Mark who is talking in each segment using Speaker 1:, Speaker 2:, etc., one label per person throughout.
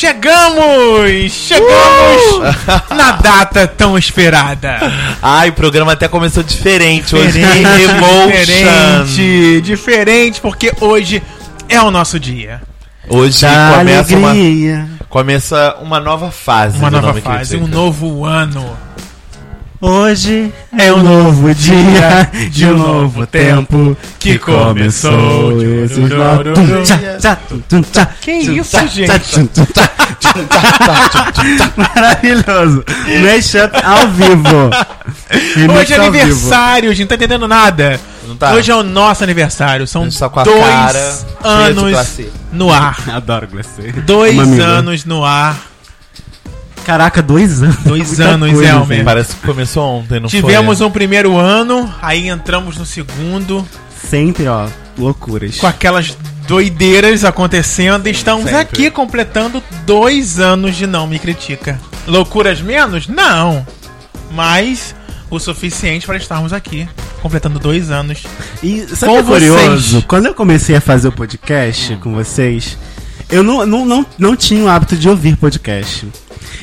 Speaker 1: Chegamos! Chegamos
Speaker 2: Uh!
Speaker 1: na data tão esperada.
Speaker 3: Ai, o programa até começou diferente, hoje. Emotion.
Speaker 1: diferente, diferente, porque hoje é o nosso dia.
Speaker 3: Hoje
Speaker 2: Da
Speaker 3: começa uma,
Speaker 2: alegria.
Speaker 3: começa uma nova fase.
Speaker 1: Uma
Speaker 3: do
Speaker 1: nova
Speaker 3: nome que
Speaker 1: fase,
Speaker 3: ele
Speaker 1: um
Speaker 3: fez.
Speaker 1: novo ano.
Speaker 2: Hoje é um novo dia de um novo tempo
Speaker 1: que começou. um
Speaker 2: Esse novo- Tum, tchá, tchá, tum, tum, tchá,
Speaker 1: Que
Speaker 2: tum,
Speaker 1: isso,
Speaker 2: tchá,
Speaker 1: gente?
Speaker 2: tchá, tum, tum, tchá, tum, tchá, tchá, tum, tchá. Maravilhoso. Mashup ao vivo. Remix
Speaker 1: Hoje é
Speaker 2: ao vivo.
Speaker 1: aniversário, gente, não tá entendendo nada.
Speaker 3: Não tá.
Speaker 1: Hoje é o nosso aniversário. São
Speaker 3: A
Speaker 1: dois
Speaker 3: gente tá com a cara preto pra
Speaker 1: anos
Speaker 3: cima.
Speaker 1: no ar.
Speaker 2: Adoro glacê.
Speaker 1: Dois
Speaker 2: Uma amiga.
Speaker 1: anos no ar.
Speaker 2: Caraca, dois anos.
Speaker 1: Dois
Speaker 2: Muita
Speaker 1: anos,
Speaker 2: coisa,
Speaker 1: Elmer.
Speaker 2: gente.
Speaker 3: Parece que começou ontem, não
Speaker 1: Tivemos
Speaker 3: foi?
Speaker 2: é.
Speaker 1: um primeiro ano, aí entramos no segundo,
Speaker 2: Sempre, ó, loucuras.
Speaker 1: com aquelas doideiras acontecendo. E estamos
Speaker 3: Sempre.
Speaker 1: aqui completando dois anos de Não Me Critica. Loucuras menos? Não. Mas o suficiente para estarmos aqui, completando dois anos.
Speaker 2: E sabe o que é
Speaker 1: Com vocês.
Speaker 2: curioso? Quando eu comecei a fazer o podcast com vocês, eu não, não, não, não tinha o hábito de ouvir podcast.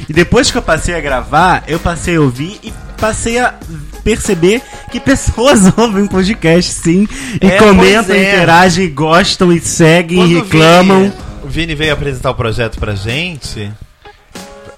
Speaker 2: E depois que eu passei a gravar, eu passei a ouvir e passei a perceber que pessoas ouvem podcast, sim. E
Speaker 3: É,
Speaker 2: comentam,
Speaker 3: pois é.
Speaker 2: interagem, gostam e seguem,
Speaker 3: Quando
Speaker 2: e
Speaker 3: o
Speaker 2: reclamam.
Speaker 3: Vini- O Vini veio apresentar o projeto pra gente.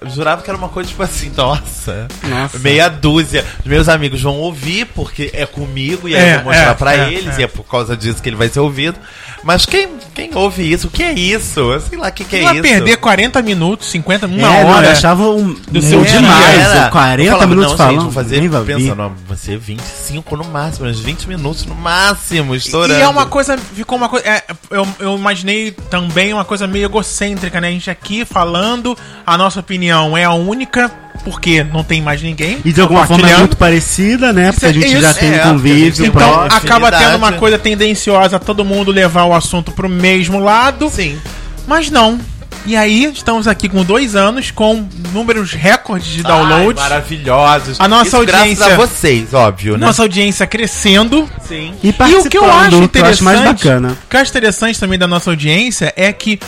Speaker 3: eu Jurava que era uma coisa tipo assim, nossa,
Speaker 2: Nossa.
Speaker 3: meia dúzia. Os meus amigos vão ouvir porque é comigo e aí
Speaker 1: É,
Speaker 3: eu vou mostrar
Speaker 1: é,
Speaker 3: pra
Speaker 1: é,
Speaker 3: eles
Speaker 1: é.
Speaker 3: e é por causa disso que ele vai ser ouvido. Mas quem, quem ouve isso? O que é isso? Eu Sei lá, o que, que é
Speaker 1: Não vai
Speaker 3: isso?
Speaker 1: perder 40 minutos, 50, uma
Speaker 2: É, não,
Speaker 1: hora.
Speaker 2: eu
Speaker 3: tá
Speaker 2: achava um, do
Speaker 1: seu dia,
Speaker 2: demais.
Speaker 3: Era.
Speaker 2: 40
Speaker 3: Eu falava,
Speaker 2: minutos
Speaker 3: não,
Speaker 2: falando.
Speaker 3: Gente, vou fazer,
Speaker 2: nem vai
Speaker 3: pensa,
Speaker 2: vir.
Speaker 3: não, vai ser 25 no máximo, uns 20 minutos no máximo, estourando.
Speaker 1: E é uma coisa, ficou uma coisa. é, eu, eu imaginei também uma coisa meio egocêntrica, né? A gente aqui falando, a nossa opinião é a única, porque não tem mais ninguém.
Speaker 2: E de alguma forma é
Speaker 1: compartilhando.
Speaker 2: muito parecida, né? Porque a gente
Speaker 1: Isso,
Speaker 2: já
Speaker 3: é,
Speaker 2: tem um
Speaker 3: porque a gente
Speaker 2: convívio
Speaker 3: tem
Speaker 1: Então
Speaker 2: próximo.
Speaker 3: pró-
Speaker 1: acaba
Speaker 3: afinidade.
Speaker 1: tendo uma coisa tendenciosa a todo mundo levar o assunto pro mesmo lado,
Speaker 3: Sim.
Speaker 1: mas não. E aí, estamos aqui com dois anos, com números recordes de downloads.
Speaker 3: Ai, maravilhosos.
Speaker 1: A nossa audiência-
Speaker 3: Graças a vocês, óbvio, né?
Speaker 1: nossa audiência crescendo.
Speaker 3: Sim.
Speaker 2: E
Speaker 1: E o que eu acho
Speaker 2: participando, que eu
Speaker 1: interessante,
Speaker 2: acho mais bacana.
Speaker 1: o que eu acho interessante também da nossa audiência é que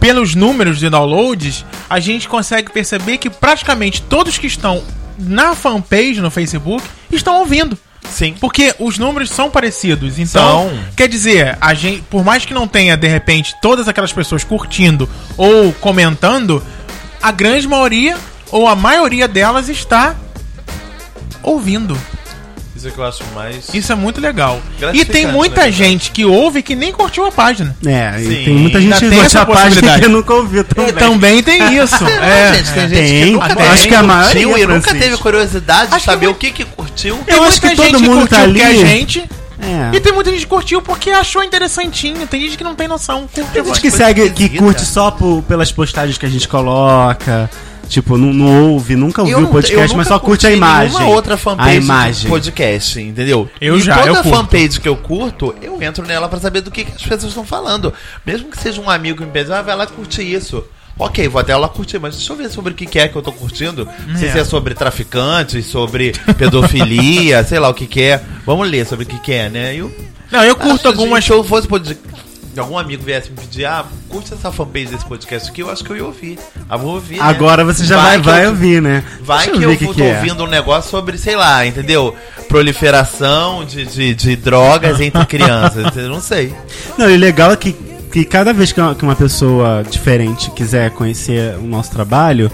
Speaker 1: pelos números de downloads, a gente consegue perceber que praticamente todos que estão na fanpage no Facebook estão ouvindo.
Speaker 3: Sim.
Speaker 1: Porque os números são parecidos, então.
Speaker 3: São.
Speaker 1: Quer dizer, a gente, por mais que não tenha, de repente, todas aquelas pessoas curtindo ou comentando, a grande maioria, ou a maioria delas, está ouvindo.
Speaker 3: Isso é que eu acho mais.
Speaker 1: Isso é muito legal. E
Speaker 3: Gratificante,
Speaker 1: tem muita
Speaker 3: né,
Speaker 1: gente que ouve que nem curtiu a página.
Speaker 2: É, e
Speaker 3: Sim,
Speaker 2: tem É, muita
Speaker 1: ainda
Speaker 2: gente que
Speaker 1: tem
Speaker 2: gosta
Speaker 1: essa
Speaker 2: da página
Speaker 1: possibilidade.
Speaker 2: que nunca ouviu também.
Speaker 1: Também tem isso. é.
Speaker 3: gente, tem
Speaker 2: Tem, acho que a maioria,
Speaker 3: curtiu e nunca
Speaker 2: Francisco.
Speaker 3: teve curiosidade de
Speaker 1: Acho que
Speaker 3: saber
Speaker 1: mu-
Speaker 3: o que que curtiu.
Speaker 2: Eu acho que todo
Speaker 1: curtiu
Speaker 2: mundo tá
Speaker 1: que a
Speaker 2: ali.
Speaker 1: gente.
Speaker 2: É.
Speaker 3: Então,
Speaker 1: E tem muita gente que curtiu porque achou interessantinho. Tem gente que não tem noção.
Speaker 2: Tem gente que
Speaker 3: coisa
Speaker 2: segue, que
Speaker 3: esquisita.
Speaker 2: curte só por- pelas postagens que a gente coloca. Tipo, não, não ouve, nunca ouviu o
Speaker 3: não-
Speaker 2: podcast,
Speaker 3: nunca
Speaker 2: mas só curte a
Speaker 3: curti
Speaker 2: imagem.
Speaker 3: nenhuma outra fanpage
Speaker 2: A
Speaker 3: de
Speaker 2: imagem.
Speaker 3: podcast, entendeu?
Speaker 1: Eu
Speaker 3: e
Speaker 1: já,
Speaker 3: toda
Speaker 1: eu curto.
Speaker 3: fanpage que eu curto, eu entro nela pra saber do que, que as pessoas estão falando. Mesmo que seja um amigo que me pede, ah, vai lá curtir isso. Ok, vou até lá curtir, mas deixa eu ver sobre o que que é que eu tô curtindo. Não sei
Speaker 1: É.
Speaker 3: se é sobre traficantes, sobre pedofilia, sei lá o que que é. Vamos ler sobre o que que é, né? Eu
Speaker 1: Não, eu curto algumas.
Speaker 3: Se eu fosse pod- algum amigo viesse me pedir, ah, curte essa fanpage desse podcast aqui, eu acho que eu ia ouvir. Ah, vou ouvir. né?
Speaker 2: Agora você já vai,
Speaker 3: Vai que
Speaker 2: vai
Speaker 3: eu-
Speaker 2: ouvir, né?
Speaker 3: Vai
Speaker 2: Deixa
Speaker 3: que
Speaker 2: ver
Speaker 3: eu tô ouvindo um negócio sobre, sei lá, entendeu? Proliferação de, de, de drogas entre crianças. Eu não sei.
Speaker 2: Não, e o legal é que, que cada vez que uma, que uma pessoa diferente quiser conhecer o nosso trabalho,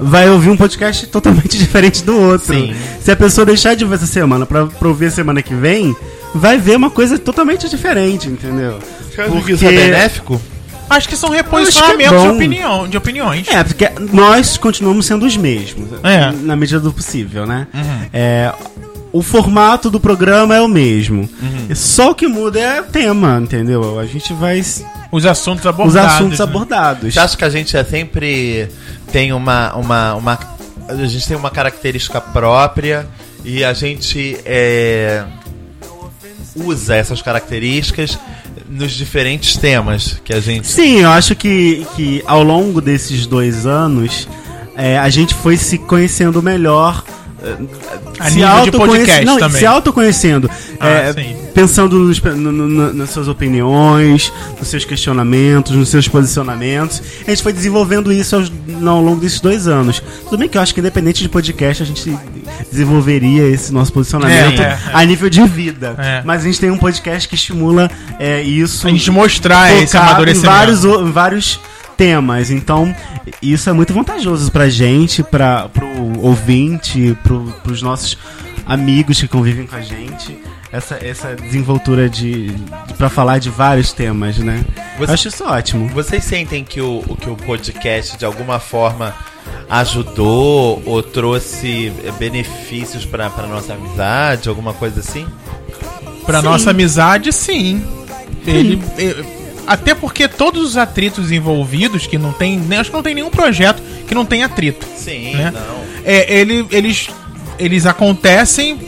Speaker 2: vai ouvir um podcast totalmente diferente do outro.
Speaker 3: Sim.
Speaker 2: Se a pessoa deixar de ouvir essa semana pra, pra ouvir a semana que vem, vai ver uma coisa totalmente diferente, entendeu?
Speaker 3: Porque isso é
Speaker 2: né?
Speaker 3: benéfico?
Speaker 1: Acho que são
Speaker 2: Eu
Speaker 1: reposicionamentos
Speaker 2: acho que
Speaker 1: de,
Speaker 2: é bom.
Speaker 1: opinião, de opiniões.
Speaker 2: É, porque nós continuamos sendo os mesmos,
Speaker 1: É.
Speaker 2: na medida do possível, né? É, o formato do programa é o mesmo. Só o que muda é o tema, entendeu? A gente vai. s-
Speaker 1: Os assuntos
Speaker 2: os
Speaker 1: abordados.
Speaker 2: assuntos
Speaker 1: né?
Speaker 2: abordados.
Speaker 3: Você acha que a gente é sempre tem uma, uma, uma. A gente tem uma característica própria e a gente é, usa essas características nos diferentes temas que a gente.
Speaker 2: Sim, eu acho que, que ao longo desses dois anos é, a gente foi se conhecendo melhor. eh,
Speaker 1: A nível de podcast
Speaker 2: não,
Speaker 1: também. Ah,
Speaker 2: Se autoconhecendo. é,
Speaker 1: sim.
Speaker 2: pensando nos, no- no- no- nas suas opiniões, nos seus questionamentos, nos seus posicionamentos. A gente foi desenvolvendo isso aos- no- ao longo desses dois anos. Tudo bem que eu acho que independente de podcast, a gente desenvolveria esse nosso posicionamento
Speaker 1: É, é, é.
Speaker 2: a nível de vida.
Speaker 1: É.
Speaker 2: Mas a gente tem um podcast que estimula é, isso
Speaker 1: A gente mostrar esse
Speaker 2: focado em
Speaker 1: amadurecimento.
Speaker 2: vários, o- em vários temas. Então, isso é muito vantajoso pra gente, pra, pro ouvinte, pro, pros nossos amigos que convivem com a gente. Essa, essa desenvoltura de, de para falar de vários temas, né?
Speaker 3: Você-
Speaker 2: Acho isso ótimo.
Speaker 3: Vocês sentem que o, o- que o podcast de alguma forma ajudou ou trouxe eh, benefícios pra pra nossa amizade, alguma coisa assim?
Speaker 1: Pra
Speaker 2: Sim.
Speaker 1: nossa amizade, sim. Ele, eh, até porque todos os atritos envolvidos, que não tem. nem- Acho que não tem nenhum projeto que não tem atrito.
Speaker 3: Sim,
Speaker 1: Né?
Speaker 3: não.
Speaker 1: É, ele- eles, eles acontecem,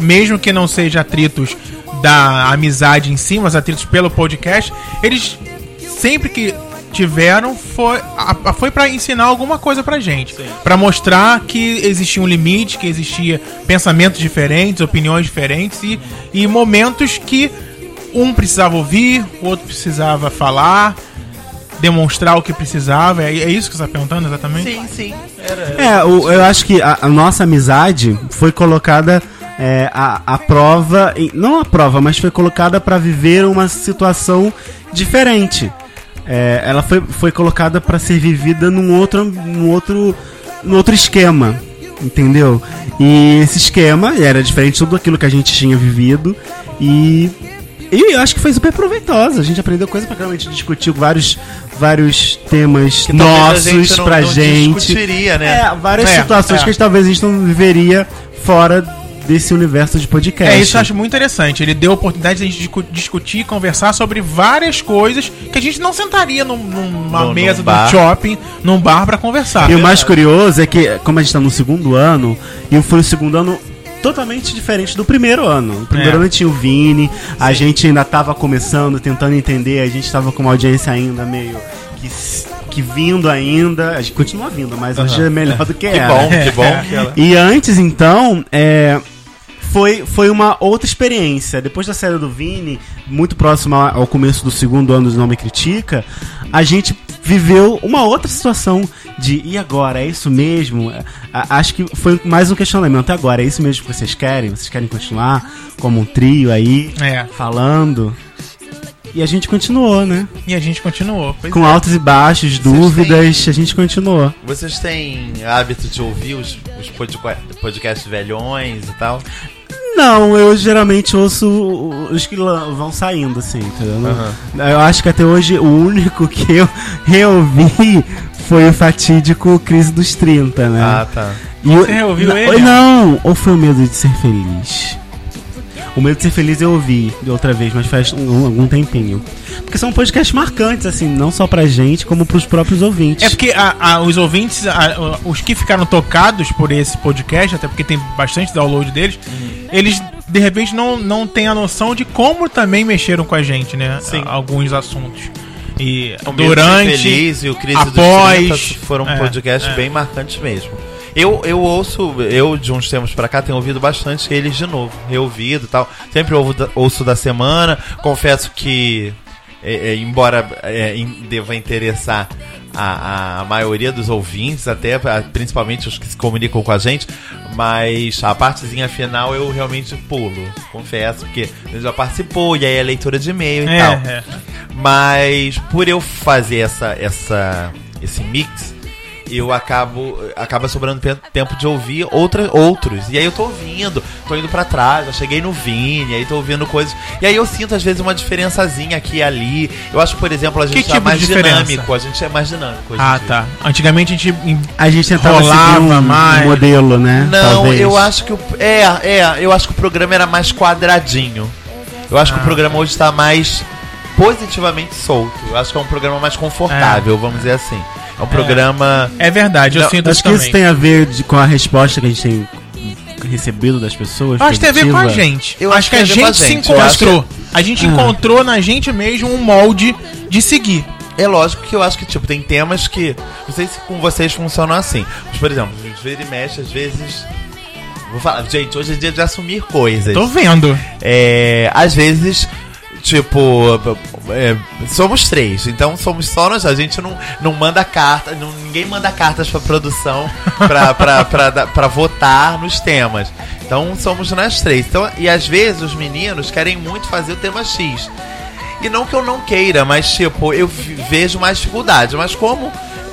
Speaker 1: mesmo que não sejam atritos da amizade em si, mas atritos pelo podcast, eles sempre que tiveram foi, a- a- foi para ensinar alguma coisa pra gente, Pra mostrar que existia um limite, que existia pensamentos diferentes, opiniões diferentes e, e momentos que um precisava ouvir, o outro precisava falar, demonstrar o que precisava. É, é isso que você tá perguntando exatamente?
Speaker 3: Sim, sim.
Speaker 2: É, o- eu acho que a, a nossa amizade foi colocada é, à à prova, em- não à prova, mas foi colocada para viver uma situação diferente. É, ela foi, foi colocada para ser vivida num outro, num outro, num outro esquema, entendeu? E esse esquema era diferente de tudo aquilo que a gente tinha vivido e e eu acho que foi super proveitosa. A gente aprendeu coisa pra caramba. A gente discutiu vários, vários temas
Speaker 3: talvez a
Speaker 2: nossos
Speaker 3: gente não-
Speaker 2: pra
Speaker 3: não
Speaker 2: gente.
Speaker 3: discutiria, né?
Speaker 2: É, várias
Speaker 1: É,
Speaker 2: situações
Speaker 1: é.
Speaker 2: que talvez a gente não viveria fora desse universo de podcast.
Speaker 1: É, isso eu acho muito interessante. Ele deu a oportunidade de a gente discu- discutir, conversar sobre várias coisas que a gente não sentaria num- numa
Speaker 3: Num- num
Speaker 1: mesa do
Speaker 3: bar.
Speaker 1: shopping, num bar pra conversar.
Speaker 2: E o mais curioso é que, como a gente tá no segundo ano, e foi o segundo ano totalmente diferente do primeiro ano. O primeiro
Speaker 1: É.
Speaker 2: ano tinha o Vini, a gente ainda tava começando, tentando entender, a gente tava com uma audiência ainda meio que, s- que vindo ainda. A gente continua vindo, mas hoje é melhor do que,
Speaker 3: Que
Speaker 2: era.
Speaker 3: bom, que bom. que ela-
Speaker 2: E antes, então, é, foi, foi uma outra experiência. Depois da série do Vini, muito próximo a- ao começo do segundo ano do Não Me Critica, a gente viveu uma outra situação de e agora, é isso mesmo? É, a- Acho que foi mais um questionamento. E agora, é isso mesmo que vocês querem? Vocês querem continuar como um trio aí,
Speaker 1: É,
Speaker 2: falando? E a gente continuou, né?
Speaker 1: e a gente continuou. Pois
Speaker 2: Com altos e baixos, dúvidas, a gente continuou.
Speaker 3: Vocês têm hábito de ouvir os, os podca- podcasts velhões e tal?
Speaker 2: Não, eu geralmente ouço os que lan- vão saindo, assim, entendeu? Eu acho que até hoje o único que eu reouvi foi o fatídico Crise dos 30, né?
Speaker 3: Ah, tá.
Speaker 2: E eu-
Speaker 1: Você reouviu
Speaker 2: não,
Speaker 1: ele?
Speaker 2: Não, ou foi o medo de ser feliz? O medo de ser feliz eu ouvi de outra vez, mas faz um- algum tempinho. Porque são podcasts marcantes, assim, não só pra gente, como pros próprios ouvintes.
Speaker 1: É porque a- a- os ouvintes, a- os que ficaram tocados por esse podcast, até porque tem bastante download deles, eles de repente não, não têm a noção de como também mexeram com a gente, né?
Speaker 3: Sim.
Speaker 1: A- alguns assuntos. E
Speaker 3: O Medo de Ser
Speaker 1: durante.
Speaker 3: um Feliz e o Crise
Speaker 1: após,
Speaker 3: dos 30 foram
Speaker 1: é,
Speaker 3: podcasts bem marcantes mesmo. Eu, eu ouço, eu de uns tempos pra cá tenho ouvido bastante eles de novo, reouvido e tal. Sempre ouvo da- ouço da semana. Confesso que, é, é, embora é, in- deva interessar a, a maioria dos ouvintes, até a- principalmente os que se comunicam com a gente, mas a partezinha final eu realmente pulo, confesso, porque ele já participou, e aí é leitura de e-mail e
Speaker 1: É,
Speaker 3: tal.
Speaker 1: é.
Speaker 3: Mas por eu fazer essa, essa, esse mix, eu acabo acaba sobrando pe- tempo de ouvir outra, outros. E aí eu tô ouvindo, tô indo pra trás, já cheguei no Vini, aí tô ouvindo coisas. E aí eu sinto às vezes uma diferençazinha aqui e ali. Eu acho que, por exemplo, a gente
Speaker 1: tipo
Speaker 3: é mais
Speaker 1: de diferença?
Speaker 3: dinâmico, a gente é mais dinâmico. hoje em
Speaker 1: Ah,
Speaker 3: dia.
Speaker 1: tá. Antigamente a gente em-
Speaker 2: A gente tentava
Speaker 1: Rolava
Speaker 2: seguir um, um
Speaker 1: mais.
Speaker 2: modelo, né?
Speaker 3: Não,
Speaker 2: Talvez.
Speaker 3: eu acho que o. É, é, eu acho que o programa era mais quadradinho. Eu
Speaker 2: Ah.
Speaker 3: acho que o programa hoje tá mais positivamente solto. Eu acho que é um programa mais confortável, vamos dizer assim. É um programa.
Speaker 1: É verdade, eu
Speaker 3: Não,
Speaker 1: sinto
Speaker 2: Acho
Speaker 1: isso
Speaker 2: que
Speaker 1: também.
Speaker 2: isso tem a ver de- com a resposta que a gente tem recebido das pessoas.
Speaker 1: Acho que tem a ver com a
Speaker 2: positiva.
Speaker 1: gente.
Speaker 3: Eu
Speaker 1: acho que a
Speaker 3: tem a ver
Speaker 1: gente
Speaker 3: com a
Speaker 1: se
Speaker 3: gente, eu acho é- Hum.
Speaker 1: encontrou. A gente encontrou na gente mesmo um molde de seguir.
Speaker 3: É lógico que eu acho que, tipo, tem temas que. Não sei se com vocês funcionam assim. Mas, por exemplo, os vira e mexe, às vezes. Vou falar, gente, hoje é dia de assumir coisas.
Speaker 1: Tô vendo.
Speaker 3: É, às vezes, tipo, é, somos três, então somos só nós. A gente não, não manda carta, não- ninguém manda cartas pra produção pra, pra, pra, da- pra votar nos temas. Então somos nós três. Então, e às vezes os meninos querem muito fazer o tema X. E não que eu não queira, mas tipo, eu vi- vejo mais dificuldade. Mas como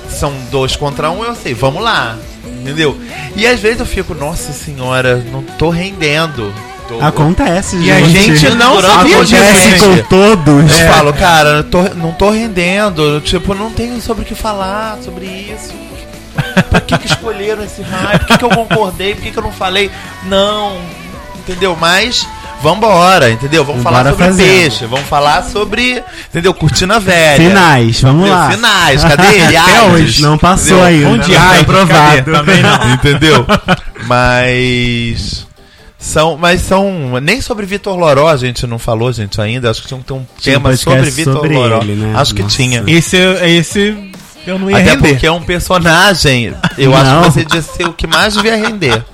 Speaker 3: são dois contra um, eu sei, vamos lá. Entendeu? E às vezes eu fico, nossa senhora, não tô rendendo. Tô-
Speaker 2: Acontece,
Speaker 1: E a gente não sabia disso,
Speaker 2: Acontece
Speaker 1: gente. É.
Speaker 2: com todos.
Speaker 3: eu falo, cara, eu tô- não tô rendendo. Tipo, não tenho sobre o que falar sobre isso. Por que, que escolheram esse raio? Por que, que eu concordei? Por que, que eu não falei? Não, entendeu? Mas vambora, entendeu? Vamos falar
Speaker 2: Vambora
Speaker 3: sobre
Speaker 2: fazendo.
Speaker 3: peixe, vamos falar sobre, entendeu? Cortina velha.
Speaker 2: É. Finais, vamos
Speaker 3: Entendeu?
Speaker 2: lá.
Speaker 3: Finais, cadê ele?
Speaker 2: Até
Speaker 3: Hades,
Speaker 2: hoje, não passou
Speaker 3: entendeu?
Speaker 2: ainda.
Speaker 1: Um
Speaker 2: não
Speaker 1: dia,
Speaker 2: foi
Speaker 1: ai,
Speaker 2: aprovado.
Speaker 1: cadê? Também não.
Speaker 3: Entendeu? Mas. São, mas são. Nem sobre Vitor Loró a gente não falou, gente, ainda. Acho que tinha que ter um
Speaker 2: Tinha um
Speaker 3: tema
Speaker 2: podcast
Speaker 3: sobre Vitor
Speaker 2: sobre
Speaker 3: Loró.
Speaker 2: ele, né?
Speaker 3: Acho que
Speaker 2: Nossa.
Speaker 3: tinha.
Speaker 1: Esse, esse eu não ia
Speaker 3: Até
Speaker 1: render.
Speaker 3: porque é um personagem. Eu acho
Speaker 2: Não.
Speaker 3: que você devia ser o que mais devia render.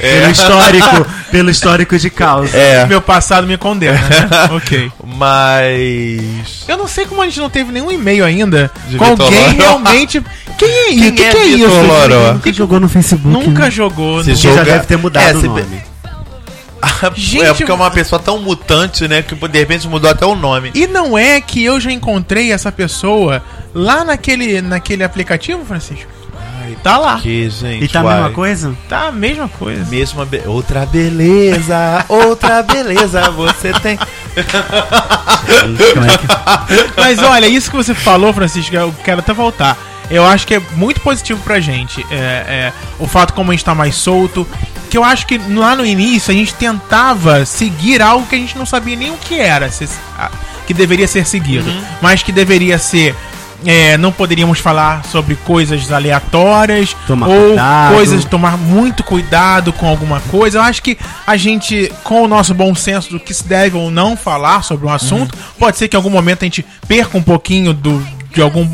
Speaker 1: É.
Speaker 2: Pelo histórico, pelo histórico de causa.
Speaker 3: É.
Speaker 1: Meu passado me condena, né? ok.
Speaker 3: Mas.
Speaker 1: Eu não sei como a gente não teve nenhum e-mail ainda
Speaker 3: De
Speaker 1: com
Speaker 3: Vitor
Speaker 1: alguém
Speaker 3: Loró.
Speaker 1: realmente. Quem é isso?
Speaker 3: Quem
Speaker 1: que,
Speaker 3: é
Speaker 1: que é
Speaker 3: Vitor
Speaker 1: isso?
Speaker 3: Loró?
Speaker 2: Nunca jogou no Facebook.
Speaker 1: Nunca
Speaker 2: né?
Speaker 1: jogou.
Speaker 3: Se
Speaker 1: não-
Speaker 3: joga-
Speaker 2: Já deve ter
Speaker 3: É,
Speaker 2: mudado
Speaker 3: se
Speaker 2: o
Speaker 3: be-
Speaker 2: nome.
Speaker 3: é
Speaker 1: Gente,
Speaker 3: porque é uma pessoa tão mutante, né? Que de repente mudou até o nome.
Speaker 1: E não é que eu já encontrei essa pessoa lá naquele, naquele aplicativo, Francisco? tá lá.
Speaker 3: Que, gente.
Speaker 2: E tá a
Speaker 3: uai.
Speaker 2: mesma coisa?
Speaker 1: Tá a mesma coisa.
Speaker 3: Mesma be- outra beleza, outra beleza você tem.
Speaker 2: Como é que-
Speaker 1: Mas olha, isso que você falou, Francisco, eu quero até voltar. Eu acho que é muito positivo pra gente. é, é, o fato como a gente tá mais solto. Que eu acho que lá no início a gente tentava seguir algo que a gente não sabia nem o que era, se- a- que deveria ser seguido. Mas que deveria ser. é, não poderíamos falar sobre coisas aleatórias
Speaker 2: Tomar
Speaker 1: ou
Speaker 2: cuidado.
Speaker 1: coisas tomar muito cuidado com alguma coisa. Eu acho que a gente, com o nosso bom senso do que se deve ou não falar sobre um assunto, pode ser que em algum momento a gente perca um pouquinho do, de algum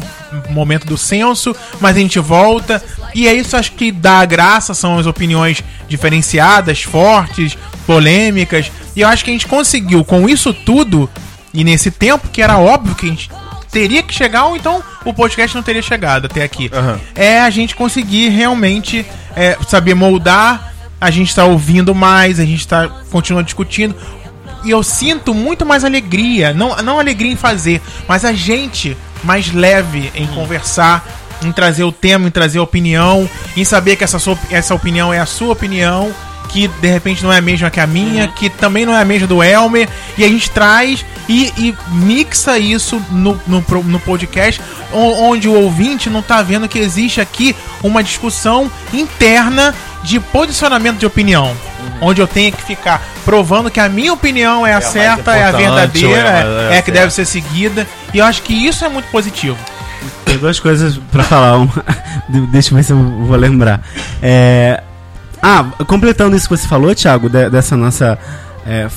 Speaker 1: momento do senso, mas a gente volta. E é isso, acho que dá a graça, são as opiniões diferenciadas, fortes, polêmicas. E eu acho que a gente conseguiu, com isso tudo, e nesse tempo que era óbvio que a gente teria que chegar, ou então o podcast não teria chegado até aqui
Speaker 3: Aham.
Speaker 1: é a gente conseguir realmente é, saber moldar. A gente está ouvindo mais, a gente está continuando discutindo. E eu sinto muito mais alegria, não, não alegria em fazer, mas a gente mais leve em conversar, em trazer o tema, em trazer a opinião, em saber que essa, sua- essa opinião é a sua opinião, que de repente não é a mesma que a minha, que também não é a mesma do Elmer, e a gente traz e, e mixa isso no, no, pro- no podcast, o- onde o ouvinte não tá vendo que existe aqui uma discussão interna de posicionamento de opinião. Onde eu tenho que ficar provando que a minha opinião Uhum. é a
Speaker 3: mais
Speaker 1: certa, é a
Speaker 3: importante,
Speaker 1: verdadeira,
Speaker 3: é a-
Speaker 1: é,
Speaker 3: é
Speaker 1: a
Speaker 3: a
Speaker 1: que
Speaker 3: certa.
Speaker 1: deve ser seguida. E eu acho que isso é muito positivo.
Speaker 2: Tem duas coisas pra falar. Uma- de- Deixa eu ver se eu vou lembrar. É, Ah, completando isso que você falou, Thiago, de- dessa nossa é,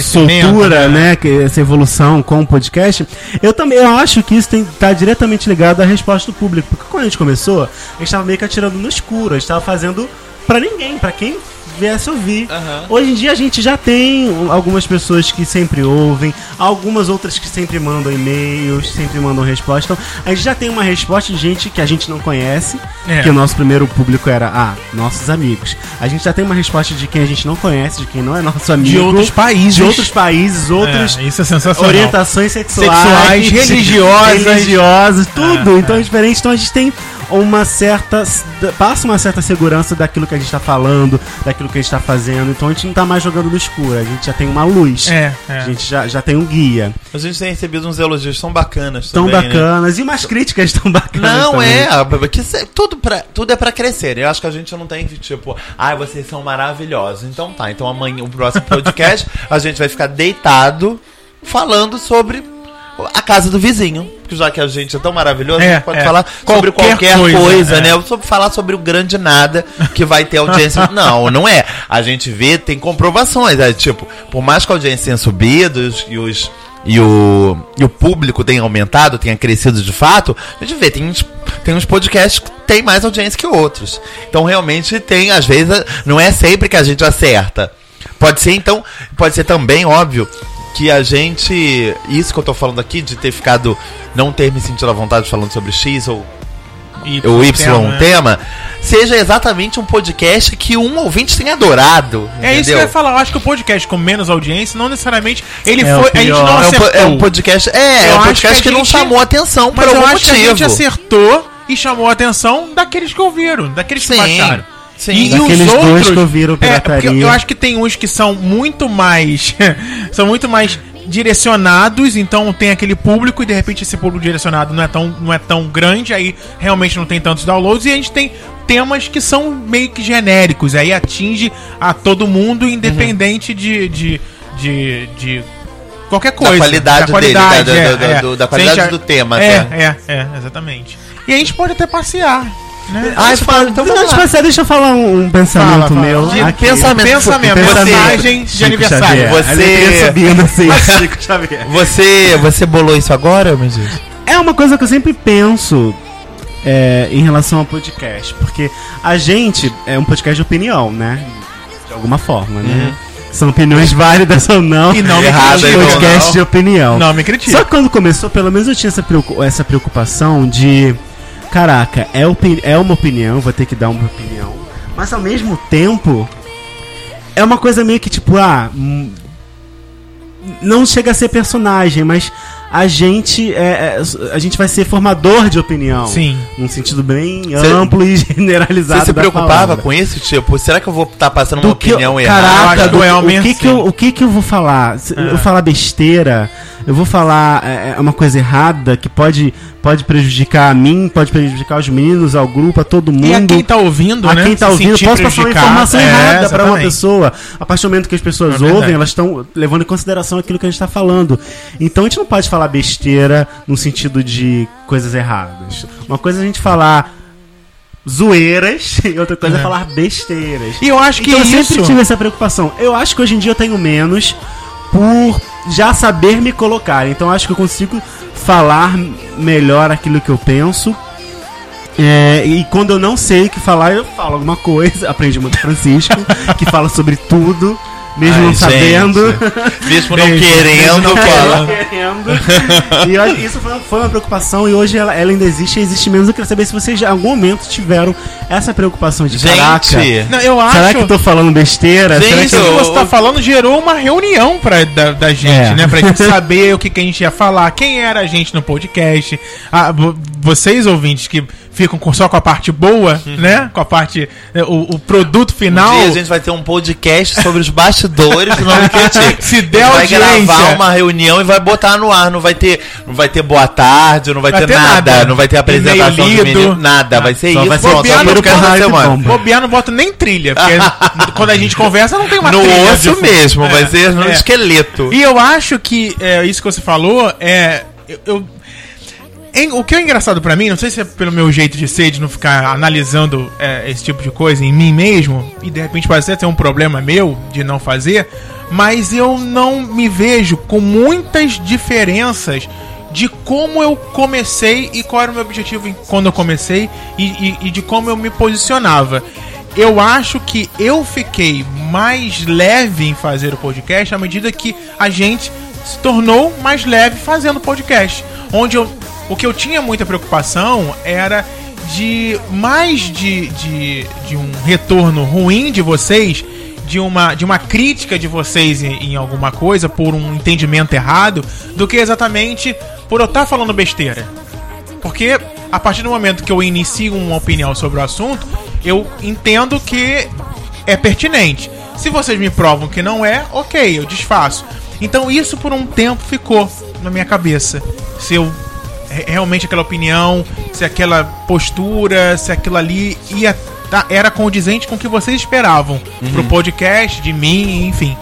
Speaker 2: soltura, né? que- Essa evolução com o podcast. Eu também eu acho que isso está diretamente ligado à resposta do público. Porque quando a gente começou, a gente tava meio que atirando no escuro, a gente tava fazendo pra ninguém, pra quem viesse ouvir. Hoje em dia a gente já tem algumas pessoas que sempre ouvem, algumas outras que sempre mandam e-mails, sempre mandam resposta. Então, a gente já tem uma resposta de gente que a gente não conhece,
Speaker 1: É.
Speaker 2: que o nosso primeiro público era, ah, nossos amigos. A gente já tem uma resposta de quem a gente não conhece, de quem não é nosso amigo.
Speaker 1: De outros países.
Speaker 2: De outros países, outras
Speaker 1: É, isso é sensacional.
Speaker 2: orientações sexuais,
Speaker 1: Sexuais, religiosas. Ah, tá.
Speaker 2: religiosas, tudo. então é diferente. Então a gente tem uma certa. passa uma certa segurança daquilo que a gente tá falando, daquilo que a gente tá fazendo. Então a gente não tá mais jogando no escuro, a gente já tem uma luz.
Speaker 1: É, é.
Speaker 2: A gente já, já tem um guia.
Speaker 3: A gente tem recebido uns elogios tão bacanas
Speaker 2: Tão
Speaker 3: também, né?
Speaker 2: bacanas. E umas críticas tão bacanas.
Speaker 3: Não
Speaker 2: também.
Speaker 3: é, a- que cê- tudo, pra, tudo é pra crescer. Eu acho que a gente não tem que, tipo, ai, vocês são maravilhosos. Então tá, então amanhã, o próximo podcast, a gente vai ficar deitado falando sobre a casa do vizinho. Porque já que a gente é tão maravilhoso, a
Speaker 1: É,
Speaker 3: gente pode
Speaker 1: é.
Speaker 3: falar sobre
Speaker 1: Qualquer
Speaker 3: qualquer
Speaker 1: coisa,
Speaker 3: coisa,
Speaker 1: é.
Speaker 3: né? Sobre falar sobre o grande nada que vai ter audiência. não, não é. A gente vê, tem comprovações. É tipo, por mais que a audiência tenha subido os- e os. e o, e o público tenha aumentado, tenha crescido de fato, a gente vê, tem uns, tem uns podcasts que tem mais audiência que outros. Então realmente tem, às vezes, a- não é sempre que a gente acerta. Pode ser, então, pode ser também, óbvio, que a gente. Isso que eu tô falando aqui, de ter ficado. Não ter me sentido à vontade falando sobre X ou
Speaker 1: E
Speaker 3: o Y tema,
Speaker 1: né?
Speaker 3: seja exatamente um podcast que um ouvinte tenha adorado.
Speaker 1: É isso que eu
Speaker 3: entendeu?
Speaker 1: ia falar. Eu acho que o podcast com menos audiência, não necessariamente. Ele foi.
Speaker 2: É, o
Speaker 1: A gente
Speaker 2: pior.
Speaker 1: não
Speaker 3: É um, po-
Speaker 1: acertou.
Speaker 3: é um podcast. É,
Speaker 1: Eu
Speaker 3: é um
Speaker 1: acho
Speaker 3: podcast
Speaker 1: que
Speaker 3: que,
Speaker 1: a
Speaker 3: não
Speaker 1: gente-
Speaker 3: chamou atenção por
Speaker 1: Mas eu
Speaker 3: algum
Speaker 1: acho
Speaker 3: motivo.
Speaker 1: que a gente acertou e chamou a atenção daqueles que ouviram, daqueles que
Speaker 3: Sim,
Speaker 1: baixaram.
Speaker 3: sim.
Speaker 1: E, e os
Speaker 2: Daqueles dois
Speaker 1: outros,
Speaker 2: que ouviram
Speaker 1: é, porque eu-
Speaker 2: pirataria.
Speaker 1: eu acho que tem uns que são muito mais são muito mais direcionados, então tem aquele público e de repente esse público direcionado não é tão não é tão grande, aí realmente não tem tantos downloads e a gente tem temas que são meio que genéricos, aí atinge a todo mundo independente de, de, de, de qualquer coisa.
Speaker 3: qualidade dele, da-
Speaker 1: qualidade,
Speaker 3: da-
Speaker 1: é,
Speaker 3: da-
Speaker 1: é.
Speaker 3: do-
Speaker 1: Se
Speaker 3: da
Speaker 1: a
Speaker 3: qualidade
Speaker 1: gente-
Speaker 3: do tema, né?
Speaker 1: é,
Speaker 3: até.
Speaker 1: é, é, exatamente. E a gente pode até passear, né?
Speaker 3: Ah, isso fala- então
Speaker 2: Não,
Speaker 3: vamos
Speaker 2: tipo
Speaker 3: lá.
Speaker 2: assim, deixa eu falar um, um pensamento
Speaker 1: Fala, fala.
Speaker 2: meu.
Speaker 1: De-
Speaker 2: aqui.
Speaker 3: pensamento.
Speaker 1: Pensamento,
Speaker 3: Pensamento.
Speaker 1: mensagem de
Speaker 2: Chico
Speaker 1: aniversário.
Speaker 2: Xavier.
Speaker 3: Você-
Speaker 2: Alegria subindo assim. Chico Xavier.
Speaker 3: Você, você bolou isso agora, meu Deus?
Speaker 2: É uma coisa que eu sempre penso é, em relação ao podcast, porque a gente é um podcast de opinião, né? De alguma forma, né? São opiniões válidas ou não.
Speaker 1: Uhum. E não me
Speaker 3: Errado
Speaker 2: é
Speaker 3: aí,
Speaker 2: um
Speaker 3: não,
Speaker 2: podcast
Speaker 3: não.
Speaker 2: de opinião.
Speaker 1: Não, me critica.
Speaker 2: Só que quando começou, pelo menos eu tinha essa, preocu- essa preocupação de: caraca, é, opi- é uma opinião, vou ter que dar uma opinião. Mas ao mesmo tempo, é uma coisa meio que tipo, ah. hum, Não chega a ser personagem, mas a gente é, é, a gente vai ser formador de opinião.
Speaker 1: Sim.
Speaker 2: Num sentido bem
Speaker 3: Cê-
Speaker 2: amplo e generalizado.
Speaker 3: Você se
Speaker 2: da
Speaker 3: preocupava
Speaker 2: palavra
Speaker 3: com isso? Tipo, será que eu vou estar passando uma
Speaker 2: do que
Speaker 3: opinião
Speaker 2: eu,
Speaker 3: errada?
Speaker 1: Eu
Speaker 2: caraca,
Speaker 1: acho
Speaker 2: do,
Speaker 1: que é o
Speaker 2: o, que
Speaker 1: mesmo,
Speaker 2: que eu, o que que eu vou falar? Se Eu vou falar besteira? Eu vou falar é, é, uma coisa errada que pode, pode prejudicar a mim, pode prejudicar os meninos, ao grupo, a todo mundo.
Speaker 1: E a quem tá ouvindo,
Speaker 2: A
Speaker 1: né?
Speaker 2: quem tá
Speaker 1: se
Speaker 2: ouvindo,
Speaker 1: sentir
Speaker 2: posso passar uma
Speaker 1: prejudicado.
Speaker 2: informação
Speaker 1: É,
Speaker 2: errada pra uma
Speaker 1: exatamente.
Speaker 2: pessoa. A partir do momento que as pessoas
Speaker 1: É
Speaker 2: ouvem,
Speaker 1: verdade.
Speaker 2: elas estão levando em consideração aquilo que a gente tá falando. Então a gente não pode falar besteira no sentido de coisas erradas. Uma coisa é a gente falar zoeiras e outra coisa é,
Speaker 1: É.
Speaker 2: falar besteiras.
Speaker 1: E eu acho que
Speaker 2: Então, eu
Speaker 1: isso.
Speaker 2: sempre tive essa preocupação. Eu acho que hoje em dia eu tenho menos por já saber me colocar. Então acho que eu consigo falar melhor aquilo que eu penso. É, e quando eu não sei o que falar, eu falo alguma coisa. Aprendi muito com o Francisco, que fala sobre tudo, mesmo
Speaker 3: Ai,
Speaker 2: não
Speaker 3: gente.
Speaker 2: sabendo.
Speaker 3: Mesmo não
Speaker 1: Beijo.
Speaker 3: querendo,
Speaker 1: Mesmo não
Speaker 3: fala.
Speaker 1: querendo.
Speaker 2: Querendo. e eu acho que isso foi, uma- foi uma preocupação e hoje ela, ela ainda existe, existe menos. Eu queria saber se vocês em algum momento tiveram essa preocupação de caraca.
Speaker 3: Gente,
Speaker 1: Não, eu
Speaker 2: Será
Speaker 1: acho
Speaker 2: que eu tô falando besteira?
Speaker 3: Gente,
Speaker 2: Será que
Speaker 1: isso que você tá falando gerou uma reunião pra, da, da gente,
Speaker 2: É.
Speaker 1: né? Pra gente saber o que, que a gente ia falar, quem era a gente no podcast. Ah, vo- vocês, ouvintes, que ficam com- só com a parte boa, né? Com a parte. eh, O, o produto final.
Speaker 3: Um dia a gente vai ter um podcast sobre os bastidores do Nome Critica.
Speaker 1: Se der
Speaker 3: A gente Vai
Speaker 1: audiência.
Speaker 3: gravar uma reunião e vai botar no ar. Não vai ter, não vai ter boa tarde, não vai, ter, nada, Não vai ter apresentação
Speaker 1: E-mail
Speaker 3: de menino.
Speaker 1: lido.
Speaker 3: Nada, vai ser
Speaker 2: Só
Speaker 3: isso.
Speaker 2: vai ser
Speaker 3: Pronto,
Speaker 1: bobear
Speaker 3: só
Speaker 1: no
Speaker 3: podcast da
Speaker 2: Porra,
Speaker 3: semana.
Speaker 2: que
Speaker 1: Bobear, não bota nem trilha, porque quando a gente conversa não tem uma
Speaker 3: No
Speaker 1: trilha. de
Speaker 3: osso
Speaker 1: fundo.
Speaker 3: mesmo,
Speaker 1: É,
Speaker 3: vai ser no
Speaker 1: é.
Speaker 3: esqueleto.
Speaker 1: E eu acho que é, isso que você falou é. eu- eu- em- o que é engraçado pra mim, não sei se é pelo meu jeito de ser, de não ficar analisando é, esse tipo de coisa em mim mesmo, e de repente pode até ser um problema meu de não fazer, mas eu não me vejo com muitas diferenças de como eu comecei e qual era o meu objetivo em- quando eu comecei e- e- e de como eu me posicionava. Eu acho que eu fiquei mais leve em fazer o podcast à medida que a gente se tornou mais leve fazendo podcast. Onde eu, o que eu tinha muita preocupação era de mais de, de, de um retorno ruim de vocês, de uma, de uma crítica de vocês em, em alguma coisa, por um entendimento errado, do que exatamente por eu estar falando besteira. Porque a partir do momento que eu inicio uma opinião sobre o assunto, eu entendo que é pertinente. Se vocês me provam que não é, ok, eu desfaço. Então isso por um tempo ficou na minha cabeça. Se eu re- realmente aquela opinião, se aquela postura, se aquilo ali ia tá- era condizente com o que vocês esperavam
Speaker 2: Uhum.
Speaker 1: pro podcast, de mim, enfim.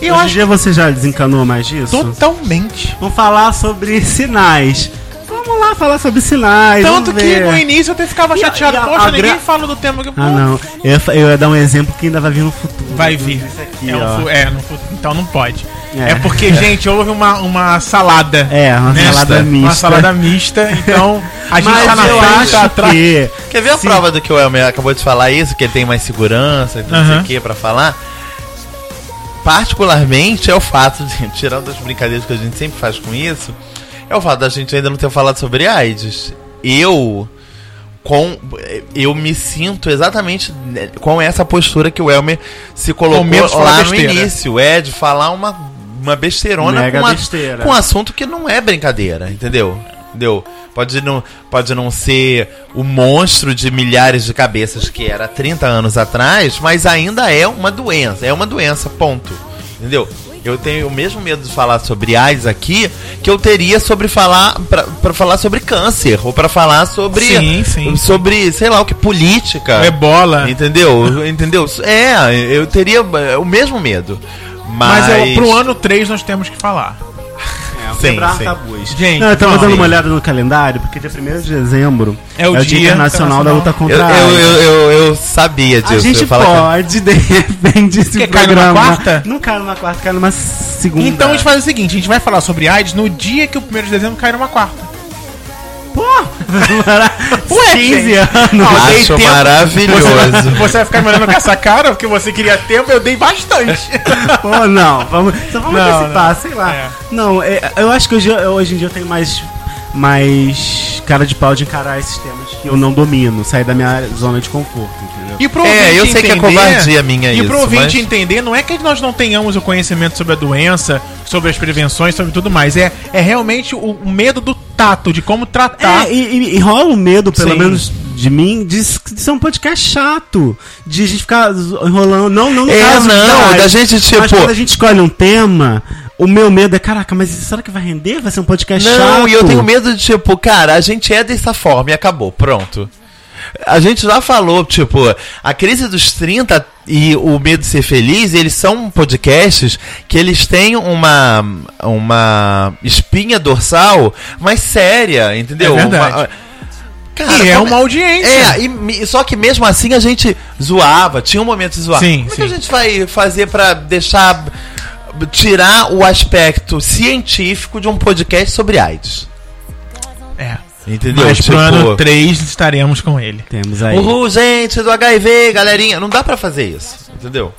Speaker 1: E eu
Speaker 2: Hoje em
Speaker 1: acho
Speaker 2: dia você já desencanou mais disso?
Speaker 1: totalmente.
Speaker 2: Vamos falar sobre sinais. Vamos lá falar sobre sinais.
Speaker 1: Tanto
Speaker 2: vamos
Speaker 1: que
Speaker 2: ver. Ah,
Speaker 1: no início eu até ficava
Speaker 2: E a-
Speaker 1: chateado.
Speaker 2: e a-
Speaker 1: Poxa,
Speaker 2: a
Speaker 1: ninguém
Speaker 2: gra-
Speaker 1: fala do tema que
Speaker 2: Ah, não. Eu ia, fa- eu ia dar um exemplo que ainda vai vir no futuro.
Speaker 1: Vai vir.
Speaker 2: Isso aqui,
Speaker 1: é, um
Speaker 2: ó.
Speaker 1: fu- é, no futuro. então não pode.
Speaker 2: É.
Speaker 1: É, porque, gente, houve uma, uma salada.
Speaker 2: É, uma
Speaker 1: Mista.
Speaker 2: salada mista.
Speaker 1: Uma salada mista, então a gente
Speaker 2: Mas
Speaker 1: tá na
Speaker 2: eu
Speaker 1: frente,
Speaker 2: acho
Speaker 1: tá atrás.
Speaker 2: que...
Speaker 3: Quer ver a
Speaker 2: Sim.
Speaker 3: prova do que o Elmer acabou de falar isso? Que ele tem mais segurança, que não sei
Speaker 1: Aham.
Speaker 3: o que pra falar. Particularmente é o fato, de, tirando as brincadeiras que a gente sempre faz com isso, é o fato da gente ainda não ter falado sobre AIDS. Eu com eu me sinto exatamente né, com essa postura que o Elmer se colocou
Speaker 1: medo de falar
Speaker 3: lá no
Speaker 1: besteira.
Speaker 3: início, é de falar uma uma besteirona
Speaker 2: Mega
Speaker 3: com, a-
Speaker 2: besteira.
Speaker 3: com um assunto que não é brincadeira, entendeu? Entendeu? Pode não, pode não ser o monstro de milhares de cabeças que era 30 anos atrás, mas ainda é uma doença. É uma doença, ponto. Entendeu? Eu tenho o mesmo medo de falar sobre AIDS aqui que eu teria sobre falar pra- pra falar sobre câncer ou pra falar sobre
Speaker 1: Sim, sim.
Speaker 3: sobre, sei lá, o que política.
Speaker 1: é Ebola.
Speaker 3: Entendeu? Entendeu? É, eu teria é, o mesmo medo. Mas,
Speaker 1: Mas é, pro ano 3 nós temos que falar.
Speaker 2: É,
Speaker 3: Sim,
Speaker 2: quebrar
Speaker 3: sim.
Speaker 2: tabus.
Speaker 1: Gente,
Speaker 2: Não, eu tava
Speaker 1: vamos
Speaker 2: dando
Speaker 1: aí.
Speaker 2: uma olhada no calendário, porque dia 1 de dezembro
Speaker 1: É o Dia
Speaker 2: Internacional da Luta
Speaker 3: Eu,
Speaker 2: contra a
Speaker 3: eu,
Speaker 2: AIDS.
Speaker 3: eu, eu- eu sabia disso.
Speaker 2: A gente
Speaker 3: eu falo que-
Speaker 2: pode, de repente, esse
Speaker 1: Quer cair numa
Speaker 2: programa...
Speaker 1: quarta?
Speaker 2: Não cai numa quarta, cai numa segunda.
Speaker 1: Então a gente faz o seguinte: a gente vai falar sobre AIDS no dia que o 1 de dezembro cair numa quarta.
Speaker 2: Ué, 15 anos.
Speaker 1: Ah, dei
Speaker 3: Acho
Speaker 1: tempo.
Speaker 3: maravilhoso.
Speaker 2: tá
Speaker 1: Você vai ficar me olhando com essa cara porque você queria tempo, eu dei bastante.
Speaker 2: Pô, não, vamos, só vamos
Speaker 1: Não,
Speaker 2: antecipar,
Speaker 1: não.
Speaker 2: sei lá.
Speaker 1: É.
Speaker 2: Não, é, eu acho que hoje, eu- hoje em dia eu tenho mais, mais cara de pau de encarar esses temas que eu não domino, sair da minha zona de conforto, entendeu?
Speaker 1: E pro
Speaker 3: É,
Speaker 1: ouvinte
Speaker 3: eu sei que é covardia minha
Speaker 1: E pro
Speaker 3: isso,
Speaker 1: ouvinte
Speaker 3: mas-
Speaker 1: entender, não é que nós não tenhamos o conhecimento sobre a doença, sobre as prevenções, sobre tudo mais. É, é realmente o, o medo do tato, de como tratar.
Speaker 2: É, e, e- e rola um medo, pelo
Speaker 1: Sim.
Speaker 2: menos de mim, de, s- de ser um podcast chato, de a gente ficar zo- enrolando. Não, não no
Speaker 3: É,
Speaker 2: caso
Speaker 3: não,
Speaker 2: AIDS,
Speaker 3: da gente, tipo-
Speaker 2: Mas quando a gente escolhe um tema, o meu medo é, caraca, mas será que vai render? Vai ser um podcast chato?
Speaker 3: Não, e eu tenho medo de, tipo, cara, a gente é dessa forma e acabou, pronto. A gente já falou, tipo, a crise dos 30 e o medo de ser feliz, eles são podcasts que eles têm uma uma espinha dorsal mais séria, entendeu?
Speaker 1: É verdade.
Speaker 3: Uma- cara,
Speaker 1: E é
Speaker 3: como-
Speaker 1: uma audiência.
Speaker 3: É, e me- só que mesmo assim a gente zoava, tinha um momento de zoar.
Speaker 1: Sim,
Speaker 3: Como
Speaker 1: sim.
Speaker 3: é que a gente vai fazer pra deixar tirar o aspecto científico de um podcast sobre AIDS?
Speaker 1: É.
Speaker 3: Entendeu?
Speaker 1: Mas
Speaker 3: Tipo,
Speaker 1: pro ano 3 estaremos com ele.
Speaker 2: Temos aí.
Speaker 3: Uhul, gente, do HIV, galerinha. Não dá pra fazer isso, entendeu?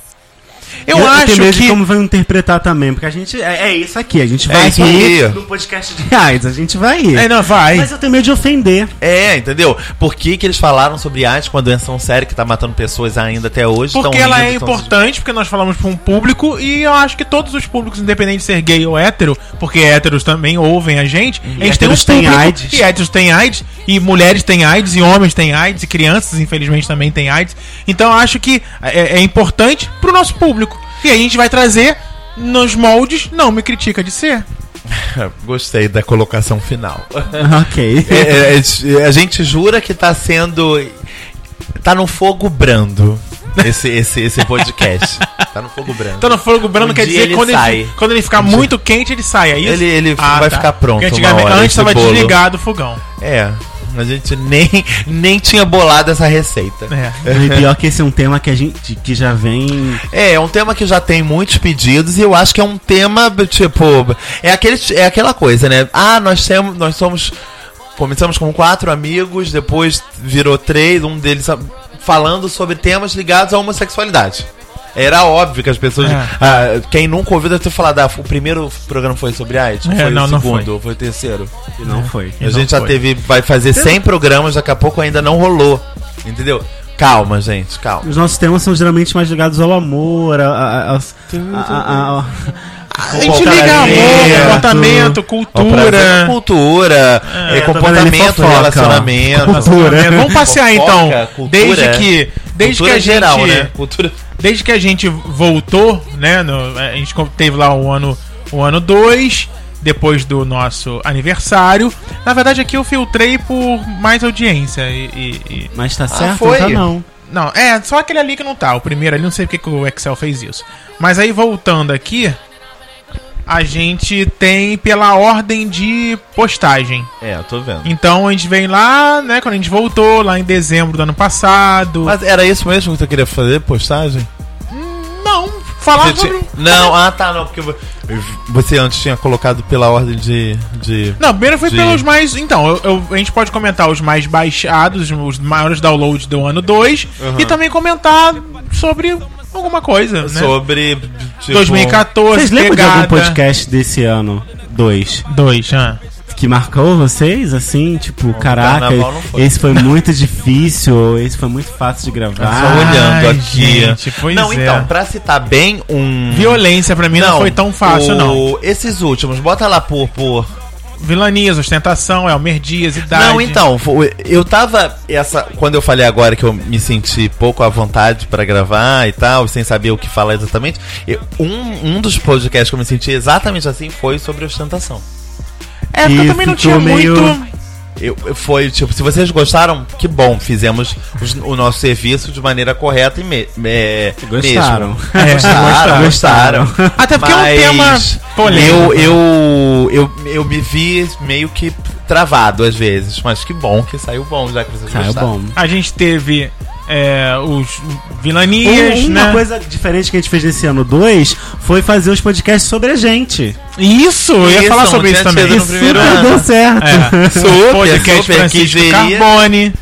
Speaker 1: Eu,
Speaker 2: tenho
Speaker 1: acho
Speaker 2: medo de
Speaker 1: que.
Speaker 2: como vão interpretar também, porque a gente. É, é isso aqui, a gente
Speaker 3: É
Speaker 2: vai
Speaker 3: isso
Speaker 2: ir
Speaker 3: aí.
Speaker 2: no podcast de AIDS, a gente vai ir.
Speaker 1: É, não, vai.
Speaker 2: Mas eu tenho medo de ofender.
Speaker 3: É, entendeu? Por que, que eles falaram sobre AIDS com a doença tão séria que tá matando pessoas ainda até hoje?
Speaker 1: Porque
Speaker 3: tão
Speaker 1: ela
Speaker 3: rindo,
Speaker 1: é
Speaker 3: tão-
Speaker 1: importante, porque nós falamos pra um público, e eu acho que todos os públicos, independente de ser gay ou hétero, porque héteros também ouvem a gente,
Speaker 3: Uhum.
Speaker 1: a gente
Speaker 2: héteros têm AIDS.
Speaker 1: E héteros têm AIDS, e mulheres têm AIDS, e homens têm AIDS, e crianças, infelizmente, também têm AIDS. Então eu acho que é, é importante pro nosso público. E aí a gente vai trazer nos moldes, não me critica de ser.
Speaker 3: Gostei da colocação final.
Speaker 2: ok.
Speaker 3: É, é, é, a gente jura que tá sendo. Tá no fogo brando. Esse, esse, esse podcast. Tá no fogo brando.
Speaker 1: Então no fogo brando
Speaker 3: Um
Speaker 1: quer
Speaker 3: dia
Speaker 1: dizer
Speaker 3: ele
Speaker 1: quando, ele,
Speaker 3: sai. Um
Speaker 1: quando ele ficar muito quente, ele sai, é isso?
Speaker 3: Ele- ele vai ficar pronto
Speaker 1: Porque
Speaker 3: uma
Speaker 1: antigamente,
Speaker 3: hora,
Speaker 1: antes
Speaker 3: esse
Speaker 1: tava
Speaker 3: bolo.
Speaker 1: desligado o fogão.
Speaker 3: É. A gente nem, nem tinha bolado essa receita.
Speaker 1: É.
Speaker 2: E pior que esse é um tema que a gente que já vem.
Speaker 3: É, é um tema que já tem muitos pedidos e eu acho que é um tema, tipo. É, aquele, é aquela coisa, né? Ah, nós temos. Nós somos. Começamos com quatro amigos, depois virou três, um deles sa- falando sobre temas ligados à homossexualidade. Era óbvio que as pessoas.
Speaker 1: É.
Speaker 3: ah, quem nunca ouviu deve ter falado, ah, o primeiro programa foi sobre AIDS?
Speaker 1: É,
Speaker 3: foi
Speaker 1: não,
Speaker 3: o
Speaker 1: não
Speaker 3: segundo, foi. o terceiro.
Speaker 2: E não foi.
Speaker 3: a gente já
Speaker 1: foi.
Speaker 3: teve. Vai fazer 100 programas, daqui a pouco ainda não rolou. Entendeu? Calma, gente, calma.
Speaker 2: Os nossos temas são geralmente mais ligados ao amor, a, a- aos- a- a- ao-
Speaker 1: A gente
Speaker 3: Comportamento.
Speaker 1: liga amor, comportamento,
Speaker 3: Ó, prazer,
Speaker 1: cultura.
Speaker 3: é cultura, eh,
Speaker 2: eu tô vendo
Speaker 3: comportamento,
Speaker 2: fofoca, ó.
Speaker 3: relacionamento.
Speaker 2: Cultura.
Speaker 1: É, Vamos passear
Speaker 3: né? Fofoca,
Speaker 1: então.
Speaker 3: cultura. é
Speaker 1: Desde que. Desde que
Speaker 3: Cultura
Speaker 1: a gente,
Speaker 3: geral, né? Cultura.
Speaker 1: desde que a gente voltou, né? no- a gente teve lá o ano o ano 2, depois do nosso aniversário. Na verdade, aqui eu filtrei por mais audiência. E, e- e-
Speaker 2: Mas tá certo?
Speaker 3: foi?
Speaker 2: Não tá não.
Speaker 1: Não, é só aquele ali que não tá. O primeiro ali, não sei porque que o Excel fez isso. Mas aí voltando aqui, a gente tem pela ordem de postagem.
Speaker 3: É, eu tô vendo.
Speaker 1: Então a gente vem lá, né? Quando a gente voltou, lá em dezembro do ano passado.
Speaker 3: Mas era isso mesmo que tu queria fazer, postagem?
Speaker 1: não, Falar
Speaker 3: Você
Speaker 1: sobre. um-
Speaker 3: tinha- Não, ah tá, não, porque vo- você antes tinha colocado pela ordem de. de...
Speaker 1: Não, primeiro foi
Speaker 3: de-
Speaker 1: pelos mais. Então, eu- eu- a gente pode comentar os mais baixados, os maiores downloads do ano 2, e também comentar sobre alguma coisa, né?
Speaker 3: Sobre. Tipo,
Speaker 1: 2014,
Speaker 2: Vocês lembram de
Speaker 1: pegada.
Speaker 2: algum podcast desse ano? Dois.
Speaker 1: Dois, ah.
Speaker 2: Que marcou vocês, assim? Tipo, caraca,
Speaker 3: carnaval não foi.
Speaker 2: esse foi muito difícil, ou esse foi muito fácil de
Speaker 3: Só
Speaker 1: Ah,
Speaker 2: gravar.
Speaker 3: olhando aqui.
Speaker 1: gente, pois
Speaker 3: não,
Speaker 1: é.
Speaker 3: então, pra citar bem um.
Speaker 1: Violência pra mim não, foi tão fácil,
Speaker 3: o-
Speaker 1: não.
Speaker 3: Esses últimos, bota lá por. por...
Speaker 1: Vilanias, ostentação, Elmer Dias, idade.
Speaker 3: Não, então, foi- eu tava. Essa, quando eu falei agora que eu me senti pouco à vontade pra gravar e tal, sem saber o que falar exatamente, eu- um, um dos podcasts que eu me senti exatamente assim foi sobre ostentação.
Speaker 1: É, porque eu
Speaker 2: E
Speaker 1: também não tinha
Speaker 2: ficou meio-
Speaker 1: muito.
Speaker 3: Eu, eu- foi tipo, se vocês gostaram, que bom, fizemos os- o nosso serviço de maneira correta e me, é,
Speaker 2: Gostaram.
Speaker 3: mesmo.
Speaker 1: É,
Speaker 3: Gostaram,
Speaker 2: gostaram.
Speaker 3: gostaram.
Speaker 1: Até porque é um tema polêmico.
Speaker 3: eu, eu, eu, eu me vi meio que travado às vezes, mas que bom que saiu bom, já que vocês
Speaker 2: Saiu
Speaker 3: gostaram.
Speaker 2: Tá, é bom.
Speaker 1: A gente teve é, os Vilanias,
Speaker 2: Um- uma
Speaker 1: né?
Speaker 2: coisa diferente que a gente fez nesse ano dois foi fazer os podcasts sobre a gente.
Speaker 1: Isso, eu ia
Speaker 3: Isso,
Speaker 1: falar
Speaker 3: não
Speaker 1: sobre isso
Speaker 3: tinha
Speaker 1: também.
Speaker 3: tido no
Speaker 1: Isso.
Speaker 3: primeiro
Speaker 2: Super
Speaker 3: ano.
Speaker 2: deu certo.
Speaker 1: É.
Speaker 3: Super,
Speaker 1: podcast
Speaker 3: super,
Speaker 1: Francisco
Speaker 3: que diria.
Speaker 1: Carbone.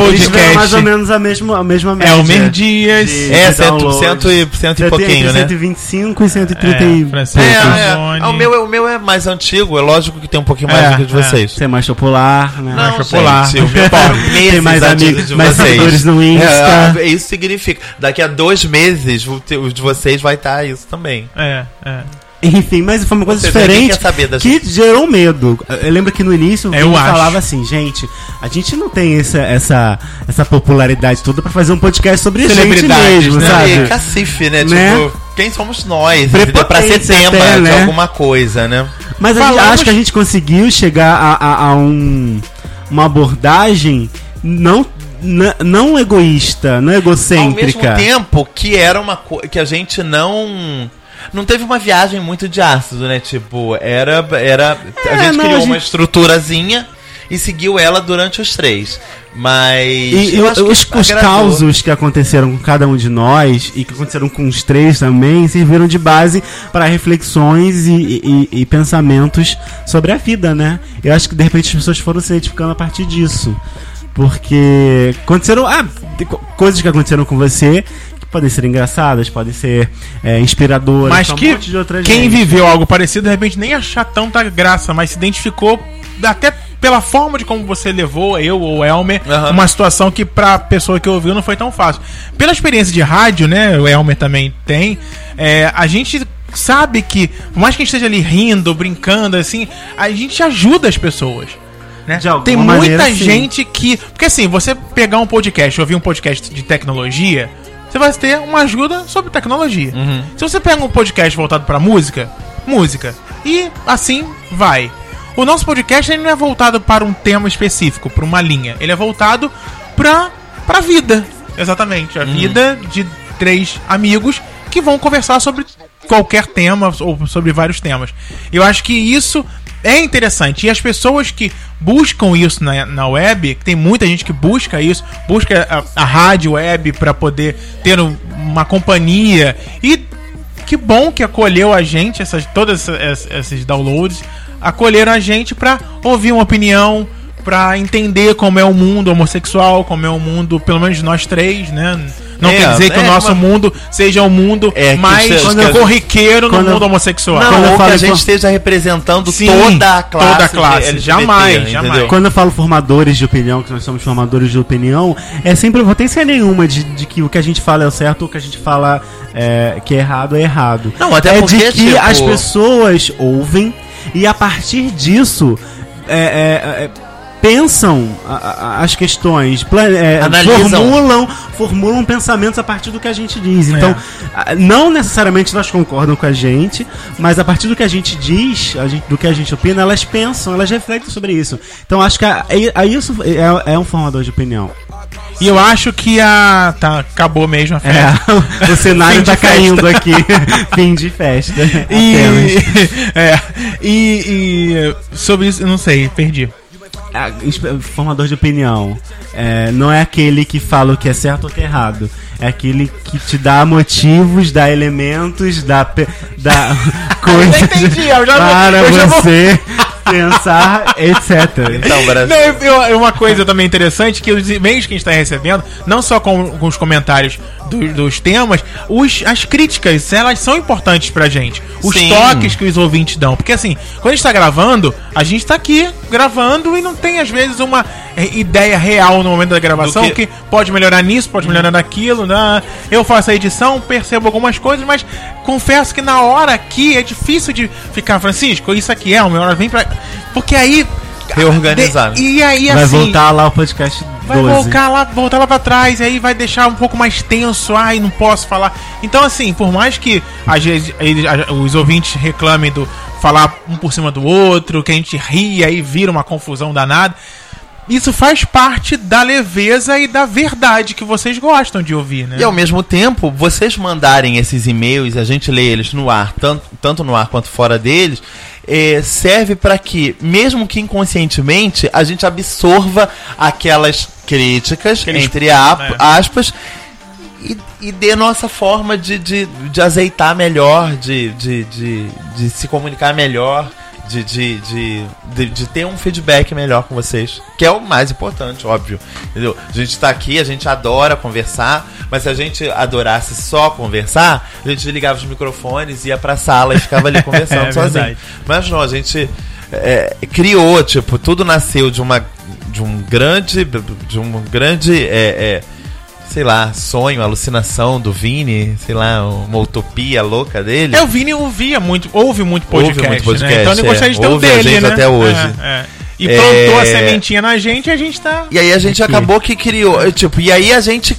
Speaker 2: Eles tiveram
Speaker 1: Podcast
Speaker 2: mais ou menos a mesma, a mesma média.
Speaker 1: Elmer Dias.
Speaker 2: de-
Speaker 3: É,
Speaker 2: de
Speaker 3: cento,
Speaker 2: download.
Speaker 3: cento e, cento e
Speaker 2: Já tem entre
Speaker 3: pouquinho, né?
Speaker 2: 125 e 130
Speaker 1: É,
Speaker 2: e
Speaker 1: Francisco.
Speaker 3: É,
Speaker 2: poucos.
Speaker 3: é.
Speaker 1: Sony.
Speaker 3: Ah, o, meu, é- o meu é mais antigo, é lógico que tem um pouquinho mais
Speaker 1: É,
Speaker 3: do que o de
Speaker 1: é.
Speaker 3: vocês.
Speaker 2: Você é mais popular, né?
Speaker 3: Não,
Speaker 1: Acho popular.
Speaker 3: gente, o meu pau, meses
Speaker 2: Tem mais
Speaker 3: antes
Speaker 2: amigos,
Speaker 3: de
Speaker 2: mais
Speaker 3: vocês.
Speaker 2: seguidores no Insta.
Speaker 3: É, isso significa. Daqui a dois meses, o te- o de vocês vai estar isso também.
Speaker 1: É, é.
Speaker 2: Enfim, mas foi uma coisa
Speaker 3: Ou seja, ninguém
Speaker 2: diferente
Speaker 3: quer saber da
Speaker 2: que gerou medo. Eu lembro que no início o
Speaker 1: Eu
Speaker 2: Vini
Speaker 1: acho.
Speaker 2: falava assim, gente, a gente não tem essa, essa, essa popularidade toda pra fazer um podcast sobre a gente
Speaker 1: Celebridades,
Speaker 2: mesmo,
Speaker 1: né?
Speaker 3: E
Speaker 2: sabe?
Speaker 3: cacife, né?
Speaker 2: Né?
Speaker 3: Tipo, quem somos nós? entendeu? Pra ser
Speaker 2: Prepotência
Speaker 3: tema
Speaker 2: até, né?
Speaker 3: de alguma coisa, né?
Speaker 2: Mas a gente,
Speaker 1: Falamos-
Speaker 2: acho que a gente conseguiu chegar a, a- a um, uma abordagem não, na- não egoísta, não egocêntrica.
Speaker 3: Ao mesmo tempo que era uma coisa que a gente não. Não teve uma viagem muito de ácido, né? Tipo, era. era a
Speaker 2: É,
Speaker 3: gente
Speaker 2: não,
Speaker 3: criou
Speaker 2: a gente-
Speaker 3: uma estruturazinha e seguiu ela durante os três. Mas.
Speaker 2: E
Speaker 3: eu
Speaker 2: eu-
Speaker 3: acho que
Speaker 2: os, os
Speaker 3: agradou.
Speaker 2: causos que aconteceram com cada um de nós e que aconteceram com os três também serviram de base para reflexões e, e- e- e pensamentos sobre a vida, né? Eu acho que de repente as pessoas foram se identificando a partir disso. Porque aconteceram ah, de co- coisas que aconteceram com você que podem ser engraçadas, podem ser é, inspiradoras, um
Speaker 1: Mas
Speaker 2: pra
Speaker 1: que
Speaker 2: outra
Speaker 1: quem
Speaker 2: gente.
Speaker 1: viveu algo parecido, de repente nem achar tanta graça, mas se identificou até pela forma de como você levou, eu ou Elmer,
Speaker 3: Aham.
Speaker 1: uma situação que pra pessoa que ouviu não foi tão fácil. Pela experiência de rádio, né, o Elmer também tem, é, a gente sabe que, por mais que a gente esteja ali rindo, brincando, assim, a gente ajuda as pessoas. né?
Speaker 2: De alguma
Speaker 1: Tem
Speaker 2: maneira,
Speaker 1: muita
Speaker 2: sim.
Speaker 1: gente gente que. Porque assim, você pegar um podcast, ouvir um podcast de tecnologia, você vai ter uma ajuda sobre tecnologia.
Speaker 2: Uhum.
Speaker 1: Se você pega um podcast voltado pra música, música. E assim vai. O nosso podcast ele não é voltado para um tema específico, para uma linha. Ele é voltado pra, pra vida. Uhum. Exatamente. A vida de três amigos que vão conversar sobre qualquer tema ou sobre vários temas. Eu acho que isso é interessante. E as pessoas que buscam isso na, na web, que tem muita gente que busca isso, busca a, a rádio web para poder ter um- uma companhia. E que bom que acolheu a gente, essas, todos esses downloads, acolheram a gente para ouvir uma opinião, para entender como é o mundo homossexual, como é o mundo, pelo menos nós três, né? Não
Speaker 3: É,
Speaker 1: quer dizer que
Speaker 3: é
Speaker 1: o nosso
Speaker 3: uma-
Speaker 1: mundo seja o mundo
Speaker 3: É, que
Speaker 1: mais
Speaker 3: seja- quando eu-
Speaker 1: corriqueiro
Speaker 2: quando
Speaker 1: no
Speaker 2: eu-
Speaker 1: mundo homossexual.
Speaker 2: Quando eu
Speaker 3: Não, ou que
Speaker 2: falo
Speaker 3: a gente
Speaker 2: com-
Speaker 3: esteja representando
Speaker 1: Sim,
Speaker 3: toda a classe.
Speaker 1: toda a classe,
Speaker 3: LGBT,
Speaker 1: jamais,
Speaker 3: entendeu?
Speaker 1: jamais.
Speaker 2: Quando eu falo formadores de opinião, que nós somos formadores de opinião, é sem prepotência nenhuma de, de que o que a gente fala é o certo ou o que a gente fala é, que é errado é errado.
Speaker 3: Não, até
Speaker 2: é de
Speaker 3: porque,
Speaker 2: que
Speaker 3: tipo-
Speaker 2: as pessoas ouvem e a partir disso é, é, é, pensam a- a- as questões, plane- é,
Speaker 3: Analisam.
Speaker 2: formulam, formulam pensamentos a partir do que a gente diz. Então,
Speaker 1: É.
Speaker 2: ah, não necessariamente elas concordam com a gente, mas a partir do que a gente diz, a gente- do que a gente opina, elas pensam, elas refletem sobre isso. Então acho que a, a- a isso é, é um formador de opinião.
Speaker 1: E eu acho que a. Tá, acabou mesmo a festa.
Speaker 2: É, o cenário
Speaker 1: Fim de
Speaker 2: tá
Speaker 1: festa.
Speaker 2: caindo aqui. Fim de festa.
Speaker 1: E,
Speaker 2: Apenas.
Speaker 1: é, e, e sobre isso, eu não sei, perdi.
Speaker 2: Ah, insp- formador de opinião. É, não é aquele que fala o que é certo ou o que é errado. É aquele que te dá motivos, dá elementos, dá, pe- dá coisas
Speaker 1: entendi, eu já vou-
Speaker 2: para
Speaker 1: eu já vou-
Speaker 2: você pensar, etc.
Speaker 3: Então, Brasil.
Speaker 1: Não, eu- eu- uma coisa também interessante que os e-mails que a gente está recebendo, não só com, com os comentários do- dos temas, os- as críticas, elas são importantes pra gente. Os
Speaker 3: Sim.
Speaker 1: toques que os ouvintes dão. Porque assim, quando a gente tá gravando, a gente tá aqui gravando e não tem, às vezes, uma é, ideia real no momento da gravação
Speaker 3: Do que-
Speaker 1: que... pode melhorar nisso, pode melhorar naquilo. né? Eu faço a edição, percebo algumas coisas, mas confesso que na hora aqui é difícil de ficar, Francisco, isso aqui é, uma hora vem pra. Porque aí.
Speaker 3: Reorganizar,
Speaker 1: De- E aí,
Speaker 2: Vai
Speaker 1: assim.
Speaker 2: voltar lá o podcast 12.
Speaker 1: Vai voltar lá, voltar lá pra trás, e aí vai deixar um pouco mais tenso, ai, não posso falar. Então, assim, por mais que às vezes eles- a- os ouvintes reclamem do falar um por cima do outro, que a gente ri, aí vira uma confusão danada, isso faz parte da leveza e da verdade que vocês gostam de ouvir, né?
Speaker 3: E ao mesmo tempo, vocês mandarem esses e-mails, a gente lê eles no ar, tanto, tanto no ar quanto fora deles, eh, serve para que, mesmo que inconscientemente, a gente absorva aquelas críticas,
Speaker 1: Aqueles-
Speaker 3: entre a-
Speaker 1: é.
Speaker 3: aspas, e, e dê nossa forma de, de, de azeitar melhor, de, de, de, de se comunicar melhor. De, de, de, de, de ter um feedback melhor com vocês, que é o mais importante, óbvio. Entendeu? A gente tá aqui, a gente adora conversar, mas se a gente adorasse só conversar, a gente ligava os microfones, ia pra sala e ficava ali conversando
Speaker 1: É
Speaker 3: sozinho.
Speaker 1: verdade.
Speaker 3: Mas não, a gente é, criou, tipo, tudo nasceu de uma de um grande de um grande é, é, sei lá, sonho, alucinação do Vini, sei lá, uma utopia louca dele.
Speaker 1: É, o Vini ouvia muito, ouve muito
Speaker 3: Ouve
Speaker 1: podcast,
Speaker 3: muito podcast,
Speaker 1: né? Então ele
Speaker 3: é.
Speaker 1: gostaria de ter o
Speaker 3: Ouve a
Speaker 1: dele,
Speaker 3: gente
Speaker 1: né?
Speaker 3: até hoje.
Speaker 1: É, é. E
Speaker 3: É.
Speaker 1: plantou a sementinha na gente e a gente tá...
Speaker 3: E aí a gente
Speaker 2: Aqui.
Speaker 3: acabou que criou, eh, tipo, e aí a gente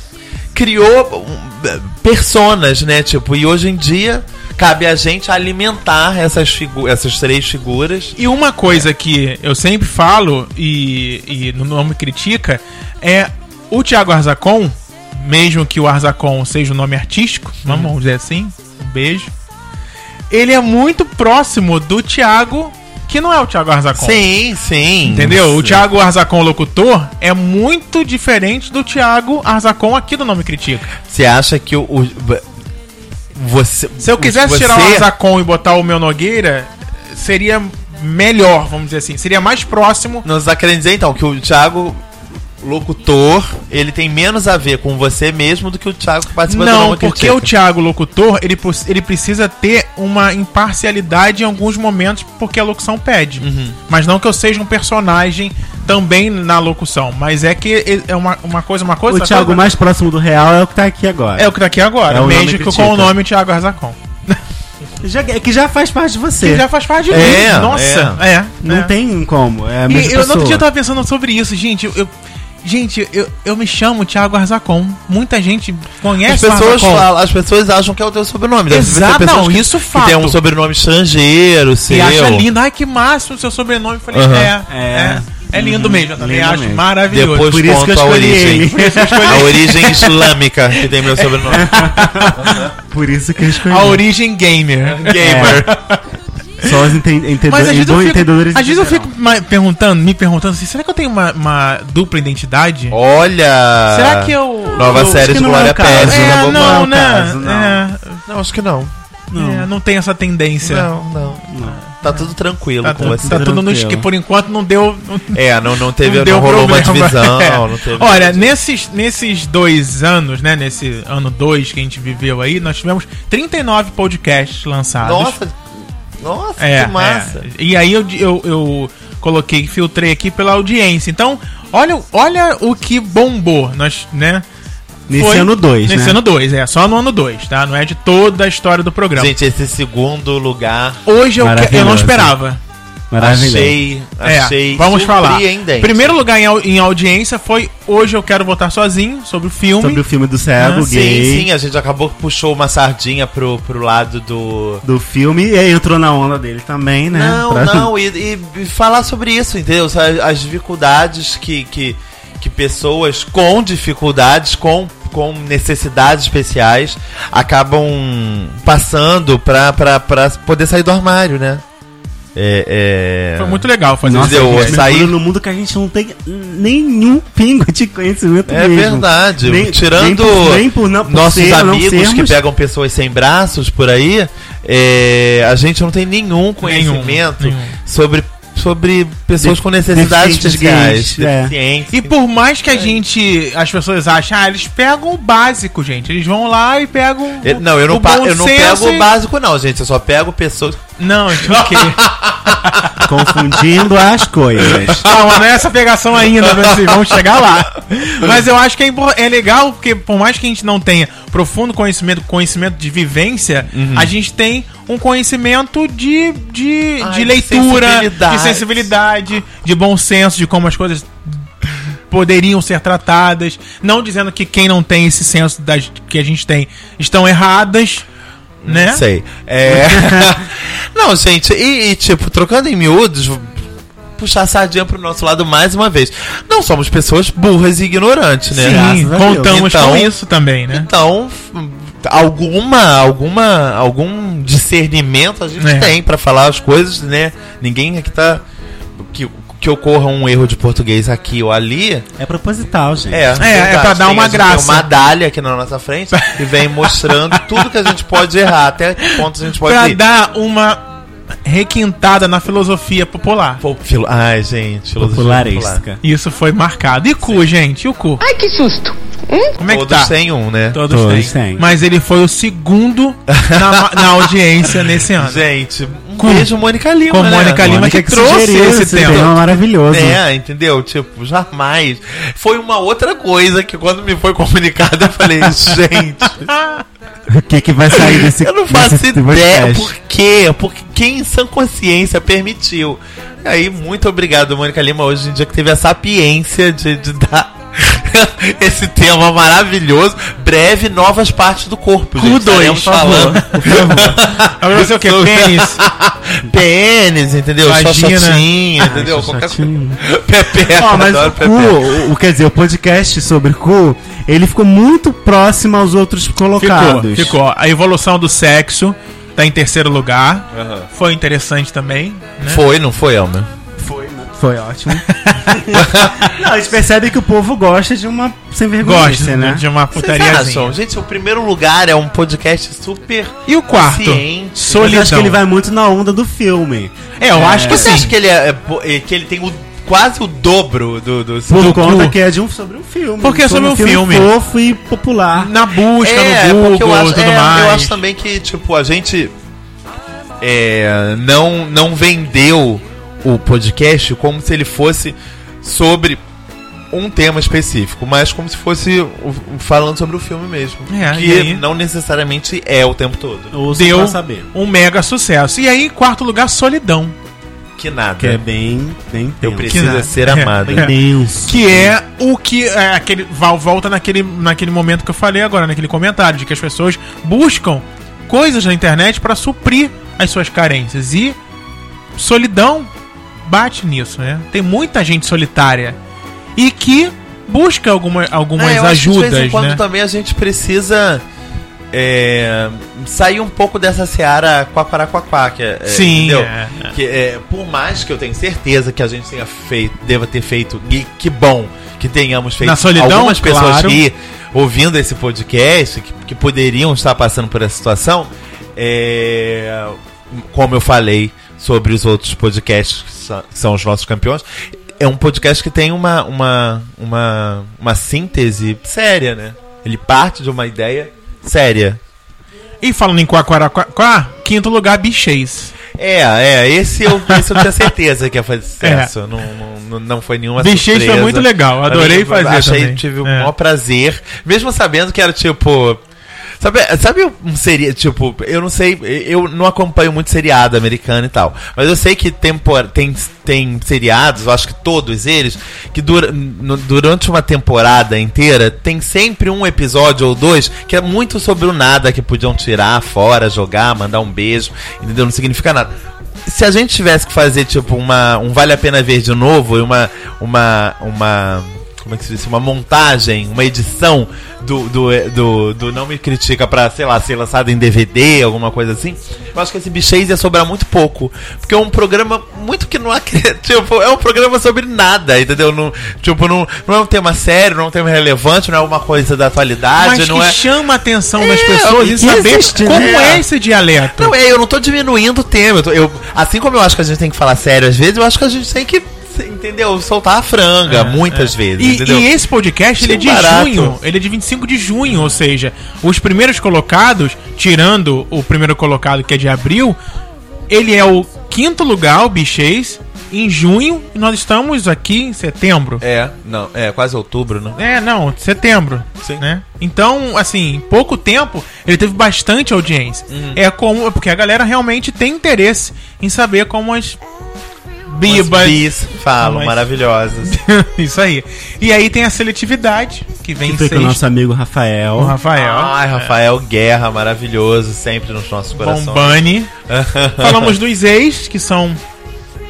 Speaker 3: criou um, eh, personas, né, tipo, e hoje em dia cabe a gente alimentar essas figu essas três figuras.
Speaker 1: E uma coisa que eu sempre falo e, e não me critica é o Thiago Arzacon, mesmo que o Arzacon seja o nome artístico, vamos
Speaker 3: Uhum.
Speaker 1: dizer assim, um beijo. Ele é muito próximo do Thiago, que não é o Thiago Arzacon.
Speaker 3: Sim, sim.
Speaker 1: Entendeu? O
Speaker 3: Sim.
Speaker 1: Thiago Arzacon locutor é muito diferente do Thiago Arzacon aqui do Nome Critica.
Speaker 3: Você acha que o. o- b- você,
Speaker 1: Se eu quisesse
Speaker 3: você,
Speaker 1: tirar o Arzacon e botar o meu Nogueira, seria melhor, vamos dizer assim. Seria mais próximo
Speaker 3: Nós querendo dizer então que o Thiago locutor, ele tem menos a ver com você mesmo do que o Thiago que participa do
Speaker 1: Não,
Speaker 3: Nova
Speaker 1: porque
Speaker 3: Critica.
Speaker 1: o Thiago Locutor, ele, pos- ele precisa ter uma imparcialidade em alguns momentos, porque a locução pede. Mas não que eu seja um personagem também na locução, mas é que ele- é uma, uma coisa, uma coisa...
Speaker 2: O
Speaker 1: outra
Speaker 2: Thiago
Speaker 1: coisa.
Speaker 2: mais próximo do real é o que tá aqui agora.
Speaker 1: É o que tá aqui agora,
Speaker 2: É o nome
Speaker 1: mesmo
Speaker 2: critica.
Speaker 1: que com o nome Thiago Arzacon.
Speaker 2: Já- é que já faz parte de você.
Speaker 1: Que já faz parte de
Speaker 3: É,
Speaker 1: mim. Nossa, é. é
Speaker 2: Não tem como. É a mesma
Speaker 1: E eu no outro dia
Speaker 2: pessoa.
Speaker 1: eu tava pensando sobre isso, gente, eu... eu- Gente, eu, eu me chamo Thiago Arzacon. Muita gente conhece
Speaker 3: As pessoas,
Speaker 1: o Arzacon.
Speaker 3: falam, as pessoas acham que é o teu sobrenome. Deve
Speaker 1: é Exato,
Speaker 3: ter pessoas
Speaker 1: não,
Speaker 3: que-
Speaker 1: isso
Speaker 3: Que tem
Speaker 1: fato.
Speaker 3: um sobrenome estrangeiro, seu.
Speaker 1: E acha lindo, ai que máximo o seu sobrenome. Eu Falei,
Speaker 3: Aham.
Speaker 1: é,
Speaker 2: É.
Speaker 1: é, é lindo mesmo, eu também
Speaker 2: Lindo
Speaker 1: acho
Speaker 2: mesmo.
Speaker 1: maravilhoso.
Speaker 3: Depois
Speaker 2: Por isso que
Speaker 3: conto
Speaker 2: eu
Speaker 3: a
Speaker 2: escolhi
Speaker 3: origem.
Speaker 2: ele. Por
Speaker 3: A origem islâmica que tem meu sobrenome.
Speaker 2: Por isso que eu escolhi. É.
Speaker 1: A origem gamer.
Speaker 3: Gamer.
Speaker 2: Só os enten- entende-
Speaker 1: Mas às vezes, eu
Speaker 2: bons
Speaker 1: fico,
Speaker 2: entendedores
Speaker 1: às vezes eu
Speaker 2: entenderão.
Speaker 1: fico ma- perguntando, me perguntando assim, será que eu tenho uma, uma dupla identidade?
Speaker 3: Olha.
Speaker 1: Será que eu-
Speaker 3: Nova
Speaker 1: eu-
Speaker 3: série
Speaker 2: acho que
Speaker 3: de
Speaker 2: não é
Speaker 3: Glória
Speaker 2: o caso.
Speaker 3: Pérez.
Speaker 2: É,
Speaker 3: Nova-
Speaker 2: não. é o caso, não.
Speaker 1: É,
Speaker 3: não, acho que não.
Speaker 1: não. É, não tem essa tendência.
Speaker 3: Não, não. Tá tudo tranquilo
Speaker 1: Tá,
Speaker 3: com
Speaker 1: tá-
Speaker 3: você.
Speaker 1: tá tudo no
Speaker 2: Tranquilo.
Speaker 1: esqui. Por enquanto não deu. Não,
Speaker 3: É, não, não teve,
Speaker 1: não
Speaker 3: não,
Speaker 1: deu
Speaker 3: rolou uma
Speaker 1: problema.
Speaker 3: divisão,
Speaker 1: É.
Speaker 3: não teve.
Speaker 1: Olha, nesses, nesses dois anos, né? Nesse ano dois que a gente viveu aí, nós tivemos 39 podcasts lançados.
Speaker 3: nossa, nossa,
Speaker 1: É,
Speaker 3: que massa.
Speaker 1: é. E aí eu, eu, eu coloquei, filtrei aqui pela audiência. Então, olha, olha o que bombou, nós, né?
Speaker 2: Nesse
Speaker 1: Foi-
Speaker 2: ano 2, né?
Speaker 1: Nesse ano 2, é. Só no ano 2, tá? Não é de toda a história do programa.
Speaker 3: Gente, esse segundo lugar,
Speaker 1: Hoje eu, que- eu não
Speaker 2: Maravilhoso.
Speaker 1: esperava.
Speaker 2: Maravilhoso.
Speaker 3: achei,
Speaker 1: É,
Speaker 3: achei
Speaker 1: vamos falar.
Speaker 3: surpreendente.
Speaker 1: Primeiro lugar em, au- em audiência foi Hoje Eu Quero Votar Sozinho, sobre o filme.
Speaker 2: Sobre o filme do
Speaker 1: Ah,
Speaker 2: cego
Speaker 3: sim,
Speaker 2: gay.
Speaker 3: sim, a gente acabou que puxou uma sardinha pro, pro lado do...
Speaker 2: Do filme. E aí entrou na onda dele também, né?
Speaker 3: Não,
Speaker 2: Pra-
Speaker 3: não, e, e- e falar sobre isso, entendeu? As, as dificuldades que, que, que pessoas com dificuldades, com, com necessidades especiais, acabam passando pra, pra, pra poder sair do armário, né? É, é...
Speaker 1: Foi muito legal fazer
Speaker 3: Nossa,
Speaker 1: esse
Speaker 3: eu
Speaker 1: podcast.
Speaker 3: Pô, saí-
Speaker 2: Mergulho no mundo que a gente não tem nenhum pingo de conhecimento
Speaker 3: É
Speaker 2: mesmo.
Speaker 3: verdade.
Speaker 2: Nem- nem
Speaker 3: Tirando
Speaker 2: por- nem por não- por
Speaker 3: nossos
Speaker 2: ser ou não
Speaker 3: amigos que
Speaker 2: sermos.
Speaker 3: pegam pessoas sem braços por aí, é, a gente não tem nenhum conhecimento
Speaker 1: nenhum.
Speaker 3: sobre sobre pessoas
Speaker 2: De-
Speaker 3: com necessidades
Speaker 2: deficientes,
Speaker 3: especiais,
Speaker 2: é.
Speaker 3: deficientes.
Speaker 1: E por mais que a gente. As pessoas acham, ah, eles pegam o básico, gente. Eles vão lá e pegam. o-
Speaker 3: Eu- Não, eu não,
Speaker 1: o
Speaker 3: pa-
Speaker 1: bom
Speaker 3: eu não
Speaker 1: senso
Speaker 3: pego
Speaker 1: e-
Speaker 3: o básico, não, gente. Eu só pego pessoas.
Speaker 1: Não, gente, ok.
Speaker 2: Confundindo as coisas.
Speaker 1: Calma, não é essa pegação ainda, mas vocês vão chegar lá. Mas eu acho que é, impor- é legal, porque por mais que a gente não tenha profundo conhecimento, conhecimento de vivência,
Speaker 2: Uhum.
Speaker 1: a gente tem um conhecimento de, de,
Speaker 3: Ai,
Speaker 1: de
Speaker 3: de
Speaker 1: leitura,
Speaker 3: sensibilidade.
Speaker 1: de sensibilidade, de bom senso, de como as coisas poderiam ser tratadas. Não dizendo que quem não tem esse senso das, que a gente tem estão erradas, né?
Speaker 3: Não sei. É... não, gente, e, e, tipo, trocando em miúdos, puxar a sardinha pro nosso lado mais uma vez. Não somos pessoas burras e ignorantes, né?
Speaker 1: Sim,
Speaker 2: Graças a Deus.
Speaker 1: contamos
Speaker 3: Então-
Speaker 1: com isso também, né?
Speaker 3: Então, f- alguma, alguma, algum discernimento a gente
Speaker 1: É.
Speaker 3: tem pra falar as coisas, né? Ninguém aqui tá que que ocorra um erro de português aqui ou ali.
Speaker 2: É proposital, gente.
Speaker 3: É, verdade.
Speaker 1: é pra dar
Speaker 3: Tem-
Speaker 1: uma
Speaker 3: a gente
Speaker 1: graça.
Speaker 3: Tem uma dália aqui na nossa frente e vem mostrando tudo que a gente pode errar, até que ponto a gente pode
Speaker 1: pra
Speaker 3: ir.
Speaker 1: dar uma requintada na filosofia popular.
Speaker 3: Pô, filo- Ai, gente, filosofia popular.
Speaker 2: Popularesca.
Speaker 1: Isso foi marcado. E cu, gente, e o cu.
Speaker 4: Ai, que susto!
Speaker 1: Como é que
Speaker 3: Todos
Speaker 1: tá?
Speaker 3: têm um, né?
Speaker 1: Todos,
Speaker 2: Todos
Speaker 1: têm.
Speaker 2: têm.
Speaker 1: Mas ele foi o segundo na, ma- na audiência nesse ano.
Speaker 3: Gente, um
Speaker 1: né? Com-
Speaker 3: beijo, Mônica Lima.
Speaker 1: com
Speaker 3: né?
Speaker 1: Mônica Lima,
Speaker 2: Mônica
Speaker 1: que trouxe
Speaker 2: sugeriu
Speaker 1: esse tema.
Speaker 2: maravilhoso.
Speaker 3: É, entendeu? Tipo, jamais. Foi uma outra coisa que quando me foi comunicado eu falei, gente,
Speaker 2: O que, que vai sair desse
Speaker 3: eu não faço
Speaker 2: desse
Speaker 3: ideia.
Speaker 2: podcast?
Speaker 3: Por quê? Porque quem em sã consciência permitiu. E aí, muito obrigado, Mônica Lima, hoje em dia que teve a sapiência de, de dar esse tema maravilhoso. Breve, novas partes do corpo.
Speaker 1: Cu
Speaker 3: gente.
Speaker 1: dois,
Speaker 3: Estaremos
Speaker 1: por favor.
Speaker 3: falando.
Speaker 1: Por favor. Agora não sei o que, pênis.
Speaker 3: Pênis, entendeu? Só
Speaker 1: Vagina.
Speaker 3: chatinha, entendeu?
Speaker 2: Ai,
Speaker 3: Qualquer
Speaker 2: chatinho.
Speaker 3: coisa. Pepe,
Speaker 2: Ó, Ah, mas
Speaker 3: adoro
Speaker 2: o
Speaker 3: Pepe.
Speaker 2: cu, o, quer dizer, o podcast sobre cu, ele ficou muito próximo aos outros
Speaker 1: Ficou,
Speaker 2: colocados.
Speaker 1: ficou. A evolução do sexo tá em terceiro lugar. Foi interessante também. Né?
Speaker 3: Foi, não foi, Elmer?
Speaker 2: Foi ótimo. não, a gente percebe que o povo gosta de uma sem vergonha,
Speaker 1: Gosto
Speaker 2: né?
Speaker 1: de uma
Speaker 3: Vocês
Speaker 1: putariazinha.
Speaker 3: acham? Gente, o primeiro lugar é um podcast super
Speaker 1: E o quarto?
Speaker 3: ciente.
Speaker 2: Mas eu acho que
Speaker 1: Solidão.
Speaker 2: ele vai muito na onda do filme.
Speaker 1: É, eu acho que
Speaker 3: Você acha
Speaker 1: sim.
Speaker 3: que ele, é, é bo- é que ele tem o, quase o dobro do... do,
Speaker 2: Por
Speaker 1: Do
Speaker 2: conta
Speaker 1: cu.
Speaker 2: que é de um, sobre um filme.
Speaker 1: Porque é
Speaker 2: Foi
Speaker 1: sobre um filme.
Speaker 2: fofo e popular.
Speaker 1: Na busca, no
Speaker 3: porque eu
Speaker 1: Google e
Speaker 3: acho,
Speaker 1: tudo
Speaker 3: é,
Speaker 1: mais.
Speaker 3: eu acho também que, tipo, a gente é, não, não vendeu o podcast como se ele fosse sobre um tema específico, mas como se fosse o- falando sobre o filme mesmo.
Speaker 1: É, e
Speaker 3: que
Speaker 1: aí?
Speaker 3: não necessariamente é o tempo todo.
Speaker 2: Ouça
Speaker 1: deu
Speaker 2: pra saber.
Speaker 1: um mega sucesso. E aí, em quarto lugar, Solidão,
Speaker 3: Que nada.
Speaker 2: Que é bem, bem
Speaker 3: Eu
Speaker 2: tenso.
Speaker 3: preciso
Speaker 1: nada.
Speaker 3: é ser
Speaker 1: É.
Speaker 3: amado.
Speaker 2: Bem denso.
Speaker 1: que é o que é, aquele val- volta naquele, naquele momento que eu falei agora, naquele comentário de que as pessoas buscam coisas na internet para suprir as suas carências e Solidão bate nisso, né? Tem muita gente solitária e que busca alguma, algumas
Speaker 3: É, eu acho que
Speaker 1: ajudas,
Speaker 3: De vez em quando
Speaker 1: né?
Speaker 3: também a gente precisa é, sair um pouco dessa seara quaquaraquaquá, que é, é,
Speaker 1: Sim,
Speaker 3: entendeu?
Speaker 1: é, é.
Speaker 3: Que, é, por mais que eu tenha certeza que a gente tenha feito, deva ter feito, e que bom que tenhamos feito
Speaker 1: Na solidão,
Speaker 3: algumas pessoas
Speaker 1: claro.
Speaker 3: que ouvindo esse podcast, que, que poderiam estar passando por essa situação, é, como eu falei sobre os outros podcasts que sa- que são os nossos campeões, é um podcast que tem uma, uma, uma, uma síntese séria, né? Ele parte de uma ideia séria.
Speaker 1: E falando em Quaquaraquá, quinto lugar, Bichês.
Speaker 3: É, é, esse eu, esse eu tinha certeza que ia fazer sucesso. Não, não, não foi nenhuma
Speaker 1: Bichês É. foi
Speaker 3: surpresa.
Speaker 1: muito legal,
Speaker 3: Pra
Speaker 1: adorei
Speaker 3: mim,
Speaker 1: fazer
Speaker 3: Achei,
Speaker 1: também.
Speaker 3: tive o
Speaker 1: É.
Speaker 3: maior prazer. Mesmo sabendo que era tipo. Sabe, sabe um seria tipo, eu não sei, eu não acompanho muito seriado americano e tal. Mas eu sei que tempor, tem, tem seriados, eu acho que todos eles, que dura, no- durante uma temporada inteira tem sempre um episódio ou dois que é muito sobre o nada, que podiam tirar fora, jogar, mandar um beijo, entendeu? Não significa nada se a gente tivesse que fazer tipo uma um vale a pena ver de novo e uma uma uma como como é que se diz? Uma montagem, uma edição do, do, do, do Não Me Critica pra, sei lá, ser lançado em DVD, alguma coisa assim, eu acho que esse bichês ia sobrar muito pouco. Porque é um programa muito que não acredita. Tipo, é um programa sobre nada, entendeu? Não, tipo, não, não é um tema sério, não é um tema relevante, não é alguma coisa da atualidade,
Speaker 1: Mas
Speaker 3: não
Speaker 1: que
Speaker 3: é.
Speaker 1: chama a atenção das
Speaker 3: É,
Speaker 1: pessoas e
Speaker 3: e que
Speaker 1: saber
Speaker 2: existe,
Speaker 1: como
Speaker 2: né?
Speaker 1: é esse dialeto.
Speaker 3: Não, é, eu não tô diminuindo o tema. Eu tô- eu- assim como eu acho que a gente tem que falar sério às vezes, eu acho que a gente tem que, se- entendeu? Soltar a franga, muitas vezes,
Speaker 1: É, E,
Speaker 3: entendeu?
Speaker 1: e esse podcast ele é de
Speaker 3: Sim, barato.
Speaker 1: junho, ele é de 25 de junho, ou seja, os primeiros colocados, tirando o primeiro colocado que é de abril, ele é o quinto lugar, o Bichês, em junho, e nós estamos aqui em setembro.
Speaker 3: É, não, é quase outubro, né?
Speaker 1: É, não, setembro.
Speaker 3: Sim.
Speaker 1: Né? Então, assim, em pouco tempo, ele teve bastante audiência.
Speaker 3: Hum.
Speaker 1: É como. Porque a galera realmente tem interesse em saber como as.
Speaker 3: Bibas.
Speaker 1: Bibas.
Speaker 3: Bis, falam,
Speaker 1: Mas-
Speaker 3: maravilhosas.
Speaker 1: Isso aí. E aí tem a seletividade, que vem
Speaker 2: Que
Speaker 1: em
Speaker 2: foi com o
Speaker 1: sexto.
Speaker 2: nosso amigo Rafael.
Speaker 1: O Rafael.
Speaker 3: Ai, Rafael Guerra, maravilhoso, sempre nos nossos corações.
Speaker 1: é. Bombani. Falamos dos ex, que são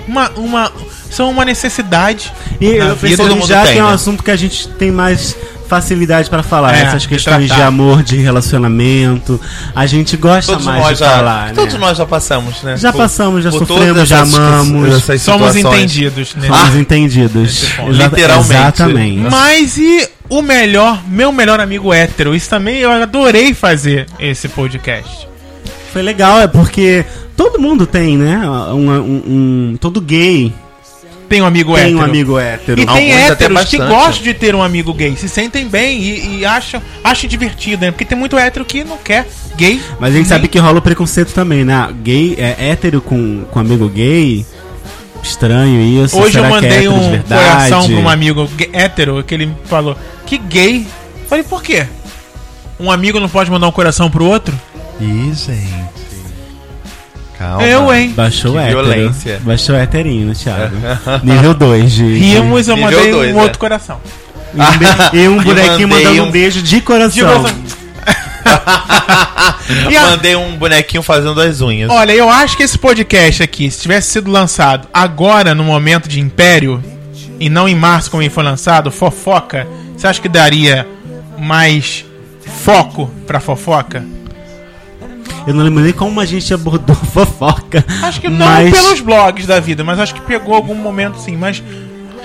Speaker 1: uma, uma, são uma necessidade.
Speaker 2: E
Speaker 3: Na
Speaker 2: eu
Speaker 3: vida
Speaker 2: pensei
Speaker 3: todo
Speaker 2: que
Speaker 3: mundo
Speaker 2: já
Speaker 3: tem,
Speaker 2: tem, um
Speaker 3: né?
Speaker 2: assunto que a gente tem mais facilidade pra falar.
Speaker 1: É,
Speaker 2: Essas
Speaker 1: de
Speaker 2: questões de,
Speaker 1: tratar.
Speaker 2: amor, de relacionamento. A gente gosta
Speaker 3: Todos
Speaker 2: mais
Speaker 3: nós,
Speaker 2: de
Speaker 3: já,
Speaker 1: tá
Speaker 2: falar,
Speaker 3: todos
Speaker 2: né?
Speaker 3: nós já passamos, né?
Speaker 2: Já passamos, já
Speaker 3: todas
Speaker 2: sofremos, já
Speaker 3: essas-
Speaker 2: amamos.
Speaker 3: essas
Speaker 1: Somos
Speaker 3: situações. Ah,
Speaker 1: entendidos, né?
Speaker 2: Somos entendidos.
Speaker 3: ponto.
Speaker 2: Exa-
Speaker 3: Literalmente.
Speaker 2: Exatamente.
Speaker 1: Mas e o melhor, meu melhor amigo hétero? Isso também eu adorei fazer esse podcast.
Speaker 2: Foi legal, é porque todo mundo tem, né? Um, um- um- todo gay
Speaker 1: Tem um amigo
Speaker 2: tem
Speaker 1: hétero.
Speaker 2: um amigo hétero.
Speaker 1: E tem
Speaker 3: Alguns até
Speaker 1: héteros que
Speaker 3: bastante.
Speaker 1: gostam de ter um amigo gay, se sentem bem e, e acham, acham divertido, né? Porque tem muito hétero que não quer gay.
Speaker 2: Mas a gente
Speaker 1: nem-
Speaker 2: sabe que rola o preconceito também, né? Gay, é hétero com, com amigo gay. Estranho isso.
Speaker 1: Hoje eu
Speaker 2: será que é
Speaker 1: mandei
Speaker 2: hétero de
Speaker 1: um
Speaker 2: verdade?
Speaker 1: coração pra um amigo gay- hétero que ele me falou que gay. Eu Falei, por quê? Um amigo não pode mandar um coração pro outro?
Speaker 3: Ih, gente. Calma.
Speaker 1: Eu, hein?
Speaker 2: Baixou
Speaker 3: Que
Speaker 2: o hétero.
Speaker 3: violência.
Speaker 2: Baixou o héterinho, Thiago. Nível 2 de.
Speaker 1: Rimos, eu
Speaker 3: Nível
Speaker 1: mandei
Speaker 3: dois,
Speaker 1: um
Speaker 3: né?
Speaker 1: outro coração.
Speaker 2: E um be- E um
Speaker 3: Eu
Speaker 2: bonequinho
Speaker 3: mandei
Speaker 2: mandando
Speaker 3: um-
Speaker 2: um beijo de coração.
Speaker 1: De coração. E a-
Speaker 3: Mandei um bonequinho fazendo as unhas.
Speaker 1: Olha, eu acho que esse podcast aqui, se tivesse sido lançado agora no momento de Império, e não em março como ele foi lançado, fofoca, você acha que daria mais foco pra fofoca?
Speaker 2: Eu não lembro nem como a gente abordou a fofoca.
Speaker 1: Acho que não
Speaker 2: mas...
Speaker 1: pelos blogs da vida, mas acho que pegou algum momento sim, mas.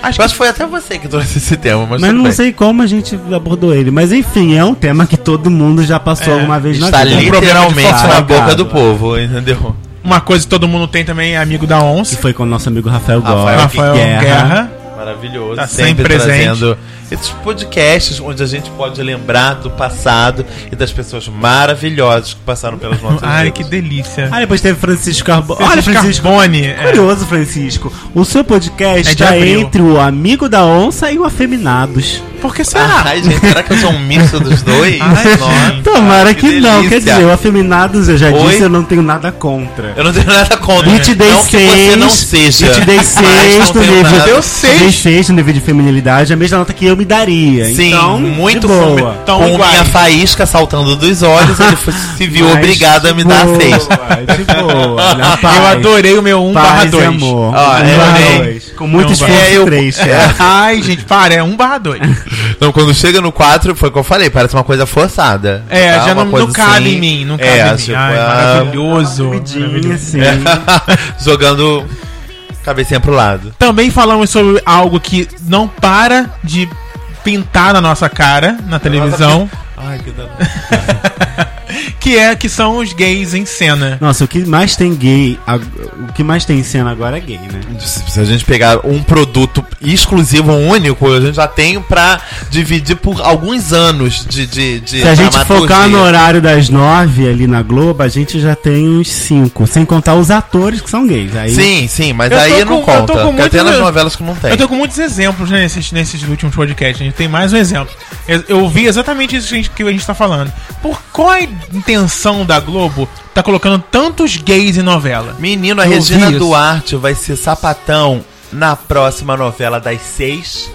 Speaker 1: Acho
Speaker 3: Eu Acho que foi até você que trouxe esse tema, mas,
Speaker 2: Mas
Speaker 3: tudo
Speaker 2: não
Speaker 3: bem.
Speaker 2: sei como a gente abordou ele. Mas enfim, é um tema que todo mundo já passou
Speaker 1: É.
Speaker 2: alguma vez na
Speaker 3: Está
Speaker 2: vida.
Speaker 1: ali. problema de
Speaker 3: literalmente na
Speaker 2: fofoca.
Speaker 3: boca do povo, entendeu?
Speaker 1: Uma coisa que todo mundo tem também é amigo da
Speaker 2: Que
Speaker 1: onça.
Speaker 2: foi com o nosso amigo Rafael Gomes.
Speaker 3: Rafael
Speaker 1: Rafael Guerra.
Speaker 3: Maravilhoso.
Speaker 1: Tá
Speaker 3: sempre
Speaker 1: sempre presente.
Speaker 3: trazendo esses podcasts onde a gente pode lembrar do passado e das pessoas maravilhosas que passaram pelas nossas
Speaker 1: Ai, que
Speaker 3: vidas.
Speaker 1: delícia.
Speaker 2: Ah, depois teve Francisco Carbo. Olha, Francisco.
Speaker 1: Carbone. é.
Speaker 2: Curioso, Francisco. O seu podcast
Speaker 1: É de
Speaker 2: está
Speaker 1: abril.
Speaker 2: entre o amigo da onça e o afeminados.
Speaker 1: Por que será?
Speaker 2: Ah,
Speaker 3: Ai, gente, será que eu sou um misto dos dois?
Speaker 1: Ai,
Speaker 3: Nossa.
Speaker 1: gente.
Speaker 2: Tomara
Speaker 3: que
Speaker 2: que, não. Quer
Speaker 3: delícia.
Speaker 2: dizer, o afeminados eu já
Speaker 3: Oi?
Speaker 2: disse, eu não tenho nada contra.
Speaker 3: Eu não tenho nada contra.
Speaker 2: E te dei
Speaker 3: não que você
Speaker 2: seis,
Speaker 3: não seja.
Speaker 2: Eu te dei
Speaker 3: mas
Speaker 2: seis
Speaker 3: não
Speaker 2: no
Speaker 3: tenho
Speaker 2: nível.
Speaker 3: nada-
Speaker 1: Deu
Speaker 2: Te dei
Speaker 1: seis.
Speaker 2: seis no nível de feminilidade, a mesma nota que eu me daria.
Speaker 3: Sim,
Speaker 2: então, de
Speaker 3: muito
Speaker 2: boa.
Speaker 3: filme.
Speaker 1: Tão
Speaker 3: com
Speaker 1: iguais.
Speaker 3: minha faísca saltando dos olhos, ele foi- se viu
Speaker 2: Mas
Speaker 3: obrigado a me dar
Speaker 2: de
Speaker 3: seis. um
Speaker 2: boa, de boa, na paz.
Speaker 1: Eu adorei o meu 1 barra
Speaker 2: Paz e
Speaker 1: 2.
Speaker 2: amor.
Speaker 3: Ah,
Speaker 2: Um
Speaker 3: eu
Speaker 2: barra
Speaker 3: amei.
Speaker 2: dois. Com muito
Speaker 1: Não
Speaker 2: esforço,
Speaker 3: vai. É, eu-
Speaker 2: três. é.
Speaker 1: Ai, gente, para, é 1 barra 2.
Speaker 3: Então, quando chega no 4, foi o que eu falei, parece uma coisa forçada.
Speaker 1: É,
Speaker 3: Tá?
Speaker 1: já
Speaker 3: Uma
Speaker 1: não,
Speaker 3: coisa
Speaker 1: não cabe
Speaker 3: assim-
Speaker 1: em mim, não cabe
Speaker 3: é,
Speaker 1: em mim.
Speaker 3: tipo,
Speaker 1: Ai,
Speaker 3: ah,
Speaker 1: maravilhoso.
Speaker 2: Rapidinho,
Speaker 1: maravilhoso.
Speaker 2: assim.
Speaker 3: É. Jogando cabecinha pro lado.
Speaker 1: Também falamos sobre algo que não para de pintar na nossa cara na televisão,
Speaker 3: Ai, que dano.
Speaker 1: que é que são os gays em cena.
Speaker 2: Nossa, o que mais tem gay, ag- o que mais tem em cena agora é gay, né?
Speaker 3: Se se a gente pegar um produto exclusivo, um único, a gente já tem pra dividir por alguns anos de. de, de
Speaker 2: Se a gente focar no
Speaker 3: dramaturgia.
Speaker 2: horário das nove ali na Globo, a gente já tem uns cinco, sem contar os atores que são gays. Aí
Speaker 3: Sim, sim, mas
Speaker 1: Eu tô
Speaker 3: aí não
Speaker 1: com- eu tô com
Speaker 3: conta. porque
Speaker 1: muito
Speaker 3: até nas
Speaker 1: medo.
Speaker 3: novelas que não tem.
Speaker 1: Eu tô com muitos exemplos né, nesses, nesses últimos podcasts. A gente tem mais um exemplo. Eu, eu vi exatamente isso que a, gente, que a gente tá falando. Por qual a intenção da Globo tá colocando tantos gays em novela?
Speaker 3: Menino, a
Speaker 1: Eu
Speaker 3: Regina
Speaker 1: ouvi isso.
Speaker 3: Duarte vai ser sapatão na próxima novela das seis.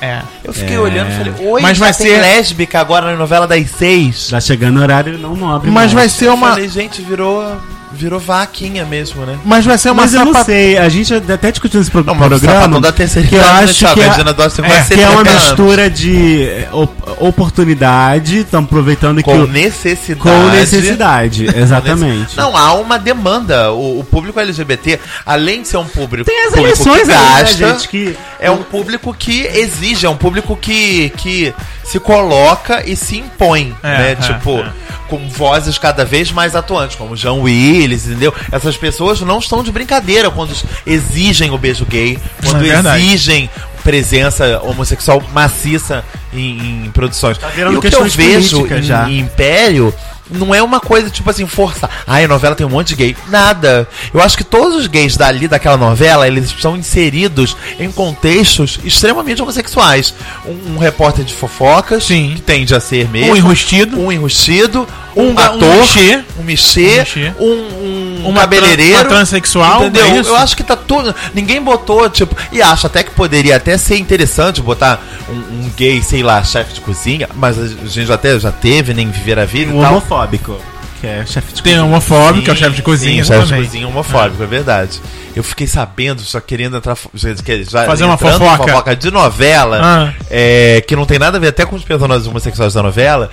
Speaker 1: É.
Speaker 3: Eu fiquei olhando e falei, oi,
Speaker 1: Mas
Speaker 3: já
Speaker 1: vai
Speaker 3: tem
Speaker 1: ser-
Speaker 3: lésbica agora na novela das seis.
Speaker 2: tá chegando o horário não nobre.
Speaker 1: Mas
Speaker 2: mais.
Speaker 1: vai ser uma.
Speaker 3: Falei, gente, virou virou vaquinha mesmo, né?
Speaker 1: Mas vai ser uma
Speaker 2: Mas eu não
Speaker 1: sapatão.
Speaker 2: sei, a gente é até discutiu esse pro
Speaker 3: Não, mas o
Speaker 2: programa.
Speaker 3: sapatão da terceira
Speaker 2: que eu
Speaker 3: idade, né,
Speaker 2: acho
Speaker 3: Thiago?
Speaker 2: que,
Speaker 3: A
Speaker 2: é-
Speaker 3: Regina Dawson tem
Speaker 2: é,
Speaker 3: quase
Speaker 2: que é uma
Speaker 3: 70 anos.
Speaker 2: mistura de é, op- oportunidade, estamos aproveitando que
Speaker 3: Com
Speaker 2: o-
Speaker 3: necessidade.
Speaker 2: com necessidade,
Speaker 3: Nesse-
Speaker 2: exatamente.
Speaker 3: Não, há uma demanda. O, o público LGBT, além de ser um público,
Speaker 2: Tem as
Speaker 3: público
Speaker 2: eleições
Speaker 3: que
Speaker 2: aí, né,
Speaker 3: gasta,
Speaker 2: gente, que-
Speaker 3: é um público que exige, é um público que, que se coloca e se impõe,
Speaker 1: É,
Speaker 3: né?
Speaker 1: é,
Speaker 3: tipo,
Speaker 1: é.
Speaker 3: com vozes cada vez mais atuantes, como Jean Willis, entendeu? Essas pessoas não estão de brincadeira quando exigem o beijo gay, quando
Speaker 1: É verdade.
Speaker 3: exigem presença homossexual maciça em, em produções.
Speaker 1: Tá
Speaker 2: virando
Speaker 3: e o que eu
Speaker 2: questões
Speaker 3: vejo
Speaker 2: políticas
Speaker 3: em-
Speaker 2: já.
Speaker 3: em Império não é uma coisa tipo assim, força. Ai, a novela tem um monte de gay. Nada. Eu acho que todos os gays dali daquela novela, eles estão inseridos em contextos extremamente homossexuais. Um, um repórter de fofocas,
Speaker 1: Sim.
Speaker 3: que tende a ser mesmo.
Speaker 1: Um enrustido.
Speaker 3: Um enrustido, um,
Speaker 1: Um ga- um
Speaker 3: ator,
Speaker 1: mexê.
Speaker 3: um mexê,
Speaker 1: Um mexê.
Speaker 3: um, um,
Speaker 1: Uma
Speaker 3: cabeleireiro,
Speaker 1: tran- uma transexual,
Speaker 3: entendeu?
Speaker 1: não é isso?
Speaker 3: Eu acho que tá tudo. Ninguém botou, tipo. E acho até que poderia até ser interessante botar um, um gay, sei lá, chefe de cozinha, mas a gente já até já teve, nem viver a vida
Speaker 2: Um
Speaker 3: e tal.
Speaker 2: homofóbico, que é chefe de
Speaker 1: Tem
Speaker 2: cozinha.
Speaker 1: homofóbico,
Speaker 3: Sim,
Speaker 1: que é o chefe de cozinha
Speaker 3: sim, chefe de
Speaker 1: também.
Speaker 3: cozinha homofóbico, é. verdade. Eu fiquei sabendo, só querendo entrar. fo- já- que- já
Speaker 1: Fazer uma
Speaker 3: entrando em
Speaker 1: fofoca.
Speaker 3: de novela,
Speaker 1: Ah.
Speaker 3: é, que não tem nada a ver até com os personagens homossexuais da novela,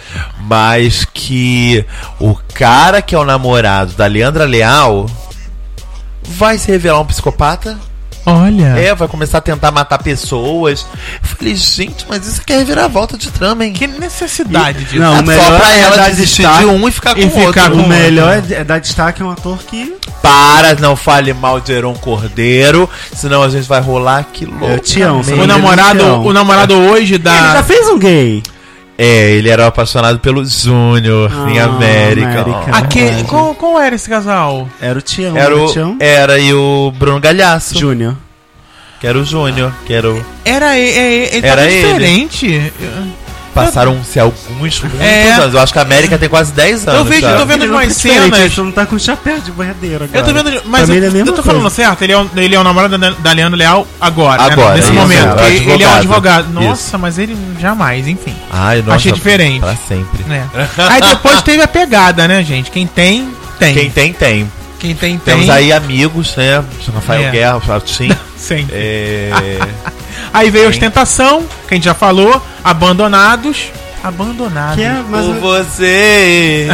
Speaker 3: mas que o cara que é o namorado da Leandra Leal vai se revelar um psicopata.
Speaker 1: Olha.
Speaker 3: É, vai começar a tentar matar pessoas. Eu falei, gente, mas isso aqui é reviravolta de trama, hein?
Speaker 1: Que necessidade disso.
Speaker 2: Não,
Speaker 3: Só
Speaker 2: o melhor
Speaker 3: pra
Speaker 2: é
Speaker 3: ela
Speaker 2: dar
Speaker 3: desistir
Speaker 2: destaque
Speaker 3: de um e ficar com
Speaker 1: e
Speaker 3: o
Speaker 1: ficar
Speaker 3: outro.
Speaker 1: com
Speaker 2: O melhor é, é dar destaque a um ator que
Speaker 3: Para, não fale mal de Heron Cordeiro, senão a gente vai rolar aqui louco.
Speaker 2: Eu te amo,
Speaker 1: O
Speaker 2: Ele
Speaker 1: namorado,
Speaker 2: não.
Speaker 1: o namorado hoje da.
Speaker 2: ele já fez um gay.
Speaker 3: É, ele era apaixonado pelo Júnior em
Speaker 2: Ah,
Speaker 3: América.
Speaker 2: América.
Speaker 1: Aquele, qual, qual era esse casal?
Speaker 2: Era o Tião, né,
Speaker 3: Era, o,
Speaker 2: Tião?
Speaker 3: era e o Bruno Galhaço,
Speaker 2: Júnior.
Speaker 3: que era o Júnior, que era o...
Speaker 1: Era ele, ele, ele
Speaker 3: Era
Speaker 1: tava
Speaker 3: ele.
Speaker 1: diferente.
Speaker 3: Passaram-se um, alguns, muitos
Speaker 1: É.
Speaker 3: anos. Eu acho que a América tem quase 10 anos.
Speaker 1: vejo-
Speaker 3: já.
Speaker 1: eu tô vendo
Speaker 2: Ele não
Speaker 1: umas
Speaker 2: tá diferente,
Speaker 1: cenas.
Speaker 2: ele só não tá com chapéu de boiadeira agora.
Speaker 1: Eu tô vendo, mas
Speaker 2: Pra mim
Speaker 1: eu,
Speaker 2: ele é a mesma
Speaker 1: eu tô falando
Speaker 2: coisa.
Speaker 1: certo, ele é, o, ele é o namorado da, da Leandro Leal agora, né?
Speaker 3: Agora,
Speaker 1: nesse
Speaker 3: isso,
Speaker 1: momento.
Speaker 3: é,
Speaker 1: porque
Speaker 3: advogado.
Speaker 1: ele é um advogado.
Speaker 3: Isso.
Speaker 1: Nossa, mas ele jamais, enfim.
Speaker 3: Ai,
Speaker 1: Achei diferente.
Speaker 3: Pra sempre.
Speaker 1: né? Aí depois teve a pegada, né, gente? Quem tem, tem.
Speaker 3: Quem
Speaker 1: Quem,
Speaker 3: tem, tem.
Speaker 1: tem, tem.
Speaker 3: Temos aí amigos, né? Rafael
Speaker 1: É.
Speaker 3: Guerra, Chatim.
Speaker 1: Sim.
Speaker 3: é...
Speaker 1: Aí veio a
Speaker 3: Sim.
Speaker 1: ostentação, que a gente já falou, abandonados. Abandonados.
Speaker 2: Que é, mas
Speaker 3: Por você...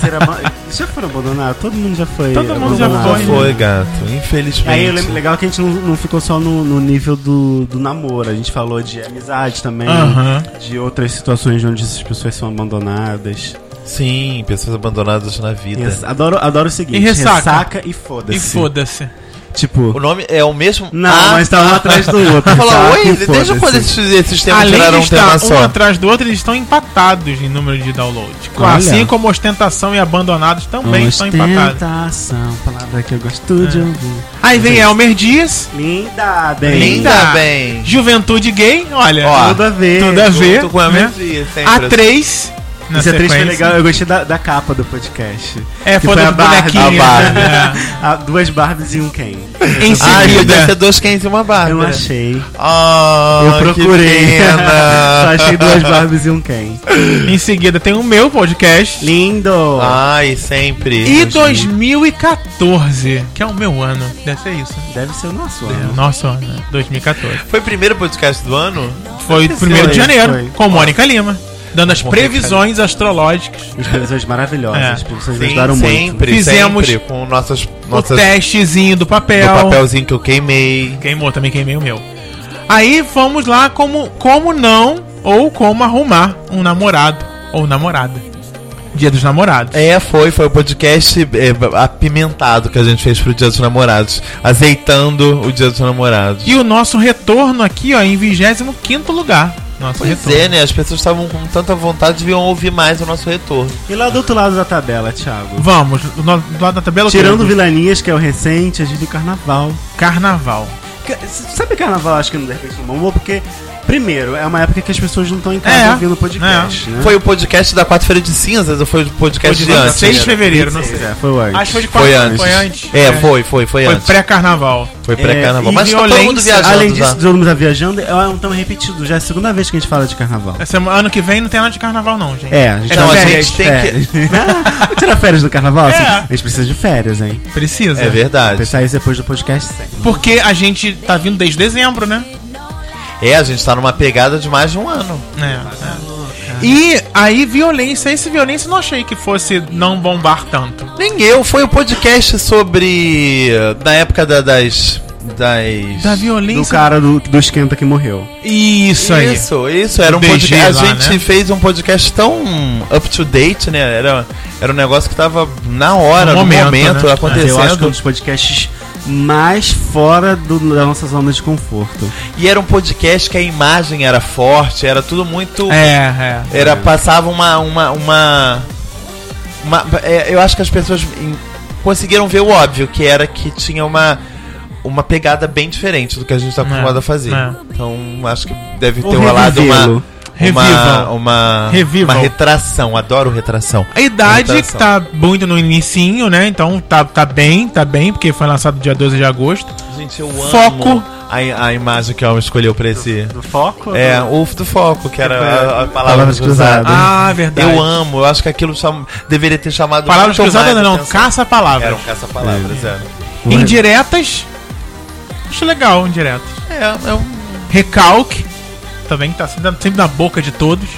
Speaker 2: Será ma- já foram abandonados? Todo mundo já foi.
Speaker 1: Todo mundo já
Speaker 2: abandonado.
Speaker 3: Não
Speaker 1: né?
Speaker 3: foi, gato. Infelizmente.
Speaker 2: Aí eu lembro, legal que a gente não, não ficou só no, no nível do, do namoro, a gente falou de amizade também,
Speaker 1: Aham.
Speaker 2: de outras situações onde essas pessoas são abandonadas.
Speaker 3: Sim, pessoas abandonadas na vida.
Speaker 2: Res- Adoro, adoro o seguinte,
Speaker 1: E ressaca.
Speaker 2: e foda-se.
Speaker 1: E foda-se.
Speaker 3: O
Speaker 2: Tipo,
Speaker 3: nome é o mesmo.
Speaker 2: não,
Speaker 3: Ah,
Speaker 2: mas tá um atrás do outro.
Speaker 3: Fala,
Speaker 2: ressaca
Speaker 3: oi,
Speaker 2: e
Speaker 3: deixa eu
Speaker 2: foda-se."
Speaker 3: fazer esses, esses temas
Speaker 1: Além
Speaker 3: virar
Speaker 1: de
Speaker 3: um
Speaker 1: estar
Speaker 3: tema
Speaker 1: um
Speaker 3: só.
Speaker 1: atrás do outro, eles estão empatados em número de download.
Speaker 2: Olha.
Speaker 1: Assim como ostentação e abandonados também estão empatados.
Speaker 2: Ostentação, palavra que eu gosto de ouvir.
Speaker 1: Aí vem Elmer Dias,
Speaker 2: Linda, bem.
Speaker 3: Linda,
Speaker 1: É. Linda.
Speaker 3: bem.
Speaker 1: Juventude Gay, olha,
Speaker 3: Ó,
Speaker 2: Tudo a ver.
Speaker 1: tudo a ver.
Speaker 3: Junto com a
Speaker 1: né?
Speaker 3: Mendes, sempre.
Speaker 1: A3. na
Speaker 2: Esse atriz foi
Speaker 1: sequência.
Speaker 2: legal, eu gostei da, da capa do podcast.
Speaker 1: É,
Speaker 2: Que
Speaker 1: foi do
Speaker 2: Barbie,
Speaker 1: bonequinho.
Speaker 3: a
Speaker 1: né?
Speaker 2: A- duas Barbies e um Ken.
Speaker 1: É. Em
Speaker 3: Ah, e deve ser
Speaker 1: seguida,
Speaker 3: dois quentes e uma barba.
Speaker 2: Eu achei.
Speaker 3: Ah,
Speaker 2: Eu
Speaker 3: que
Speaker 2: procurei.
Speaker 3: pena.
Speaker 2: Só achei duas Barbies e um Ken.
Speaker 1: em seguida tem o meu podcast.
Speaker 2: Lindo!
Speaker 1: Ah.
Speaker 3: Ai, sempre.
Speaker 1: E
Speaker 3: Dois-
Speaker 1: 2014, que é o meu ano. Deve ser isso. né?
Speaker 2: Deve ser o nosso
Speaker 1: É,
Speaker 2: ano.
Speaker 1: nosso ano, né? 2014.
Speaker 3: Foi o primeiro podcast do ano?
Speaker 1: Foi o primeiro de
Speaker 2: Foi,
Speaker 1: janeiro,
Speaker 2: foi.
Speaker 1: com Mônica Lima. Dando as
Speaker 3: Mônica
Speaker 1: previsões astrológicas.
Speaker 2: As previsões maravilhosas.
Speaker 1: É.
Speaker 2: As previsões ajudaram muito.
Speaker 3: sempre.
Speaker 1: Fizemos
Speaker 3: sempre, com nossas.
Speaker 1: O
Speaker 3: nossas
Speaker 1: testezinho do
Speaker 3: do
Speaker 1: papel.
Speaker 3: papelzinho que eu queimei.
Speaker 1: Queimou, também queimei o meu. Aí vamos lá como, como não ou como arrumar um namorado ou namorada. Dia dos namorados.
Speaker 3: É, foi, foi o podcast é, apimentado que a gente fez pro Dia dos Namorados, azeitando o Dia dos Namorados.
Speaker 1: E o nosso retorno aqui, ó, em 25 lugar. Nosso
Speaker 3: Pois
Speaker 1: retorno.
Speaker 3: é, né? As pessoas estavam com tanta vontade, deviam ouvir mais o nosso retorno.
Speaker 2: E lá do outro lado da tabela, Thiago?
Speaker 1: Vamos, do no- do lado da tabela o quê?
Speaker 2: Tirando o Vilanias, que é o recente, a gente tem o Carnaval.
Speaker 1: carnaval.
Speaker 2: Ca- Sabe Carnaval? Acho que não, de repente não bombou, porque Primeiro, é uma época que as pessoas não estão em casa
Speaker 1: É.
Speaker 2: ouvindo podcast, né?
Speaker 3: Foi o podcast da quarta-feira de cinzas ou Hum. foi o
Speaker 1: Foi
Speaker 3: podcast
Speaker 1: de
Speaker 3: de antes? né?
Speaker 1: 16 de fevereiro, não sei.
Speaker 2: É, foi o antes.
Speaker 1: Acho que foi de quarta,
Speaker 3: Foi antes.
Speaker 1: Foi antes.
Speaker 3: É, foi, foi, foi
Speaker 1: Foi
Speaker 3: antes.
Speaker 1: pré-carnaval.
Speaker 3: Foi
Speaker 2: É,
Speaker 3: pré-carnaval.
Speaker 2: e
Speaker 3: Mas tá todo mundo
Speaker 1: violência,
Speaker 3: viajando,
Speaker 2: Além disso,
Speaker 3: tá?
Speaker 2: todo mundo tá viajando, é um tema repetido, já é a segunda vez que a gente fala de carnaval.
Speaker 1: Essa- ano que vem não tem nada de carnaval, não, gente.
Speaker 2: É, a gente,
Speaker 3: É, não,
Speaker 2: tá-
Speaker 3: a gente tem
Speaker 2: é. Vamos tirar férias do carnaval? assim?
Speaker 1: É.
Speaker 2: A gente precisa de férias, hein?
Speaker 1: Precisa.
Speaker 3: É verdade.
Speaker 2: Pensar isso depois do podcast sempre.
Speaker 1: Porque a gente tá vindo desde dezembro, né?
Speaker 3: É, a gente tá numa pegada de mais de um ano.
Speaker 1: É. é. E aí, violência. Esse violência eu não achei que fosse não bombar tanto.
Speaker 3: Nem eu, foi o podcast sobre. Na época da- das. Das.
Speaker 1: Da
Speaker 2: Do
Speaker 1: violência.
Speaker 2: cara do, do esquenta que morreu.
Speaker 1: Isso aí.
Speaker 3: Isso, isso, era um
Speaker 1: Do DG
Speaker 3: podcast.
Speaker 1: lá,
Speaker 3: a gente
Speaker 1: né?
Speaker 3: fez um podcast tão up to date, né? Era, era um negócio que tava na hora,
Speaker 1: No
Speaker 3: no momento,
Speaker 1: momento, né?
Speaker 2: Eu acho que é um
Speaker 3: acontecendo.
Speaker 2: dos podcasts mais fora do- da nossa zona de conforto.
Speaker 3: E era um podcast que a imagem era forte, era tudo muito.
Speaker 1: É, é.
Speaker 3: Era, passava uma. uma, uma, uma- é, eu acho que as pessoas em- conseguiram ver o óbvio, que era que tinha uma. Uma pegada bem diferente do que a gente tá acostumado a fazer.
Speaker 1: é.
Speaker 3: Então, acho que deve
Speaker 2: Ou
Speaker 3: ter rolado uma.
Speaker 2: revivê-lo.
Speaker 3: Uma,
Speaker 1: Revival.
Speaker 3: uma,
Speaker 1: Revival.
Speaker 3: uma retração, adoro retração.
Speaker 1: A idade que
Speaker 3: Orientação.
Speaker 1: tá muito no inicinho, né? Então tá, tá bem, tá bem, porque foi lançado dia 12 de agosto.
Speaker 3: Gente, eu amo
Speaker 1: Foco.
Speaker 3: a, a imagem que a Alma escolheu pra esse.
Speaker 2: Do foco?
Speaker 3: É, o do foco, que era a, a palavra
Speaker 2: Palavras
Speaker 3: cruzada.
Speaker 2: cruzadas.
Speaker 1: Ah, verdade.
Speaker 3: Eu amo, eu acho que aquilo cham- deveria ter chamado.
Speaker 1: Palavras
Speaker 3: muito
Speaker 1: cruzadas
Speaker 3: mais
Speaker 1: não,
Speaker 3: atenção. um
Speaker 1: caça-palavras.
Speaker 3: Eram caça-palavras, é.
Speaker 1: Indiretas. Acho legal, indiretas.
Speaker 3: É, é, um-
Speaker 1: Recalque. Também que tá sempre na- sempre na boca de todos.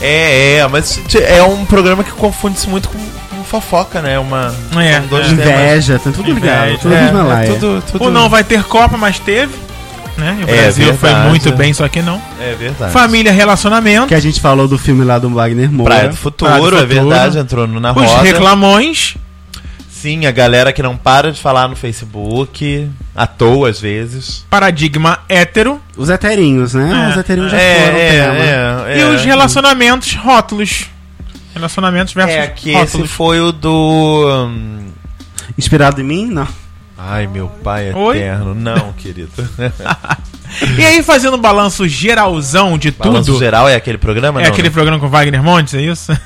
Speaker 3: é, é, mas t- é um programa que confunde-se muito com, com fofoca, né? Uma,
Speaker 1: É,
Speaker 3: são dois
Speaker 1: é.
Speaker 3: temas.
Speaker 2: Inveja, tá tudo ligado,
Speaker 1: Inveja,
Speaker 2: tudo
Speaker 3: É,
Speaker 2: mesmo lá.
Speaker 3: é
Speaker 2: é.
Speaker 3: tudo, tudo-
Speaker 1: Ou não vai ter Copa, mas teve. Né? E o
Speaker 3: É,
Speaker 1: Brasil foi
Speaker 3: verdade.
Speaker 1: muito bem, só que não.
Speaker 3: É verdade.
Speaker 1: Família, relacionamento.
Speaker 2: Que a gente falou do filme lá do Wagner Moura.
Speaker 3: Praia do Futuro,
Speaker 1: Praia do
Speaker 3: é
Speaker 1: Futuro.
Speaker 3: verdade, entrou no- na
Speaker 1: Os
Speaker 3: roda.
Speaker 1: reclamões.
Speaker 3: Sim, a galera que não para de falar no Facebook, à toa às vezes.
Speaker 1: Paradigma hétero.
Speaker 2: Os heterinhos, né?
Speaker 1: É.
Speaker 2: Os heterinhos já foram né? tema.
Speaker 3: é, é,
Speaker 1: E
Speaker 3: é.
Speaker 1: os relacionamentos rótulos. Relacionamentos versus
Speaker 3: É, que esse
Speaker 1: rótulos.
Speaker 3: foi o do. hum,
Speaker 2: Inspirado em mim? Não.
Speaker 3: Ai, meu pai
Speaker 1: Oi?
Speaker 3: eterno. Não, querido.
Speaker 1: E aí, fazendo um balanço geralzão de
Speaker 3: Balanço
Speaker 1: tudo.
Speaker 3: geral é aquele programa?
Speaker 1: é
Speaker 3: Não,
Speaker 1: aquele
Speaker 3: né?
Speaker 1: programa com Wagner Montes, é isso?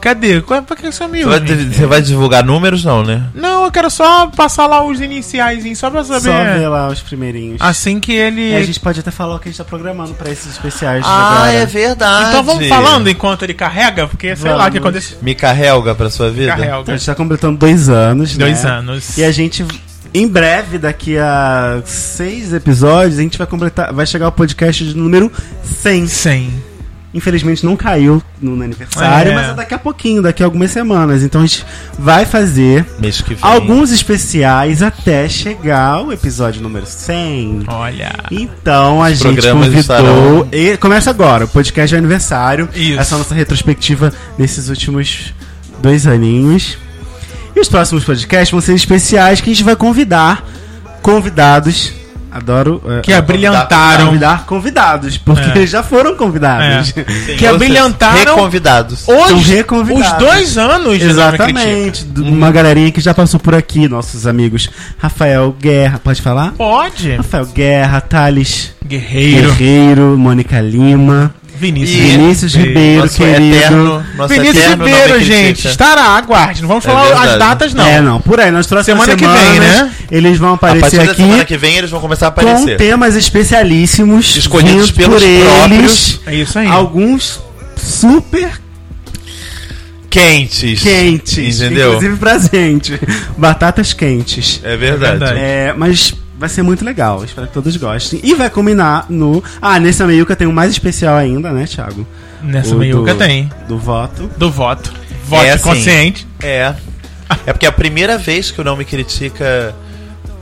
Speaker 1: Cadê? Qual, pra que sumiu?
Speaker 3: Você
Speaker 1: gente?
Speaker 3: vai, você vai divulgar números, não, né?
Speaker 1: Não, eu quero só passar lá os iniciais, só pra saber.
Speaker 2: Só ver lá os primeirinhos.
Speaker 1: Assim que ele.
Speaker 3: É,
Speaker 2: E a gente pode até falar o que a gente tá programando pra esses especiais de
Speaker 3: Ah,
Speaker 2: agora.
Speaker 3: é verdade.
Speaker 1: Então vamos falando enquanto ele carrega, porque sei lá o que
Speaker 2: Vamos.
Speaker 1: acontece.
Speaker 3: Me carrega pra sua vida?
Speaker 2: Então, a
Speaker 1: Carrega.
Speaker 2: gente tá completando dois anos, né?
Speaker 1: Dois anos.
Speaker 2: E a gente, em breve, daqui a seis episódios, a gente vai completar, vai chegar o podcast de número 100.
Speaker 1: Sem.
Speaker 2: Infelizmente não caiu no aniversário,
Speaker 1: É.
Speaker 2: mas é daqui a pouquinho, daqui a algumas semanas. Então a gente vai fazer
Speaker 3: Mês que vem.
Speaker 2: alguns especiais até chegar ao episódio número 100.
Speaker 1: Olha.
Speaker 2: Então a gente
Speaker 3: programas
Speaker 2: convidou.
Speaker 3: estarão-
Speaker 2: E começa agora, o podcast de aniversário.
Speaker 1: Isso.
Speaker 2: Essa é nossa retrospectiva nesses últimos dois aninhos. E os próximos podcasts vão ser especiais que a gente vai convidar convidados. Adoro. é,
Speaker 1: Que abrilhantaram.
Speaker 2: convidar convidados, porque
Speaker 1: É.
Speaker 2: eles já foram convidados.
Speaker 1: Que abrilhantaram
Speaker 3: Reconvidados.
Speaker 2: São
Speaker 1: hoje
Speaker 2: reconvidados.
Speaker 1: os dois anos de Zona Critica.
Speaker 2: Exatamente. d- Uma galerinha que já passou por aqui, nossos amigos. Rafael Guerra, pode falar?
Speaker 1: Pode.
Speaker 2: Rafael Guerra, Thales
Speaker 1: Guerreiro.
Speaker 2: Guerreiro, Mônica Lima,
Speaker 1: Vinícius.
Speaker 3: E-
Speaker 2: Vinícius
Speaker 1: Bem,
Speaker 2: Ribeiro, querido.
Speaker 3: nosso
Speaker 1: é. Vinícius
Speaker 3: eterno não me
Speaker 1: Ribeiro,
Speaker 3: critica.
Speaker 1: gente. Estará, aguarde. Não vamos
Speaker 3: É
Speaker 1: falar as
Speaker 3: verdade.
Speaker 1: datas, não.
Speaker 2: É, não, por aí, nas próximas
Speaker 1: Semana que vem,
Speaker 2: semanas,
Speaker 1: né?
Speaker 2: eles vão
Speaker 3: A partir
Speaker 2: aparecer
Speaker 3: da semana
Speaker 2: aqui
Speaker 3: que vem eles vão começar a
Speaker 2: com
Speaker 3: aparecer.
Speaker 2: temas especialíssimos
Speaker 3: Escolhidos
Speaker 2: vindos
Speaker 3: pelos próprios.
Speaker 1: É isso aí.
Speaker 2: alguns super
Speaker 3: Quentes.
Speaker 2: quentes,
Speaker 3: Entendeu?
Speaker 2: inclusive pra gente, batatas quentes.
Speaker 3: É verdade.
Speaker 1: É verdade.
Speaker 2: É, mas vai ser muito legal, espero que todos gostem. E vai combinar no... Ah, nesse Ameiuca tem um mais especial ainda, né, Thiago?
Speaker 1: Nessa
Speaker 2: O
Speaker 1: meiuca
Speaker 2: do-
Speaker 1: tem.
Speaker 2: Do voto.
Speaker 1: Do voto. Voto
Speaker 3: É assim.
Speaker 1: consciente.
Speaker 3: É. É porque é a primeira vez que o Não Me Critica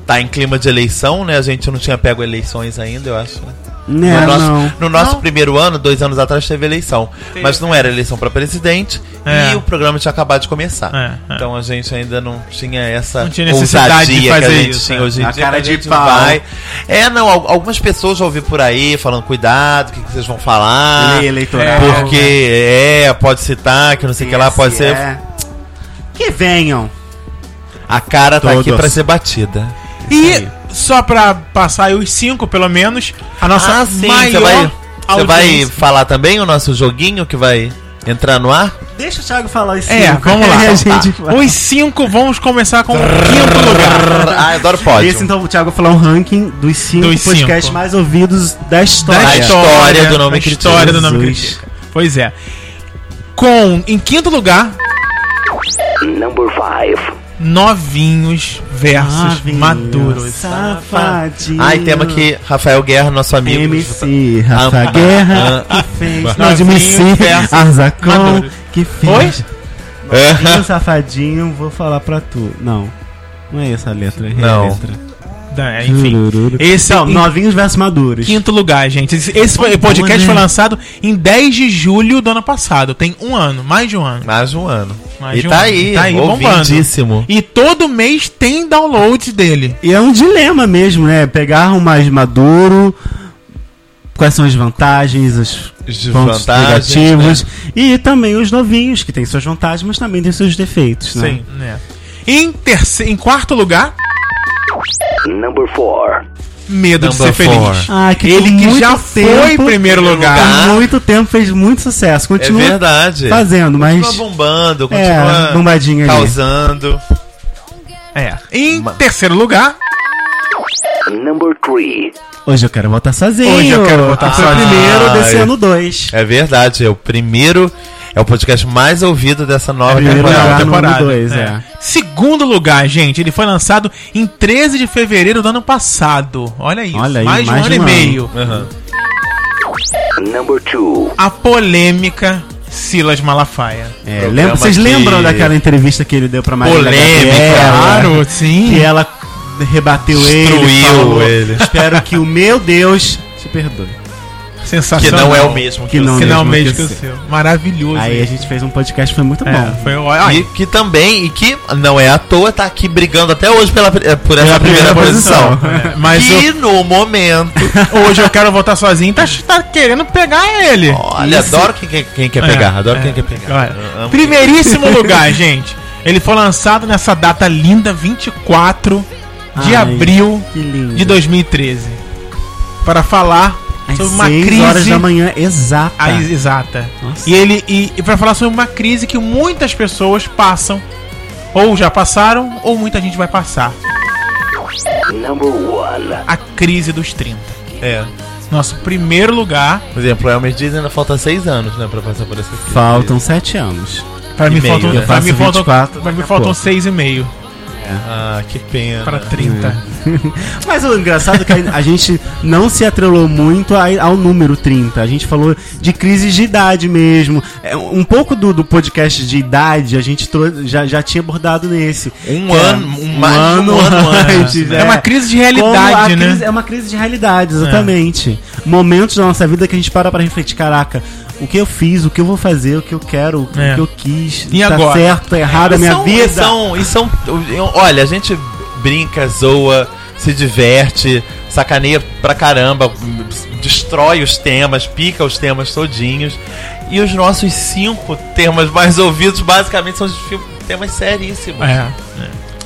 Speaker 3: tá em clima de eleição, né? A gente não tinha pego eleições ainda, eu acho.
Speaker 2: Né,
Speaker 3: no nosso,
Speaker 2: não.
Speaker 3: no nosso
Speaker 1: Não.
Speaker 3: primeiro ano, dois anos atrás, teve eleição.
Speaker 1: Teve.
Speaker 3: Mas não era eleição pra presidente
Speaker 1: É.
Speaker 3: e o programa tinha acabado de começar.
Speaker 1: É, é.
Speaker 3: Então a gente ainda não tinha essa
Speaker 1: Não tinha necessidade de
Speaker 3: ousadia que
Speaker 1: fazer
Speaker 3: a gente
Speaker 1: isso,
Speaker 3: tinha
Speaker 1: é.
Speaker 3: hoje em
Speaker 2: A
Speaker 3: dia.
Speaker 2: cara
Speaker 3: que a
Speaker 2: de
Speaker 3: gente
Speaker 2: pau.
Speaker 3: vai. É, não, al- algumas pessoas já ouvi por aí falando, cuidado, o que, que vocês vão falar.
Speaker 2: Lei eleitoral.
Speaker 1: É,
Speaker 3: Ah, Porque é, pode citar, que não sei o que lá, pode ser.
Speaker 2: É. Que venham.
Speaker 3: A tá cara tá
Speaker 2: Todos.
Speaker 3: aqui pra ser batida.
Speaker 1: E
Speaker 2: aí.
Speaker 1: só pra passar aí os cinco, pelo menos, a nossa
Speaker 3: Ah, sim.
Speaker 1: maior
Speaker 3: Você vai, você vai
Speaker 1: audiência.
Speaker 3: falar também o nosso joguinho que vai entrar no ar?
Speaker 2: Deixa o Thiago falar isso.
Speaker 1: É, vamos lá.
Speaker 2: Aí a gente fala.
Speaker 1: Os cinco, vamos começar com o quinto lugar.
Speaker 3: Ah, eu adoro pódio.
Speaker 2: Esse então o Thiago vai falar um ranking dos cinco
Speaker 1: Dos
Speaker 2: podcasts
Speaker 1: cinco.
Speaker 2: mais ouvidos da história.
Speaker 3: Da história. do Não
Speaker 1: a
Speaker 3: Me Critica.
Speaker 1: história do nome
Speaker 2: Jesus.
Speaker 1: critica. Pois é. Com, em quinto lugar,
Speaker 4: Number five.
Speaker 1: novinhos versus
Speaker 2: Novinho,
Speaker 1: maduros.
Speaker 2: Safadinho.
Speaker 3: Ah, e temos aqui Rafael Guerra, nosso amigo.
Speaker 2: MC Rafa
Speaker 3: Ah,
Speaker 2: Guerra
Speaker 3: ah,
Speaker 2: que fez.
Speaker 3: ah,
Speaker 2: Não, de
Speaker 1: novinho
Speaker 2: MC
Speaker 1: versus
Speaker 2: Arzacon
Speaker 1: maduros.
Speaker 2: que
Speaker 1: Oi?
Speaker 2: fez.
Speaker 3: é.
Speaker 2: Novinho, safadinho, vou falar pra tu. Não. Não é essa a letra, é
Speaker 3: Não.
Speaker 2: a letra.
Speaker 1: Da- Enfim.
Speaker 2: Turururu.
Speaker 1: Esse é
Speaker 2: Não,
Speaker 1: o
Speaker 2: novinhos versus maduros.
Speaker 1: quinto lugar, gente. Esse esse foi- podcast
Speaker 2: né?
Speaker 1: foi lançado em 10 de julho do ano passado. Tem um ano, mais de um ano.
Speaker 3: Mais de um ano.
Speaker 1: Mais
Speaker 3: e
Speaker 1: de um
Speaker 3: tá
Speaker 1: ano.
Speaker 3: aí,
Speaker 1: Tá aí bombando.
Speaker 3: ouvidíssimo.
Speaker 1: E todo mês tem download dele.
Speaker 2: E é um dilema mesmo, né? Pegar um mais maduro, quais são as vantagens, os pontos
Speaker 3: Desvantagens,
Speaker 2: negativos,
Speaker 3: né?
Speaker 2: e também os novinhos, que têm suas vantagens, mas também têm seus defeitos, né?
Speaker 3: Sim.
Speaker 1: né? Em, terce- em quarto lugar,
Speaker 4: Number four.
Speaker 1: medo de ser
Speaker 3: Number four.
Speaker 1: feliz.
Speaker 2: Ah, que
Speaker 1: Ele
Speaker 2: por
Speaker 1: que
Speaker 2: muito
Speaker 1: já foi em primeiro lugar.
Speaker 2: Por muito tempo fez muito sucesso.
Speaker 3: É
Speaker 2: Continua
Speaker 3: verdade.
Speaker 2: fazendo, mas.
Speaker 3: Continua bombando,
Speaker 2: É,
Speaker 3: continua
Speaker 2: bombadinha ali.
Speaker 3: causando.
Speaker 1: É. Em
Speaker 3: Mano.
Speaker 1: terceiro lugar,
Speaker 4: Number three.
Speaker 2: Hoje eu quero votar sozinho.
Speaker 1: Hoje eu quero votar
Speaker 2: Foi o
Speaker 3: sozinho.
Speaker 2: primeiro desse
Speaker 3: Ai.
Speaker 2: ano 2.
Speaker 3: É verdade, é o primeiro, é o podcast mais ouvido dessa nova
Speaker 2: Primeiro
Speaker 3: temporada.
Speaker 2: lugar no
Speaker 1: temporada.
Speaker 2: número dois,
Speaker 1: É.
Speaker 2: é.
Speaker 1: Segundo lugar, gente, ele foi lançado em 13 de fevereiro do ano passado. Olha isso,
Speaker 2: Olha aí,
Speaker 1: mais, de um ano e meio.
Speaker 3: Aham.
Speaker 4: Number two.
Speaker 1: A polêmica Silas Malafaia.
Speaker 2: É,
Speaker 3: Programa
Speaker 2: lembra- vocês
Speaker 3: que-
Speaker 2: lembram daquela entrevista que ele deu pra Maria
Speaker 3: Polêmica,
Speaker 2: Gabriela,
Speaker 1: Claro,
Speaker 2: É. Que é-
Speaker 1: sim.
Speaker 2: ela rebateu ele.
Speaker 3: Destruiu
Speaker 2: falou,
Speaker 3: ele.
Speaker 2: Espero que o meu Deus te perdoe.
Speaker 3: Que
Speaker 1: Sensacional.
Speaker 3: não é o mesmo
Speaker 2: Que não
Speaker 3: o
Speaker 1: Que não é o
Speaker 2: mesmo
Speaker 1: mesmo
Speaker 2: que
Speaker 1: que o
Speaker 2: o
Speaker 1: seu. Maravilhoso.
Speaker 2: Aí a gente fez um podcast, foi muito
Speaker 1: É,
Speaker 2: bom.
Speaker 1: foi ó, ó,
Speaker 3: E que também, e que não é à toa, tá aqui brigando até hoje pela, pri- eh, por essa
Speaker 2: Pela
Speaker 3: primeira,
Speaker 2: primeira
Speaker 3: posição.
Speaker 2: posição.
Speaker 1: É, Mas
Speaker 3: que no momento.
Speaker 1: eu- hoje eu quero votar sozinho, tá, tá querendo pegar ele.
Speaker 3: Olha,
Speaker 1: Isso.
Speaker 3: adoro quem, quer- quem quer
Speaker 1: É,
Speaker 3: pegar. Adoro
Speaker 1: é.
Speaker 3: quem quer pegar.
Speaker 1: Olha,
Speaker 3: Eu amo quem-
Speaker 1: Primeiríssimo lugar, gente. Ele foi lançado nessa data linda, 24 de
Speaker 2: Ai.
Speaker 1: abril
Speaker 2: Que lindo.
Speaker 1: de 2013 para falar
Speaker 2: Às
Speaker 1: sobre uma
Speaker 2: 6 horas
Speaker 1: crise
Speaker 2: da manhã, Tá. exata.
Speaker 1: Ah, ex- exata.
Speaker 2: Nossa.
Speaker 1: E ele e, e para falar sobre uma crise que muitas pessoas passam ou já passaram ou muita gente vai passar,
Speaker 4: Number one.
Speaker 1: a crise dos 30.
Speaker 3: É.
Speaker 1: Nosso primeiro lugar,
Speaker 3: Por exemplo, o Elmer Diz ainda falta seis anos, né, pra passar por essa crise.
Speaker 1: um-
Speaker 2: Faltam 7 anos.
Speaker 1: para
Speaker 3: E
Speaker 1: mim
Speaker 3: meio,
Speaker 1: faltam,
Speaker 3: né?
Speaker 1: pra
Speaker 3: Eu
Speaker 1: mim
Speaker 2: faço
Speaker 1: faltam, pra
Speaker 2: 24
Speaker 1: mim
Speaker 2: daqui a
Speaker 1: faltam
Speaker 2: pouco.
Speaker 1: 6 e meio
Speaker 3: Ah, que pena.
Speaker 1: para 30.
Speaker 2: Mas o engraçado é que a a gente não se atrelou muito a- ao número 30. A gente falou de crises de idade mesmo. É, Um pouco do, do podcast de idade a gente trou- já, já tinha abordado nesse.
Speaker 3: Um
Speaker 2: É,
Speaker 3: ano, um, mais de um ano antes.
Speaker 2: antes,
Speaker 1: É. uma crise de realidade,
Speaker 2: Como a
Speaker 1: né? É.
Speaker 2: crise- é uma crise de realidade, exatamente. Momentos da nossa vida que a gente para pra refletir, caraca, o que eu fiz, o que eu vou fazer, o que eu quero,
Speaker 1: É.
Speaker 2: o que eu quis,
Speaker 1: E
Speaker 2: tá
Speaker 1: agora?
Speaker 2: certo, tá errado a minha
Speaker 3: são,
Speaker 2: vida.
Speaker 3: E são, e são- olha, a gente brinca, zoa, se diverte, sacaneia pra caramba, destrói os temas, pica os temas todinhos. E os nossos cinco temas mais ouvidos, basicamente, são os fi- temas seríssimos.
Speaker 1: É.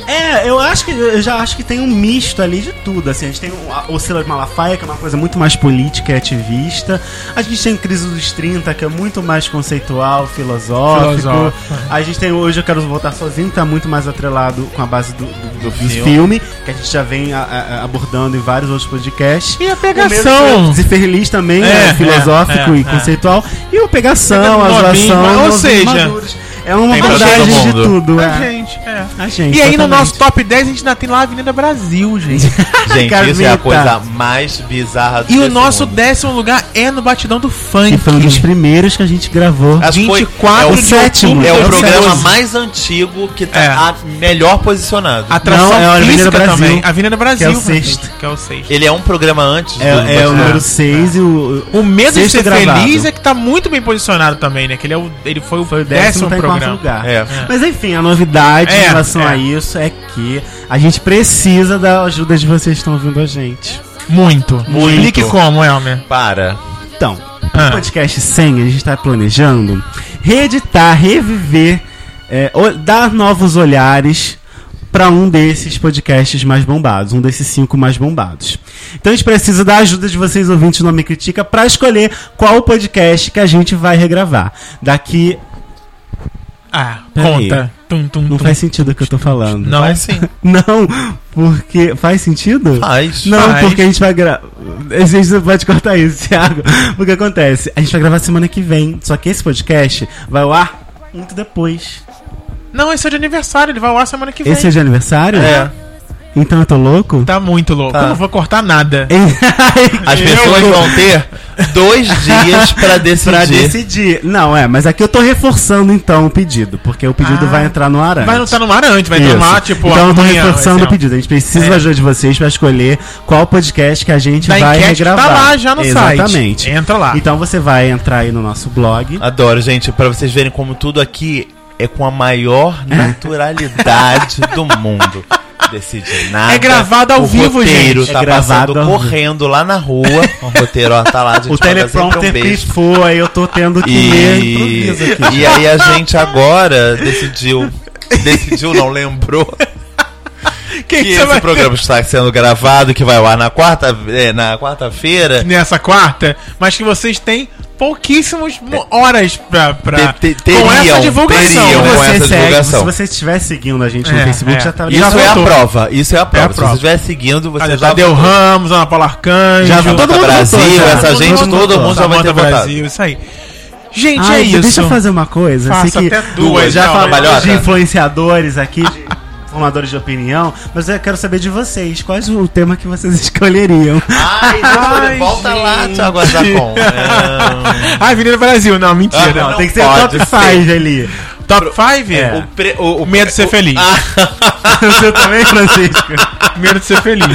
Speaker 2: É, eu acho que eu já acho que tem um misto ali de tudo. Assim, a gente tem o, a- o Silas Malafaia, que é uma coisa muito mais política e ativista. A gente tem Crise dos 30, que é muito mais conceitual, filosófico.
Speaker 1: Filosófico,
Speaker 2: A gente tem Hoje Eu Quero Voltar Sozinho, que tá muito mais atrelado com a base do, do- do
Speaker 3: filme.
Speaker 2: filme. que a gente já vem a- a- a- abordando em vários outros podcasts.
Speaker 1: E a
Speaker 2: O
Speaker 1: pegação.
Speaker 2: mesmo Feliz também é,
Speaker 1: É,
Speaker 2: filosófico
Speaker 1: é, é,
Speaker 2: e conceitual. E o pegação, a
Speaker 1: Novinho,
Speaker 2: zoação.
Speaker 1: ou
Speaker 2: novinhos
Speaker 1: seja,
Speaker 2: maduros. é uma
Speaker 3: tem pra
Speaker 2: abordagem
Speaker 3: todo
Speaker 2: de
Speaker 3: mundo.
Speaker 2: tudo.
Speaker 1: A
Speaker 2: É.
Speaker 1: gente, é.
Speaker 2: A gente,
Speaker 1: E aí no
Speaker 2: exatamente.
Speaker 1: nosso top 10 a gente ainda tem lá a Avenida Brasil, gente.
Speaker 3: Gente, isso é a
Speaker 2: Carmita.
Speaker 3: coisa mais bizarra do
Speaker 1: E o
Speaker 3: desse
Speaker 1: nosso
Speaker 3: mundo.
Speaker 1: décimo lugar é no batidão do funk.
Speaker 2: Que foi um dos primeiros que a gente gravou.
Speaker 3: Acho que foi-
Speaker 1: 24
Speaker 3: é o
Speaker 1: de
Speaker 2: sétimo,
Speaker 1: outubro
Speaker 3: É
Speaker 1: de
Speaker 3: o
Speaker 2: Eu
Speaker 1: 2014.
Speaker 3: programa mais antigo que tá
Speaker 1: É.
Speaker 3: a- melhor posicionado.
Speaker 1: Atração
Speaker 2: Não, é a Avenida
Speaker 1: física
Speaker 2: Brasil,
Speaker 1: também. Avenida Brasil.
Speaker 2: que é o sexto.
Speaker 1: Que é o sexto.
Speaker 3: Ele é um programa antes
Speaker 2: É, é o
Speaker 3: Batidão.
Speaker 2: número 6 e o.
Speaker 1: O medo de
Speaker 2: Sexto
Speaker 1: ser
Speaker 2: gravado.
Speaker 1: feliz é que tá muito bem posicionado também, né? Que ele, é o, ele foi o,
Speaker 2: Foi o
Speaker 1: décimo,
Speaker 2: décimo, tá em quarto
Speaker 1: programa.
Speaker 2: lugar.
Speaker 3: É.
Speaker 2: Mas enfim, a novidade
Speaker 1: É,
Speaker 2: em relação
Speaker 1: é.
Speaker 2: a isso é que a gente precisa da ajuda de vocês que estão ouvindo a gente.
Speaker 1: Muito.
Speaker 3: Muito.
Speaker 1: Explique como, Elmer.
Speaker 3: Para.
Speaker 2: Então,
Speaker 1: Ah.
Speaker 2: no podcast 100, a gente está planejando reeditar, reviver, é, o- dar novos olhares pra um desses podcasts mais bombados, um desses cinco mais bombados. Então a gente precisa da ajuda de vocês ouvintes do Nome Critica pra escolher qual podcast que a gente vai regravar. Daqui
Speaker 1: Ah,
Speaker 2: Peraí.
Speaker 1: conta. Tum, tum,
Speaker 2: não
Speaker 1: tum.
Speaker 2: faz sentido o que eu tô falando.
Speaker 1: Não é assim.
Speaker 2: Não, porque faz sentido?
Speaker 3: Faz.
Speaker 2: Não,
Speaker 1: Faz.
Speaker 2: porque a gente vai gravar. A gente não pode cortar isso, Thiago. Porque acontece, a gente vai gravar semana que vem. Só que esse podcast vai ao ar muito depois.
Speaker 1: Não, esse é de aniversário, ele vai ao ar semana que vem.
Speaker 2: Esse é de aniversário?
Speaker 3: É.
Speaker 2: Então eu tô louco?
Speaker 1: Tá muito louco.
Speaker 3: Tá.
Speaker 1: Eu não vou cortar nada.
Speaker 3: As pessoas vão ter dois dias pra decidir.
Speaker 2: Pra decidir. Não, é, mas aqui eu tô reforçando então o pedido, porque o pedido
Speaker 1: Ah.
Speaker 2: vai entrar no arante.
Speaker 1: Vai não tá no mar antes, vai
Speaker 2: É. Isso.
Speaker 1: tomar, tipo,
Speaker 2: Então eu tô
Speaker 1: amanhã,
Speaker 2: reforçando
Speaker 1: assim,
Speaker 2: o
Speaker 1: ó.
Speaker 2: pedido. A gente precisa
Speaker 1: É.
Speaker 2: da ajuda de vocês pra escolher qual podcast que a gente
Speaker 1: Da
Speaker 2: vai
Speaker 1: enquete que tá
Speaker 2: regravar.
Speaker 1: lá já no site. É.
Speaker 2: Exatamente.
Speaker 1: Entra lá.
Speaker 2: Então você vai entrar aí no nosso blog.
Speaker 3: Adoro, gente. Pra vocês verem como tudo aqui é com a maior naturalidade do mundo. Decide nada.
Speaker 1: É gravado ao
Speaker 3: o
Speaker 1: vivo,
Speaker 3: roteiro
Speaker 2: gente.
Speaker 3: Tá
Speaker 2: É gravado
Speaker 3: passando
Speaker 2: ao-
Speaker 3: correndo lá na rua. O roteiro, ó, tá lá, a gente
Speaker 2: O
Speaker 3: manda sempre é um
Speaker 2: teleprompter pifou, aí eu tô tendo que ler
Speaker 3: E,
Speaker 2: é improviso aqui.
Speaker 3: e aí a gente agora decidiu. Decidiu, não lembrou
Speaker 1: Quem
Speaker 3: que
Speaker 2: Então
Speaker 1: você vai
Speaker 3: esse programa está sendo gravado, que vai ao ar na quarta- eh, na quarta-feira.
Speaker 1: ter nessa quarta? Mas que vocês têm pouquíssimas
Speaker 2: É.
Speaker 1: mo- horas pra, pra
Speaker 3: Te- te-
Speaker 1: com essa
Speaker 3: teriam,
Speaker 1: divulgação.
Speaker 3: teriam,
Speaker 1: né?
Speaker 3: com essa
Speaker 2: Você segue, se
Speaker 3: divulgação.
Speaker 2: você estiver seguindo a gente
Speaker 1: É,
Speaker 2: no Facebook,
Speaker 1: é.
Speaker 2: já tá
Speaker 1: Já
Speaker 3: Isso é a
Speaker 1: votou.
Speaker 3: prova. Isso é a prova. Se
Speaker 1: prova.
Speaker 3: você estiver seguindo, você
Speaker 1: Olha,
Speaker 3: já
Speaker 1: Tadeu
Speaker 3: votou.
Speaker 1: Ramos, Ana Paula Arcanjo, Tá
Speaker 2: Já votou,
Speaker 3: Samanta
Speaker 2: todo mundo
Speaker 3: Brasil,
Speaker 2: votou, já.
Speaker 3: essa
Speaker 2: Todo
Speaker 3: gente,
Speaker 2: mundo
Speaker 3: todo mundo já vai ter
Speaker 1: Samanta
Speaker 3: votado.
Speaker 1: Brasil, isso aí. Gente,
Speaker 2: Ah,
Speaker 1: é isso.
Speaker 2: Deixa eu fazer uma coisa.
Speaker 1: Faça
Speaker 2: sei que
Speaker 1: até duas,
Speaker 2: Já
Speaker 1: não,
Speaker 2: falamos
Speaker 3: Malhota.
Speaker 2: de influenciadores aqui, de formadores de opinião, mas eu quero saber de vocês. Quais o tema que vocês escolheriam?
Speaker 3: Ai,
Speaker 1: Ai,
Speaker 3: volta lá,
Speaker 1: gente.
Speaker 3: Thiago Azacon. É.
Speaker 1: Ah, Avenida Brasil, não,
Speaker 3: Ah,
Speaker 1: mentira.
Speaker 3: não,
Speaker 2: Não, tem que ser
Speaker 3: pode
Speaker 2: top
Speaker 3: ser.
Speaker 2: 5 ali.
Speaker 1: Top 5?
Speaker 3: É. O, pre- o- o-
Speaker 1: Medo de ser feliz.
Speaker 2: Você também, Francisco?
Speaker 1: Medo de ser feliz.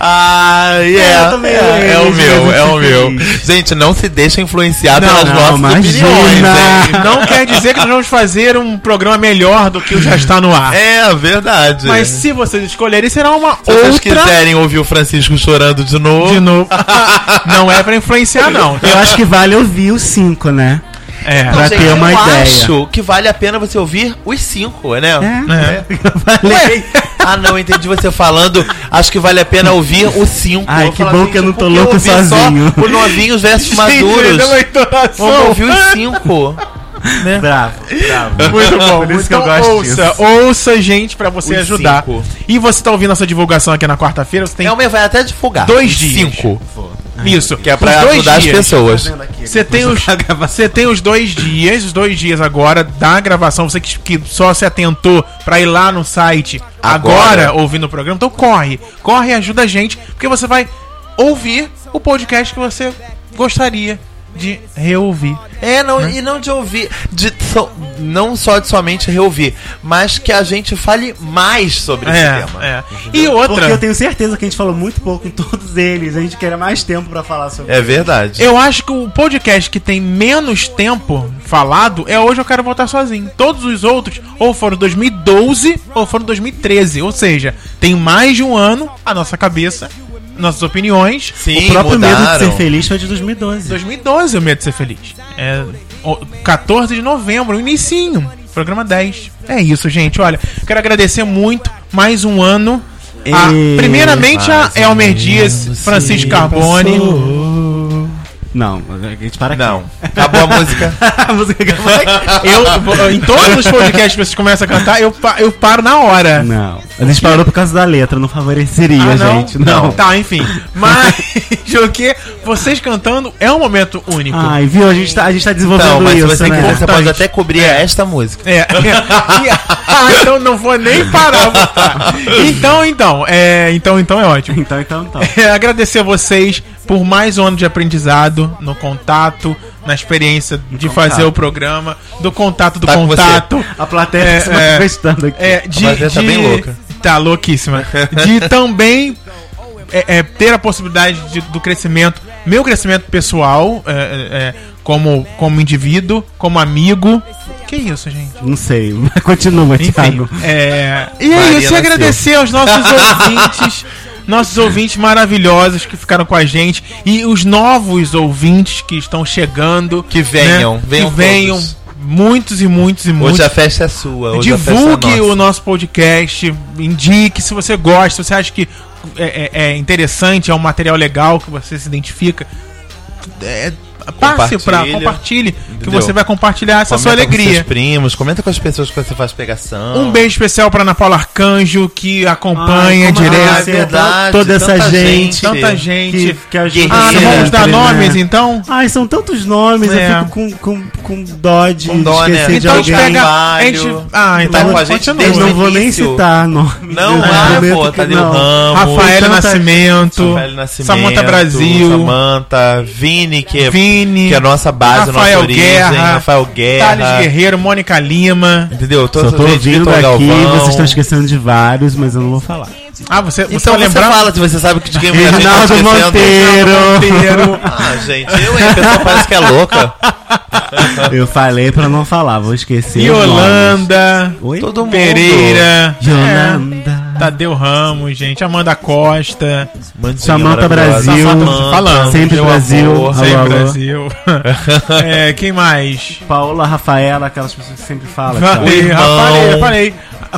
Speaker 3: Ah, yeah.
Speaker 2: eu também
Speaker 3: é, é
Speaker 2: amei,
Speaker 3: o meu,
Speaker 2: Jesus,
Speaker 3: é o
Speaker 2: que
Speaker 3: meu.
Speaker 2: feliz.
Speaker 3: Gente, não se deixa influenciar
Speaker 2: Não,
Speaker 3: pelas
Speaker 2: não,
Speaker 3: nossas
Speaker 2: imagina.
Speaker 3: opiniões, hein?
Speaker 1: é. Não quer dizer que nós vamos fazer um programa melhor do que o já está no ar.
Speaker 3: É, verdade.
Speaker 1: Mas se vocês escolherem, será uma
Speaker 3: se vocês
Speaker 1: outra.
Speaker 3: quiserem ouvir o Francisco chorando de novo,
Speaker 1: De novo. não é pra influenciar, não.
Speaker 2: Eu acho que vale ouvir os 5, né?
Speaker 1: É.
Speaker 3: Então,
Speaker 2: pra ter uma
Speaker 3: eu
Speaker 2: ideia.
Speaker 3: acho que vale a pena você ouvir os cinco, né?
Speaker 1: É.
Speaker 2: Falei.
Speaker 3: Ah, não, entendi você falando. Acho que vale a pena ouvir os cinco.
Speaker 2: Ai,
Speaker 3: Eu
Speaker 2: que
Speaker 3: falar,
Speaker 2: bom
Speaker 3: gente,
Speaker 2: que eu não
Speaker 3: por
Speaker 2: tô louco
Speaker 3: ouvi só
Speaker 2: sozinho.
Speaker 3: O novinhos versus
Speaker 1: Gente, deu uma
Speaker 3: maduros. Vamos
Speaker 1: entonação.
Speaker 3: ouvir os cinco.
Speaker 2: Bravo, bravo.
Speaker 1: Muito bom.
Speaker 2: Por isso que
Speaker 1: então
Speaker 2: eu gosto
Speaker 1: ouça,
Speaker 2: disso.
Speaker 1: ouça, gente, pra você
Speaker 3: Os
Speaker 1: ajudar.
Speaker 3: cinco.
Speaker 1: E você tá ouvindo essa divulgação aqui na quarta-feira, você tem
Speaker 3: É, o meu vai até divulgar.
Speaker 1: dois
Speaker 3: Os
Speaker 1: dias.
Speaker 3: Cinco.
Speaker 1: isso.
Speaker 3: Que é pra
Speaker 1: Os dois
Speaker 3: ajudar
Speaker 1: dias.
Speaker 3: as pessoas.
Speaker 1: Você tem, os, você tem os dois dias, os dois dias agora da gravação. Você que, que só se atentou pra ir lá no site agora,
Speaker 3: Agora.
Speaker 1: ouvindo o programa, então corre. Corre e ajuda a gente, porque você vai ouvir o podcast que você gostaria de reouvir.
Speaker 3: É, não, e não de ouvir, de so- não só de somente reouvir, mas que a gente fale mais sobre
Speaker 1: É,
Speaker 3: esse tema.
Speaker 1: é. E
Speaker 2: Porque eu
Speaker 1: outra,
Speaker 2: tenho certeza que a gente falou muito pouco em todos eles. A gente queria mais tempo pra falar sobre
Speaker 3: É verdade.
Speaker 1: eu acho que o podcast que tem menos tempo falado é Hoje Eu Quero Voltar Sozinho. Todos os outros ou foram 2012 ou foram 2013. Ou seja, tem mais de um ano a nossa cabeça, nossas opiniões.
Speaker 3: É, Sim,
Speaker 2: O próprio medo de
Speaker 3: mudaram.
Speaker 2: ser feliz foi de 2012.
Speaker 1: 2012 o Medo de Ser Feliz. É o- 14 de novembro, o inicinho. Programa 10. É isso, gente. Olha, quero agradecer muito. Mais um ano. A-
Speaker 2: E-
Speaker 1: primeiramente a Elmer Dias, Francisco Carbone.
Speaker 2: Não, é a gente para aqui.
Speaker 3: Não, acabou a música.
Speaker 2: a música que eu falei.
Speaker 1: Eu, em todos os podcasts que vocês começam a cantar, eu, pa- eu paro na hora.
Speaker 2: Não. A gente parou por causa da letra, não favoreceria,
Speaker 1: Ah, não?
Speaker 2: gente. Não.
Speaker 1: Tá, enfim. Mas o que vocês cantando é um momento único.
Speaker 2: Ai, viu? A gente tá, a gente tá desenvolvendo
Speaker 3: Não, mas se
Speaker 2: isso,
Speaker 3: você
Speaker 2: né?
Speaker 3: quiser, você
Speaker 1: Importante.
Speaker 3: pode até cobrir esta música.
Speaker 1: É. E- ah, então não vou nem parar. vou parar. Então, então, é, então, então é ótimo.
Speaker 2: Então, então, então.
Speaker 1: É, agradecer a vocês por mais um ano de aprendizado no contato, na experiência de fazer o programa, do contato do
Speaker 3: Tá com você.
Speaker 1: contato.
Speaker 2: A plateia tá
Speaker 1: É,
Speaker 2: se
Speaker 1: é.
Speaker 2: manifestando aqui.
Speaker 1: É, de,
Speaker 3: Mas tá
Speaker 1: de-
Speaker 3: bem louca.
Speaker 1: Tá louquíssima. De também é, é, ter a possibilidade de- do crescimento, meu crescimento pessoal, é, é, é, como, como indivíduo, como amigo. Que isso, gente?
Speaker 2: Não sei, mas continua,
Speaker 1: Enfim,
Speaker 2: Thiago.
Speaker 1: é, e é
Speaker 3: Maria
Speaker 1: isso, e agradecer aos nossos ouvintes, nossos ouvintes maravilhosos que ficaram com a gente e os novos ouvintes que estão chegando.
Speaker 3: Que venham,
Speaker 1: né?
Speaker 3: venham
Speaker 1: que venham.
Speaker 3: todos.
Speaker 1: muitos e muitos e muitos.
Speaker 3: Hoje a festa é sua. Hoje a festa é
Speaker 1: Divulgue
Speaker 3: nossa.
Speaker 1: o nosso podcast, indique se você gosta, se você acha que é, é- é interessante, é um material legal que você se identifica. É, passe
Speaker 3: Compartilha.
Speaker 1: para compartilhe, que
Speaker 3: Entendeu?
Speaker 1: você vai compartilhar essa sua
Speaker 3: Comenta Com
Speaker 1: alegria.
Speaker 3: seus primos, comenta com as pessoas que você faz pegação.
Speaker 1: Um beijo especial para Ana Paula Arcanjo, que acompanha
Speaker 2: Ai, como
Speaker 1: direto.
Speaker 2: ela- toda essa gente,
Speaker 1: Tanta gente.
Speaker 2: que, que ajuda
Speaker 1: Ah, não
Speaker 3: Guerreira,
Speaker 1: vamos dar
Speaker 2: sempre,
Speaker 1: nomes
Speaker 2: né?
Speaker 1: então?
Speaker 2: Ai, são tantos nomes,
Speaker 1: É.
Speaker 2: eu fico com, com, com dó de
Speaker 3: Com dó, né?
Speaker 2: esquecer de
Speaker 3: Então
Speaker 1: Então a gente
Speaker 2: alguém.
Speaker 1: pega. A gente, ah,
Speaker 3: Tá
Speaker 1: então
Speaker 3: com a gente
Speaker 1: continua.
Speaker 2: Eu
Speaker 3: desde
Speaker 2: não vou nem
Speaker 3: início.
Speaker 2: citar nome.
Speaker 3: Não,
Speaker 1: né?
Speaker 3: ah, pô, tá ali o Ramos.
Speaker 1: Rafaela
Speaker 2: Tanta-
Speaker 1: Nascimento,
Speaker 3: Rafael Nascimento,
Speaker 1: Samanta Brasil,
Speaker 3: Samanta, Vini, que,
Speaker 1: Vini,
Speaker 3: que é a nossa base,
Speaker 1: Rafael
Speaker 3: nossa origem,
Speaker 1: Guerra,
Speaker 3: Rafael
Speaker 1: Thales
Speaker 3: Guerra,
Speaker 1: Guerreiro, Mônica Lima.
Speaker 3: entendeu?
Speaker 2: Só
Speaker 3: Toda
Speaker 2: tô ouvindo aqui, vocês estão esquecendo de vários, mas eu não vou falar.
Speaker 1: Ah, você, você
Speaker 3: Então
Speaker 1: vai
Speaker 3: você
Speaker 1: lembrar?
Speaker 3: fala se você sabe que de quem a gente tá
Speaker 2: Reinaldo
Speaker 3: esquecendo.
Speaker 2: Monteiro.
Speaker 3: Ah, gente, eu, hein? A pessoa parece que é louca.
Speaker 2: Eu falei pra não falar, vou esquecer. os
Speaker 1: Yolanda,
Speaker 2: nomes. Oi?
Speaker 3: Todo mundo.
Speaker 1: Pereira,
Speaker 2: Yolanda.
Speaker 1: é, Tadeu Ramos, gente, Amanda Costa,
Speaker 3: Mandinha
Speaker 2: Samanta
Speaker 3: maravilhosa.
Speaker 2: tá Brasil.
Speaker 3: Samanta,
Speaker 1: falando.
Speaker 2: Sempre
Speaker 3: meu
Speaker 2: Brasil.
Speaker 3: amor.
Speaker 2: Alô,
Speaker 1: Sem
Speaker 2: alô.
Speaker 1: Brasil. é, quem mais?
Speaker 2: Paola, Rafaela, aquelas pessoas que sempre falam. cara.
Speaker 1: Falei, ah,
Speaker 3: irmão.
Speaker 1: falei, falei.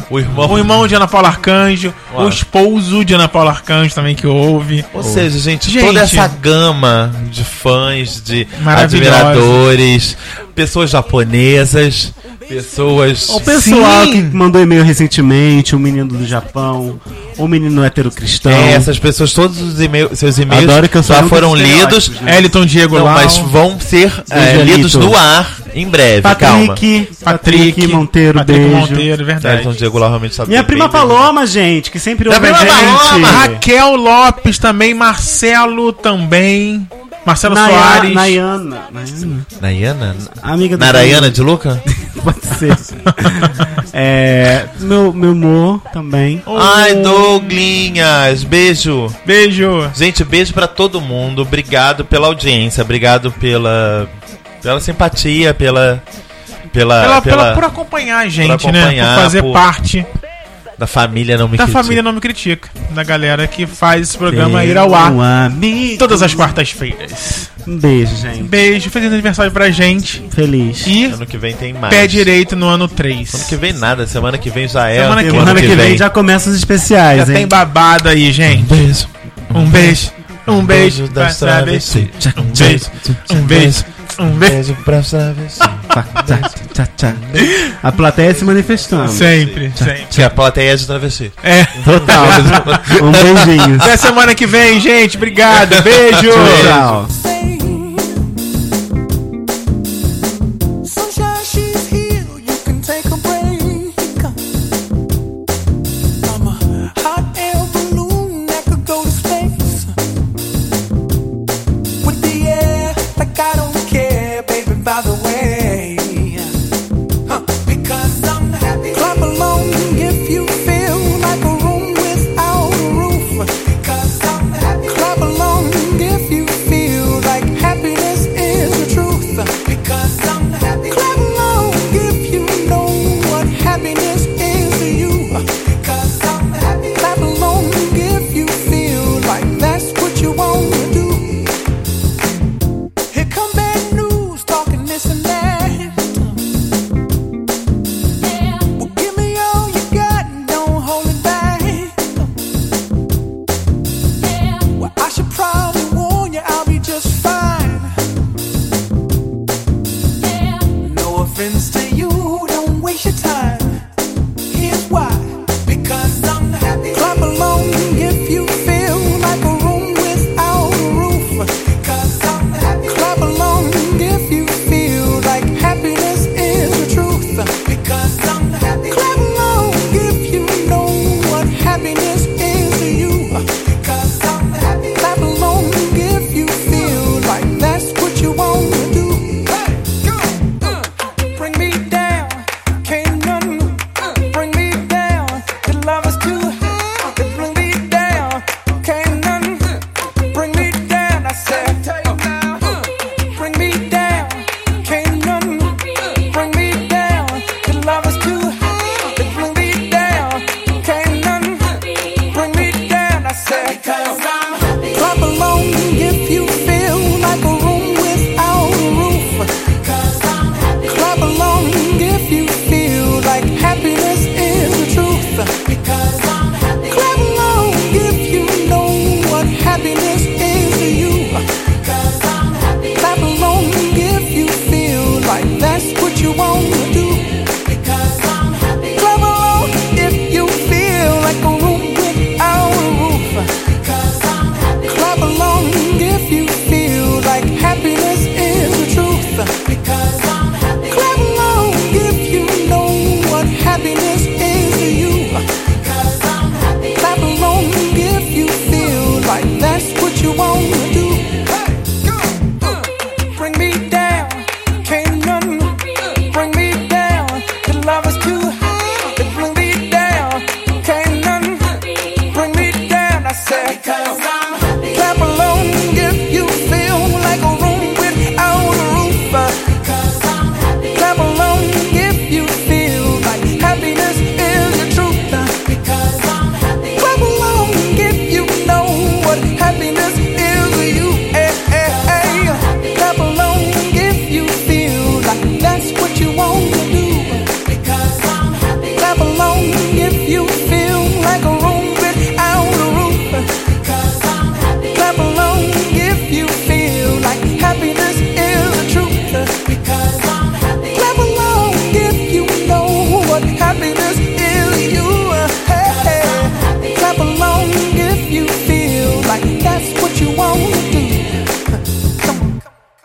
Speaker 3: O irmão.
Speaker 1: O irmão de Ana Paula Arcanjo,
Speaker 3: Ué.
Speaker 1: o esposo de Ana Paula Arcanjo também que houve.
Speaker 3: Ou
Speaker 2: é
Speaker 3: seja, gente,
Speaker 1: Gente.
Speaker 3: toda essa gama de fãs, de
Speaker 1: Maravilhosos.
Speaker 3: admiradores, pessoas japonesas, pessoas.
Speaker 2: O pessoal
Speaker 1: Sim.
Speaker 2: que mandou e-mail recentemente, o menino do Japão, o menino hétero cristão.
Speaker 3: É, essas pessoas, todos os e-mails, seus e-mails
Speaker 2: Adoro que eu sou
Speaker 3: já
Speaker 2: um dos
Speaker 3: foram
Speaker 2: estereótipos,
Speaker 3: lidos, É,
Speaker 2: né?
Speaker 1: Eliton Diego
Speaker 3: não,
Speaker 1: Lau,
Speaker 3: mas vão ser é,
Speaker 2: Angelitos.
Speaker 3: lidos no ar em breve, calma.
Speaker 2: Patrick, Patrick, Monteiro,
Speaker 1: Patrick
Speaker 2: beijo.
Speaker 1: Monteiro, verdade.
Speaker 3: Elton Diego Lau realmente sabe
Speaker 2: Minha
Speaker 3: bem,
Speaker 2: prima
Speaker 3: bem, né?
Speaker 2: Paloma, gente, que sempre
Speaker 3: Minha
Speaker 2: ouve a
Speaker 3: prima
Speaker 2: gente.
Speaker 3: Paloma,
Speaker 1: Tá Raquel Lopes também, Marcelo também, Marcelo
Speaker 2: Naya-
Speaker 1: Soares.
Speaker 2: Nayana. Nayana.
Speaker 3: bem. Nayana?
Speaker 2: Amiga do
Speaker 3: Narayana de Luca?
Speaker 2: Pode ser. é, meu, meu amor também.
Speaker 1: Oh,
Speaker 3: Ai, Douglinhas, beijo.
Speaker 1: Beijo.
Speaker 3: Gente, beijo pra todo mundo. Obrigado pela audiência, obrigado pela pela simpatia, pela pela
Speaker 1: Pela, pela-
Speaker 3: Ah, pela,
Speaker 1: por acompanhar a gente, né?
Speaker 3: acompanhar,
Speaker 1: Por fazer
Speaker 3: por-
Speaker 1: parte
Speaker 3: da família não me
Speaker 1: da
Speaker 3: critica.
Speaker 1: família Não Me Critica. Da galera que faz esse programa ir ao ar
Speaker 2: Um amigo.
Speaker 1: todas as quartas-feiras.
Speaker 2: Um beijo, gente.
Speaker 1: Beijo, feliz aniversário pra gente.
Speaker 2: Feliz.
Speaker 1: E
Speaker 3: Ano que vem tem mais.
Speaker 1: pé direito no ano
Speaker 3: Ano
Speaker 1: 3.
Speaker 3: que vem nada, semana que vem já é.
Speaker 1: Semana que
Speaker 2: Semana que, vem já começa os especiais,
Speaker 1: Já tem
Speaker 2: hein?
Speaker 1: babado aí, gente.
Speaker 3: Beijo.
Speaker 1: Um beijo. Um beijo
Speaker 3: da
Speaker 1: pra travesti.
Speaker 3: travesti.
Speaker 1: Um beijo. Um beijo. Um beijo.
Speaker 3: Beijo pra travesti.
Speaker 2: Tchá, tchá, tchá, tchá. A plateia se manifestando.
Speaker 1: Sempre, sempre.
Speaker 3: Que a plateia é de travesti.
Speaker 1: É.
Speaker 2: Total. um beijinho.
Speaker 1: Até semana que vem, gente. Obrigado. Beijo.
Speaker 2: Tchau. tchau.